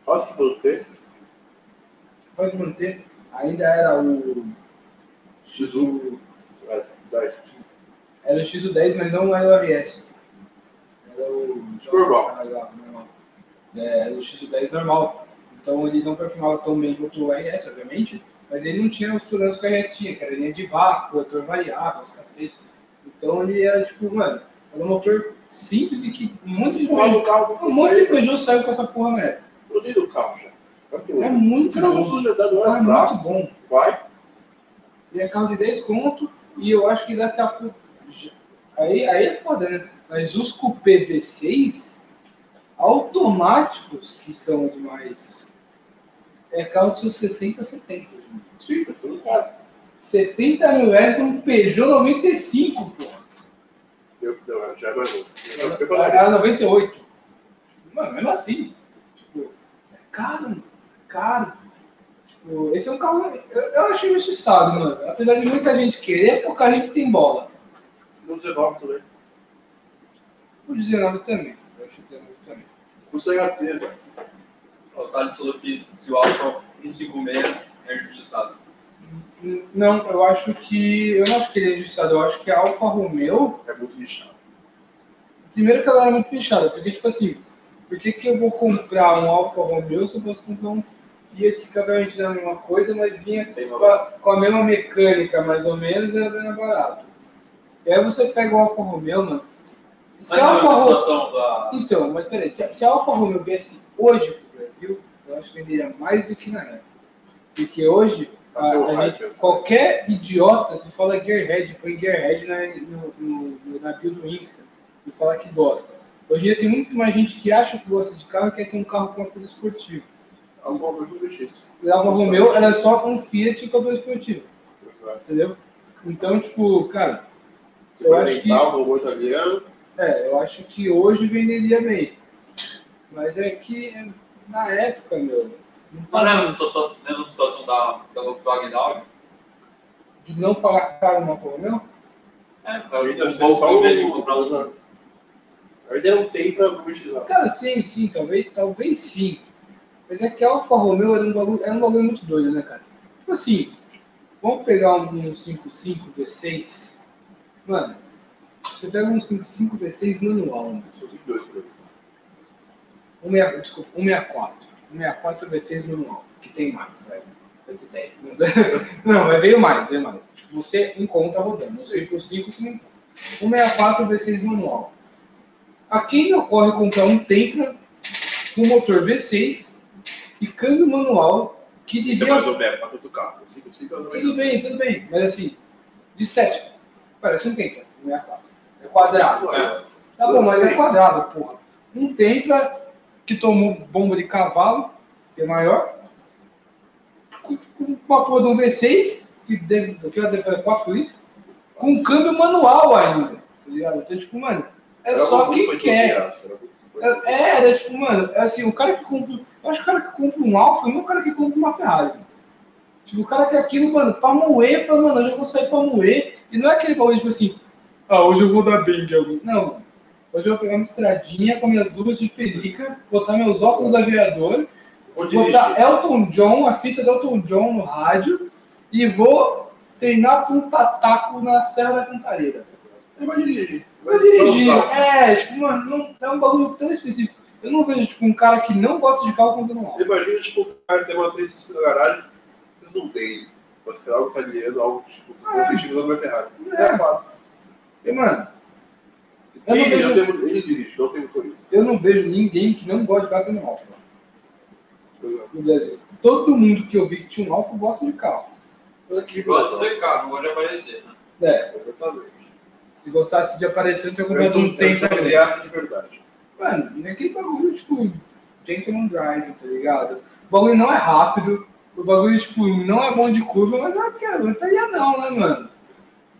A: Fácil de manter.
B: Pode manter. Ainda era o.
A: X1. Mas,
B: É,
A: dez.
B: Era o X10, mas não era o RS. Era o.
A: Normal.
B: normal. É, Era o X10 normal. Então ele não perfumava tão bem quanto o RS, obviamente, mas ele não tinha os problemas que o RS tinha, que era linha de vácuo, motor variável, os cacetes. Então ele era tipo, mano, era um motor simples e que um monte de
A: Empurrava
B: Peugeot,
A: o carro.
B: um monte de Peugeot saiu com essa porra na época.
A: Eu dei do carro já. Olha que
B: É
A: louco. O
B: muito
A: cara não
B: bom.
A: sujeitado, não
B: É
A: era fraco.
B: muito bom.
A: Vai.
B: Ele é carro de 10 conto e eu acho que daqui a pouco. Aí, aí é foda, né? Mas os Coupé V6 automáticos que são os mais. É carro de seus 60, 70. gente.
A: Sim, tá ficando caro.
B: 70 mil reais pra um Peugeot 95, pô.
A: Eu, não, já é mais novo. Eu já fui pra lá.
B: Era 98. Mano, mesmo assim. Tipo, é caro, mano. É caro. Tipo, esse é um carro. Eu, eu achei injustiçado, mano. Apesar de muita gente querer, é pouca gente tem bola.
A: No 19 também.
B: O 19 também. Eu acho o 19 também.
A: Custa HT, velho.
C: O Otávio falou que se o Alfa 156 é injustiçado.
B: N- Não, eu acho que. Eu não acho que ele é injustiçado. Eu acho que a Alfa Romeo.
A: É muito lixado.
B: Primeiro que ela era muito fechada. Porque, tipo assim, por que, que eu vou comprar um Alfa Romeo se eu posso comprar um Fiat que obviamente não é a mesma coisa, mas vinha
C: Tem
B: com a, com a mesma mecânica, mais ou menos, era bem mais barato. E aí você pega o Alfa Romeo, mano. Se
C: Mas
B: a
C: não é
B: Alfa
C: uma
B: Romeo.
C: situação da.
B: Então, mas peraí, se, se a Alfa Romeo viesse hoje pro Brasil, eu acho que venderia mais do que na época. Porque hoje, a-
A: Bateu o
B: a
A: hype,
B: gente-
A: né?
B: qualquer idiota, se fala Gearhead, põe Gearhead na, no, no- no- na bio do Insta e fala que gosta. Hoje em dia tem muito mais gente que acha que gosta de carro e quer ter um carro com um motor esportivo.
A: Alguma coisa eu deixei isso.
B: E a Alfa Romeo era só um Fiat com motor esportivo,
A: Exato.
B: entendeu? Então, tipo, cara,
A: Eu
B: Eu
A: acho
B: acho
A: que... robô italiano.
B: É, eu acho que hoje venderia bem. Mas é que é, na época, meu, não tá
C: Não
B: pagar-
C: lembra da situação, lembra da situação da, da Volkswagen da Audi?
B: de não pagar caro uma forma, não?
C: É, pra
A: Aí
C: um
A: deve ser
C: pouco
A: só
C: em vez de
A: um...
C: comprar um.
A: Exato. Ainda não tem pra monetizar.
B: Cara, sim, sim, talvez, talvez sim. Mas é que a Alfa Romeo era um bagulho, era um bagulho muito doido, né, cara? Tipo assim, vamos pegar um, um 55 V6. Mano, você pega um 55 V6 manual, mano.
A: Só tem dois, por exemplo.
B: Um meia- Desculpa, 164. 164 V6 manual, que tem mais, velho. 110. Não, né? não, mas veio mais, veio mais. Você encontra rodando. Um 55 você não encontra. 164 V6 manual. A quem me ocorre comprar um Tempra com motor V6 e câmbio manual que
A: Então,
B: devia
A: mais ou menos, pra todo carro. Cinco, cinco, mais ou
B: tudo
A: menos.
B: bem, tudo bem. Mas assim, de estética. Parece um templo, não é quatro. É quadrado.
A: É.
B: Tá bom, mas é quadrado, porra. Um templa que tomou bomba de cavalo, que é maior, com com uma porra de um V6, que deve, que ela deve fazer 4 litros, com um câmbio manual ainda. Tá ligado? Então, tipo, mano, é
A: Era
B: só
A: muito
B: quem
A: pra
B: quer.
A: entusiasta, era muito pra
B: É,
A: entusiasta.
B: é, era tipo, mano, é assim, o cara que compra. Eu acho que o cara que compra um Alfa não é o cara que compra uma Ferrari. mano. Tipo, o cara que aquilo, mano, pra moer, fala, mano, eu já vou sair pra moer. E não é aquele bagulho, tipo assim, ah, hoje eu vou dar bem de alguém. Não, mano. Hoje eu vou pegar uma estradinha com minhas luvas de pelica, botar meus óculos aviador,
A: Vou dirigir.
B: botar Elton John, a fita do Elton John no rádio, e vou treinar com um tataco na Serra da Cantareira.
A: Ele vai É, dirigir.
B: Eu dirigi. É, tipo, mano, não- é um bagulho tão específico. Eu não vejo, tipo, um cara que não gosta de carro contando mal.
A: Imagina, tipo, o cara tem uma 360 na garagem, eles não tem. Mas que é algo italiano, algo tipo, não sei, tipo, não vai ferrar. É, fato.
B: E, mano, Eu não
A: Ele,
B: vejo-
A: não tem- ele dirige, não tem motorista.
B: eu não vejo ninguém que não gosta de carro contando mal, mano,
A: Mas
B: no Brasil. Todo mundo que eu vi que tinha um Alfa gosta de carro.
A: aqui,
C: Gosto do carro, não gosto de aparecer. Né?
B: É,
A: Exatamente.
B: se gostasse de aparecer, eu tinha
A: Eu
B: comprado um
A: tô- eu tô
B: tempo.
A: entusiasta de verdade.
B: Mano, é aquele bagulho, tipo, gentleman drive, tá ligado? O bagulho não é rápido, o bagulho, tipo, não é bom de curva, mas ah, cara, não estaria não, né, mano?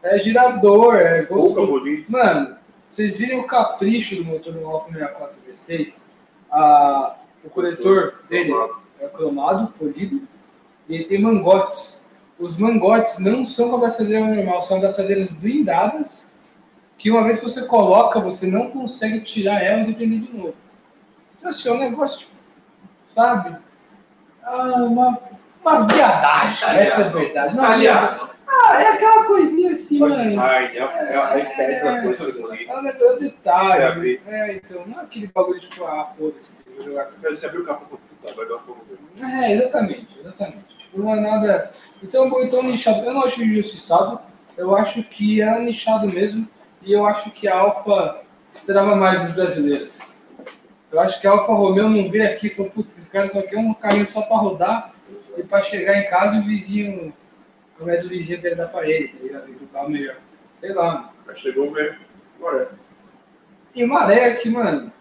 B: É girador, é
A: Pouca
B: gostoso.
A: bonita.
B: Mano, vocês viram o capricho do motor no Alfa 64 V6? Ah, o coletor dele é cromado, polido, e ele tem mangotes. Os mangotes não são com abraçadeira normal, são abraçadeiras blindadas, que uma vez que você coloca, você não consegue tirar elas e prender de novo. Então, assim, é um negócio, tipo, sabe? Ah, uma, uma viadagem, essa é a verdade. Uma viadagem.
C: Italiano.
B: Ah, é aquela coisinha assim,
A: Só
B: mano.
A: design, é, é a estética da coisa assim.
B: É,
A: ser bonita.
B: é um negócio de detalhe,
A: Você abrir.
B: né? Então, não é aquele bagulho tipo, ah, foda-se, eu vou jogar.
A: Você abriu o capô e falou, puta, vai dar fogo. mesmo.
B: É, exatamente, exatamente. Tipo, não é nada. Então, é um bagulho tão nichado. Eu não acho injustiçado, eu acho que é nichado mesmo. E eu acho que a Alfa esperava mais dos brasileiros. Eu acho que a Alfa Romeo não veio aqui e falou, putz, esses caras só querem um caminho só pra rodar e pra chegar em casa e o vizinho, a mulher do vizinho dele dar pra ele, tá ligado? Ele dá o melhor. Sei lá, mano.
A: Aí chegou o velho, agora é.
B: E o Maré que, mano.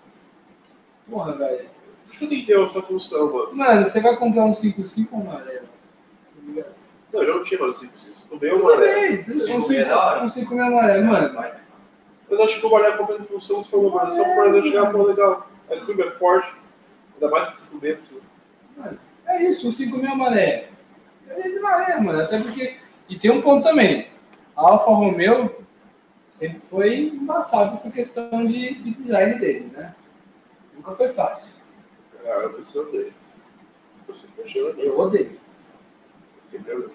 B: Porra, velho.
A: Acho que entendeu essa função, mano.
B: Mano, você vai comprar um 55 ou Maré?
A: Não, eu já não tinha mais assim, preciso. Tomei
B: Eu
A: uma, né?
B: também. Um
C: 55 é da
B: 5
C: hora.
B: um 5 é Maré, mano.
A: Mas acho que o Maria comendo função se falou, mano, só pra eu chegar pô, legal. A turma é forte, ainda mais que 5 membros. né?
B: Mano, É isso, um 5 mil Maré. É de Maré, mano. Até porque. E tem um ponto também. A Alfa Romeo sempre foi embaçada essa questão de, de design deles, né? Nunca foi fácil.
A: Ah, eu preciso dele. Eu sempre achei
B: Eu
A: legal.
B: odeio.
A: Sempre é legal.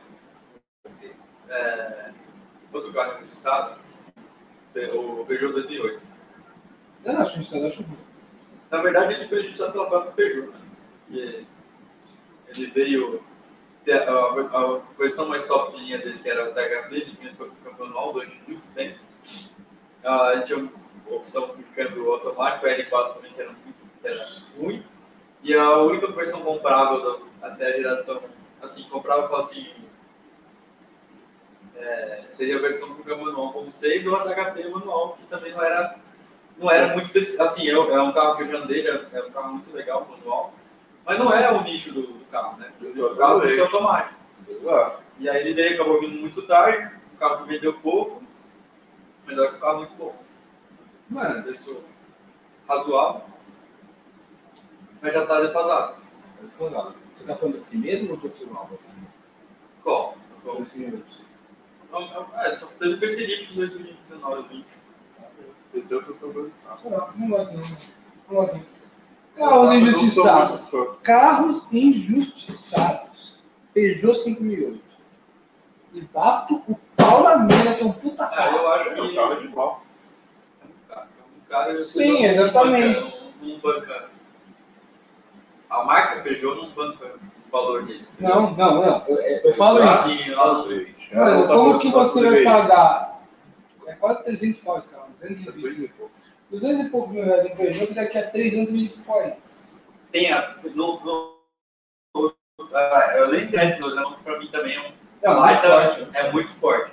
C: É, outro carro injustiçado, É, o Peugeot 2008.
B: Eu não acho que eu acho ruim.
C: Na verdade, ele foi injustiçado pela própria Peugeot. Né? E ele veio. ter A, a, a versão mais top de linha dele, que era o THP, ele vinha só com o câmbio manual durante muito tempo. Ah, ele tinha uma opção de câmbio automático, a L4 também, que era, muito, que era ruim. E a única versão comprável da- até a geração, assim, comprável, eu falo assim. é, seria a versão com câmbio manual como 6 ou a THP manual, que também não era não era muito desse, assim, eu, é um carro que eu já andei, já, é um carro muito legal, manual, mas não é o nicho do, do carro, né? O carro tem que ser automático.
A: Exato.
C: E aí ele veio, acabou vindo muito tarde, o carro vendeu pouco, mas eu acho o carro é muito bom.
B: Mano,
C: Preço razoável, mas já está defasado.
B: Afonso, você tá falando do primeiro ou do outro álbum? assim?
C: Qual? Qual?
B: Os primeiros.
C: Não, não, É, só teve esse nicho em 2019, 20.
A: Então, eu fui fazer. Ah,
B: Sei lá, não gosto não. Não gosto não. Carros injustiçados.
A: Eu sou muito fã.
B: Carros injustiçados. Peugeot 5008. E bato o pau na mina, que é um puta
C: Ah,
B: carro.
C: eu acho
A: É um
C: que
A: carro de pau.
C: é um cara, é um cara-
B: Sim,
C: um
B: exatamente.
C: banca- Um, um banca. A marca Peugeot não banca o valor dele.
B: Não, não, não. Eu, eu- eu falo
C: Sabe?
B: isso.
C: Assim, lá no-
A: Exatamente. Ah,
B: Mano,
A: outra
B: como
A: coisa
B: que
A: eu
B: você vai
A: adorei.
B: pagar? É quase 300 pau esse carro. 220.
A: Depois, pô,
B: 200 e poucos mil reais no Peugeot, que daqui a 3 anos ele pode.
C: Tem a. No, no, ah, eu nem entendo a valorização, pra mim também é, um,
B: Não,
C: mas
B: mais
C: é-
B: forte.
C: é muito forte.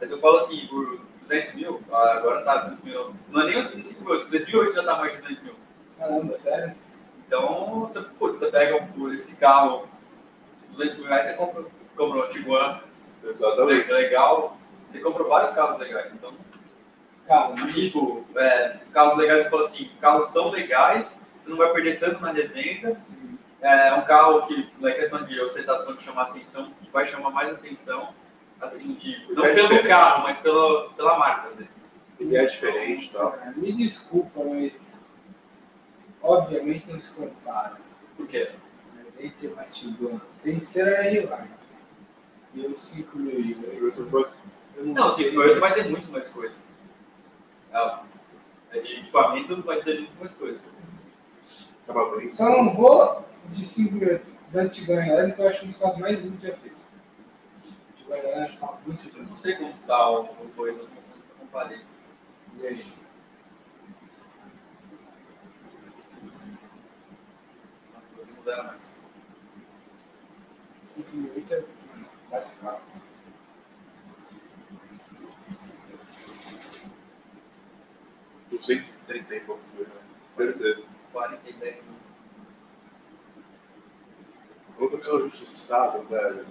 C: Mas eu falo assim, por 200 mil, ah, agora tá 200 mil. Não é nem 5 2008 já tá mais de 2 mil.
B: Caramba, sério?
C: Então, você, putz, você pega um- esse carro, 200 mil reais, você compra, compra um Tiguan.
A: Exatamente.
C: legal. Você compra vários carros legais. Então,
B: Cara,
C: assim, tipo, é, carros legais, eu falo assim, carros tão legais, você não vai perder tanto na revenda. É um carro que, na questão de ostentação, de chamar atenção, que vai chamar mais atenção, assim, de, não
A: É
C: pelo
A: diferente.
C: carro, mas pela, pela marca né? dele.
A: Ele é diferente e tal.
B: Cara, Me desculpa, mas obviamente não se compara.
C: Por quê?
B: Mas entre Matiguan, sem ser a Hilari. E eu 5 mil e
A: Eu sou quase- eu
C: Não, 5 mil vai ter muito mais coisa. Ah, É de equipamento, vai ter muito mais coisa.
A: Tava bem.
B: Só não vou de 5 mil da Antigão Real, que eu acho um dos casos mais lindos já feitos. Antigão Real, acho que tá muito
C: Eu
B: lindo.
C: não sei como tá o- os dois, eu não não comparei.
B: E aí?
C: Não mudaram mais.
B: 5 mil é. Bate caro.
A: Eu sei que 30 e pouco mil, né? Certeza.
C: 40 e 10 mil.
A: Outra que eu injustiçado, velho.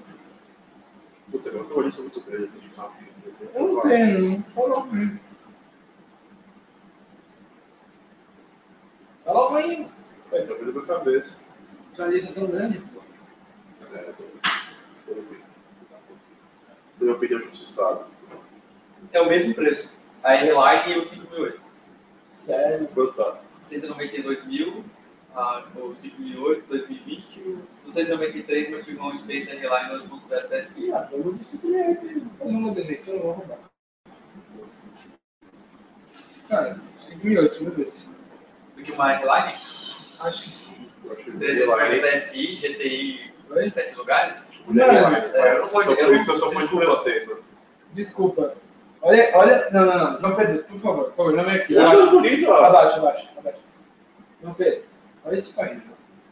A: Puta, meu Corinthians é muito grande assim, de carro. não sei o quê.
B: Eu não tenho, não falou comigo. Falou comigo.
A: É, tá vendo a minha cabeça.
B: Sua lista é tão grande, pô.
A: É, pelo menos. Na minha opinião, injustiçado.
C: É o mesmo preço. A R-Line é o 5.008.
B: Sério.
A: Quanto tá?
C: 192 mil, ah, o 5.008, 2020. O 293 meu tive um Space R-Line 2.0 TSI.
B: Ah, eu vou de 5 mil Eu não vou desenhar, então eu não vou roubar. Cara, 5 mil, deixa eu ver se.
C: Do que uma R-Line,
B: Acho que sim.
A: Eu acho que
C: 350 TSI, GTI,
B: Oi?
C: 7 lugares. é, eu
A: Eu
C: não
A: só
C: vou-
A: fui
C: eu não-
A: eu só fui de
C: desculpa.
A: você, mano.
B: Desculpa. Olha, olha. Não, não, não. João Pedro, por favor, por favor, não vem aqui.
A: Eu
B: Abaixa,
A: acho bonito, ó.
B: abaixa, abaixa. abaixa. João Pedro, olha esse painel.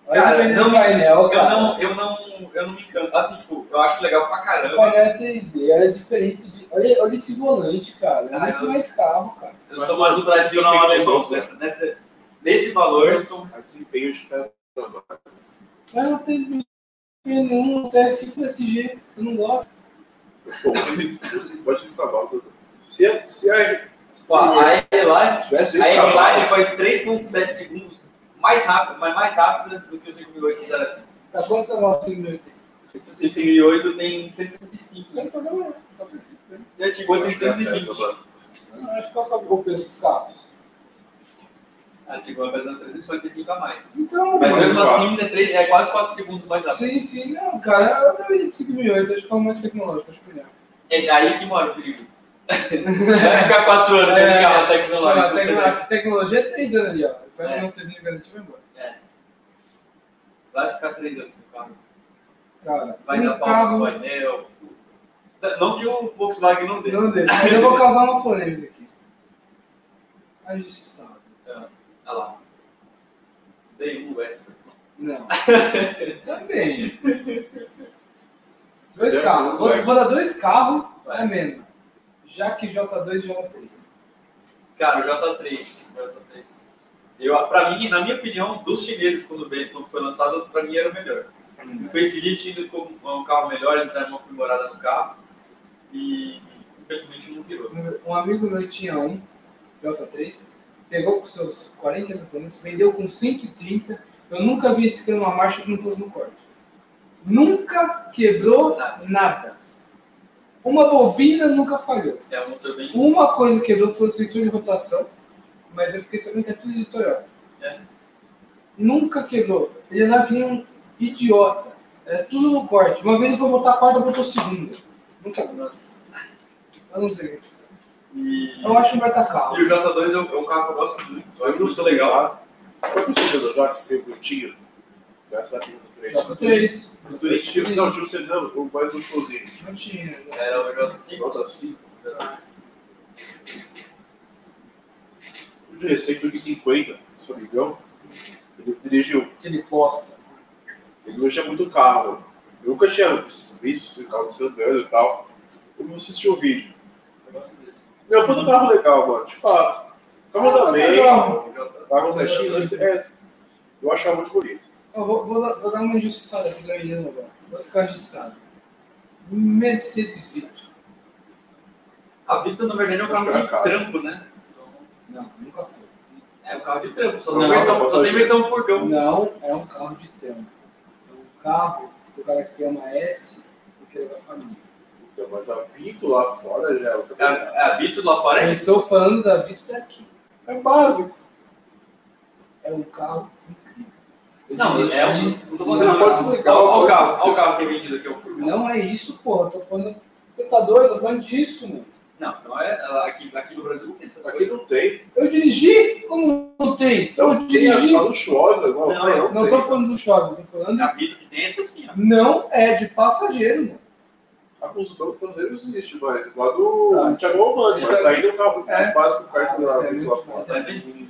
B: Olha
C: Cara,
B: o painel
C: não-
B: do painel,
C: Eu
B: cara.
C: não, eu não, eu não me encanto. Assim, tipo, eu acho legal pra
B: O
C: caramba.
B: painel é 3D, olha a diferença de. Olha, olha esse volante, cara. É
C: Ah,
B: muito
C: eu-
B: mais carro, cara.
C: Eu sou mais um tradicional alemão. Nessa, nessa, nesse valor, eu
B: um
C: sou
A: A desempenho de cada mano.
B: Mas não tem desempenho nenhum, não tem assim com SG. Eu não gosto.
A: Pô, você pode ir cavalos. Se a, se a
C: Ó, Tipo, a Airline,
A: tivesse
C: a
A: esse
C: Airline
A: cavalo,
C: faz 3.7 segundos mais rápido, mas mais rápida do que o 5.805.
B: Tá bom, você vai 5 mil.
C: O 5.8 tem 165.
B: Isso
C: né?
B: aí não é problema, não. Tá perfeito. né?
C: E a Tiguan tem
A: acho que é essa,
C: 320.
A: mano.
B: Eu não acho que acabou o peso dos carros.
C: A Tiguan vai dando 345 a mais.
B: Então,
C: Mas
B: mano,
C: mesmo assim, ainda é, três- é quase 4 segundos mais rápido.
B: Sim, sim, não, cara, eu também de 5 milhões, acho que é o mais tecnológico, acho que melhor.
C: É aí que mora o perigo. Vai ficar 4 anos com esse
B: É.
C: carro
B: Não,
C: tecnológico.
B: tec-
C: você vê.
B: a tecnologia é 3 anos ali, ó. Então
C: É.
B: não sei se não garantiu, vai embora.
C: É. Vai ficar 3 anos com o carro.
B: Cara,
C: Vai dar
B: um
C: pau
B: carro
C: no né? painel. Não que o Volkswagen não dê.
B: não deixa, mas eu vou causar uma polêmica aqui. A gente sabe.
C: Ah, Olha lá. Dei um extra.
B: Não. Tá também. Dois
A: É,
B: carros, vou,
A: vai.
B: vou dar dois carros,
C: Vai.
B: é menos. Já que J2 e J3.
C: Cara, o J3. J3. Eu, pra mim, na minha opinião, dos chineses, quando, veio, quando foi lançado, pra mim era o melhor.
B: Uhum.
C: O facelift ainda ficou um um carro melhor, eles deram uma aprimorada no carro. E, infelizmente, não virou.
B: Um amigo meu tinha um, J3, pegou com seus 40 mil quilômetros, vendeu com 130. Eu nunca vi esse cano uma marcha que não fosse no corte. Nunca quebrou nada. Uma bobina nunca falhou.
C: É um motor bem...
B: Uma coisa que quebrou foi o sensor de rotação, mas eu fiquei sabendo que é tudo editorial.
C: É.
B: Nunca quebrou. Ele andava que nem um idiota. Era tudo no corte. Uma vez ele foi botar a quarta, botou segunda. Nunca quebrou.
C: Nossa.
B: Eu não sei o que aconteceu.
C: E,
B: Eu acho um baita carro.
C: e o J2 é um- é um carro que eu gosto muito. Eu
A: um
C: acho muito legal.
A: Quanto você deu um já que foi curtinho? Deve estar aqui no 3.
C: Tá.
B: J3.
A: Curitiba, não, tinha o Senado, o mais gostosinho.
B: Não tinha. né?
C: Era então, É, o J5.
A: Nota 5. Um De recente, eu vi 50, seu amigão. Ele dirigiu.
B: Ele gosta.
A: Ele mexia muito o carro. mano. Eu nunca tinha visto o carro andando e tal. Eu assisti o vídeo.
C: Eu gosto desse.
A: Meu, puta carro legal, mano, de fato. Uhum.
C: Então,
A: Carro
B: Ah,
A: da bem.
B: legal.
C: O J-
A: Carro da X, é. Eu achava muito bonito.
B: Eu vou, vou dar- vou dar uma injustiçada aqui pra menino agora. Vou ficar injustiçado. Mercedes Vito.
C: A Vita, na verdade, é um
A: Acho
C: carro
A: que era
C: de
A: caro.
C: trampo, né?
B: Não, nunca foi.
C: É um carro de trampo, só
A: Não,
C: tem
A: mas eu
C: versão,
A: posso
C: só tem
A: ajudar.
C: versão furgão.
B: Não é um carro de trampo. É um carro do cara que tem uma S e que leva a família.
A: Então, mas a Vito lá fora já é outra
C: É a,
A: pegada.
C: é a Vito lá fora
B: Eu
C: é
B: estou falando da Vito daqui.
A: É básico.
B: É um carro incrível.
C: Não,
B: investir.
C: é um. Não tô falando
A: Não,
C: de-
A: pode explicar,
C: Ó, ó o
A: pode
C: carro,
A: explicar.
C: ó o carro que é vendido aqui, eu fui.
B: Não é isso, porra. Eu tô falando. Você tá doido? Eu tô falando disso, mano.
C: Não, não é. Aqui, aqui no Brasil não tem essas
A: Aqui
C: coisas.
A: não tem.
B: Eu dirigi? Como não tem? Eu
A: Não tem
B: dirigi.
A: a, a
C: um
A: luxuosa. Não,
C: Não,
A: não,
B: Não
A: tem.
B: tô falando do Chosas, tô falando.
C: A vida que tem é essa assim, ó.
B: Não é de passageiro, mano.
A: A Buscão do Cruzeiro existe, mas lá do
B: Tá.
A: Thiago Romani. Mas
B: Exato.
A: ainda é o carro mais
B: É.
A: básico perto
B: Ah,
A: da
B: isso é muito
A: lá
C: Essa
A: fora.
C: é, bem-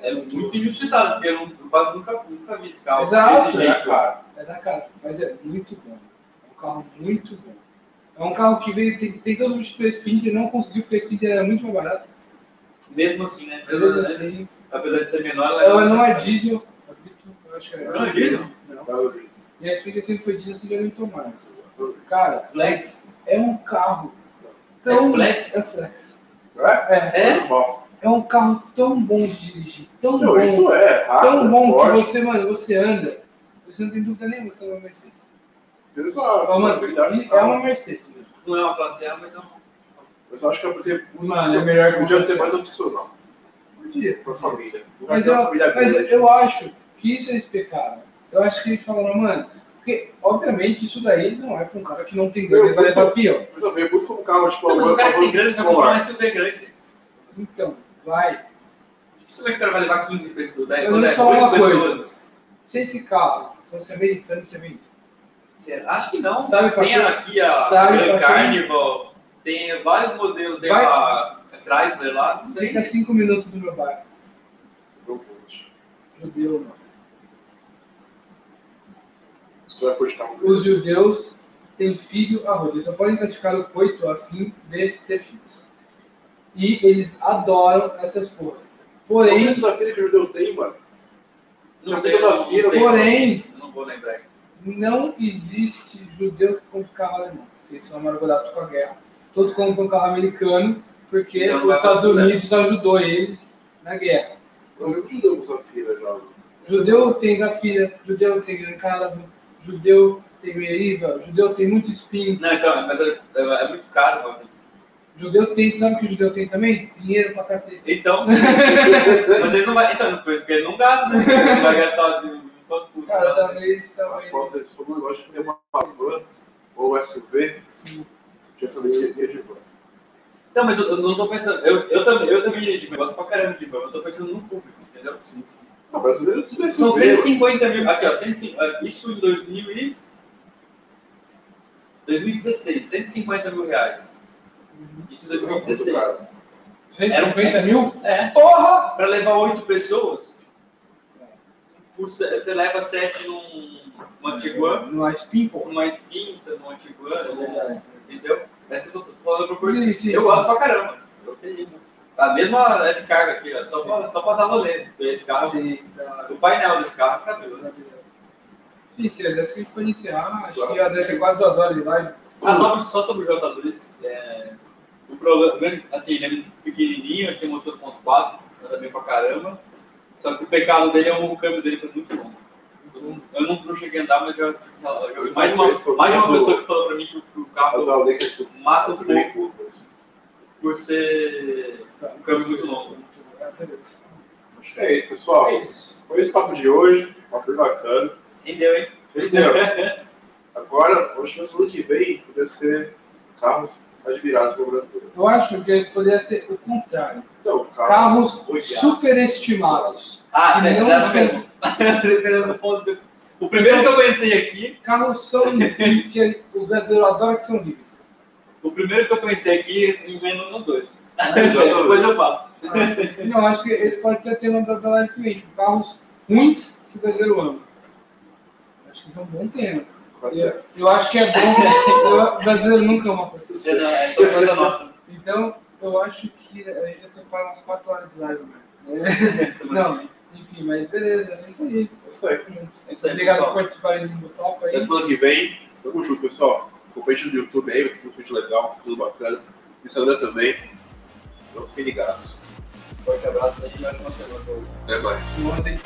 C: é muito injustiçado, porque eu, não- eu quase nunca, nunca vi esse carro
B: Exato.
C: desse
A: É,
C: jeito.
A: cara.
B: É da cara, mas é muito bom. É um carro muito bom. É um carro que veio, tem- tentou substituir o Sprinter e não conseguiu, porque o Sprinter era muito mais barato.
C: Mesmo assim,
A: É,
C: né?
B: Beleza,
C: Mesmo
B: assim.
C: Apesar de ser menor,
B: Ela não é diesel. é Vito, eu acho que era.
A: Não
C: é diesel?
B: Não.
A: Tá ali.
B: E a Sprinter sempre foi diesel, assim, já não tomou mais. Cara,
C: Flex.
B: é um carro.
C: É
B: Tão...
C: flex?
B: É flex.
A: É?
B: É.
C: É?
A: Normal.
B: É um carro tão bom de dirigir, tão
A: Não,
B: bom,
A: isso é. Rápido,
B: tão bom
A: forte.
B: que você, mano, você anda. Você não tem dúvida nenhuma, você é uma Mercedes.
A: Eles, ah,
B: Mas, mano,
A: facilidade tá. do
B: é
A: carro.
B: uma Mercedes, mano.
C: Não é uma classe A, mas é uma.
A: Mas eu acho que é porque
B: Mano, é melhor que uma
A: podia ter
B: Mercedes.
A: mais opcional
B: Podia.
A: pra família. Não vai
B: Mas,
A: ter
B: eu,
A: uma família
B: mas
A: grande.
B: eu acho que isso é explicável. Eu acho que eles falaram, mano, porque obviamente isso daí não é pra um cara que não tem grana,
A: Eu-
B: ele vai
A: eu-
B: levar pião.
A: Mas eu vejo muito como carro, tipo,
C: Não, Então, mas o
A: agora-
C: cara que tem grana
A: agora-
C: vai comprar um SUV grande.
B: Então, vai.
C: Dificilmente o cara vai levar 15 pessoas, daí
B: Eu
C: quando
B: vou
C: é
B: te falar
C: 8
B: uma coisa.
C: pessoas.
B: Se esse carro fosse americano também,
C: Será? Acho que não.
B: Sabe pra
C: tem
B: quê?
C: aqui a
B: Sabe
C: Grand
B: pra quê?
C: Carnival, tem vários modelos, tem
B: Vai.
C: a Chrysler lá, não sei.
B: fica assim, 5 minutos do meu bairro. Judeu, mano.
A: Você vai curtir carro grande.
B: Os judeus têm filho a roda. Eles só podem praticar o coito a fim de ter filhos. E eles adoram essas porras.
A: Qual é
B: Porém,
A: o desafio que o judeu tem, mano?
C: Não
A: Já
C: sei,
A: fica
C: eu
A: na
C: não
A: fila,
C: tenho.
B: porém,
C: Eu não vou lembrar.
B: Não existe judeu que compre carro alemão. Eles são amargurados com a guerra. Todos compram carro americano porque
C: Então,
B: os
C: vai fazer
B: Estados Unidos ajudou eles na guerra.
A: Eu um lembro de judeu com Safira já. mano.
B: Judeu tem Zafira, judeu tem Gran Caravan, judeu tem Meriva, judeu tem muito espinho.
C: Não, então, mas é, é- é muito caro, mano.
B: Judeu tem, sabe o que judeu tem também? Dinheiro pra cacete.
C: Então, mas eles não vai, então, porque ele não gasta, né? Ele vai gastar de um quanto custa.
B: Cara,
C: né?
B: talvez,
A: As
B: talvez.
A: portas, eles foram um negócio de ter uma van ou SUV. Tinha saber que ia de van.
C: Não, Então, mas eu, eu não tô pensando. Eu, eu também, eu também iria de van, eu gosto pra caramba de van, eu tô pensando no público, entendeu?
A: Não, brasileiro tudo é
C: São
A: SUV, mano.
C: 150 mil. Aqui, ó, 150, é, isso em 2000 e. 2016, 150 mil reais. Isso em 2016.
B: 150 mil?
C: É,
B: Porra!
C: pra levar 8 pessoas, por se- você leva 7 num num Antiguan,
B: Não é espinho, porra.
C: uma Spin, você num Antiguan, num-
B: É Verdade.
C: entendeu? É isso que eu tô falando pra você.
B: Sim, sim,
C: Eu
B: sim.
C: gosto pra caramba. Eu queria. A mesma é de carga aqui, ó, só,
B: Sim.
C: pra, só pra dar rolê. Esse carro,
B: Sim, tá. da-
C: o painel desse carro, é cabelo.
B: Isso, acho que a gente pode encerrar. Acho
A: Claro.
B: que já deve ter quase duas horas de live.
C: Ah, só, só sobre os jogadores, é, o problema, o grande- assim, ele é pequenininho, ele tem motor 1.4, anda bem pra caramba, só que o pecado dele é o câmbio dele foi muito longo. Eu não, eu não- não cheguei a andar, mas já, já- já- mais, de uma, mais de uma pessoa que falou pra mim que o, que o
A: Eu
C: carro
A: tava lendo que é
C: mata um
A: tudo bem.
C: pouco por ser um câmbio muito longo.
A: Acho que é isso, pessoal.
C: É isso.
A: Foi esse papo de hoje. Uma coisa bacana.
C: Entendeu, hein?
A: Entendeu? Agora, hoje na semana que vem, podia ser carros admirados pelo brasileiro.
B: Eu acho que poderia ser o contrário.
A: Então, carros.
B: Carros
A: odiados.
B: superestimados.
C: Ah,
B: Que
C: é,
B: não
C: era
B: tem.
C: mesmo. Dependendo do ponto do- O primeiro que eu pensei aqui,
B: Carros são que o brasileiro adora que são livres.
C: o primeiro que eu pensei aqui, engano nos dois.
A: exatamente.
C: Depois eu falo.
B: Não, eu acho que esse pode ser o tema da da live que vem. tipo, Carros ruins que o brasileiro ama. Acho que isso é um bom tema.
A: Tá certo.
B: Eu, eu acho que é bom. eu- o brasileiro nunca ama coisa.
C: É, não, é só coisa nossa.
B: Então, eu acho que a gente já separa umas 4 horas de live, mano.
C: É. Semana que vem.
B: Enfim, mas beleza, é isso aí.
A: É isso aí.
C: É isso aí,
B: Obrigado por
C: pessoal.
B: participarem do Top
A: Até
B: aí.
A: semana que vem. Tamo junto, pessoal. Acompanhe no YouTube aí, vai ter muito vídeo legal, tudo bacana. No Instagram também. Então fiquem ligados.
B: tipo,
C: Forte abraço aí, mais uma semana pra você.
A: Até mais.
B: Nossa, hein?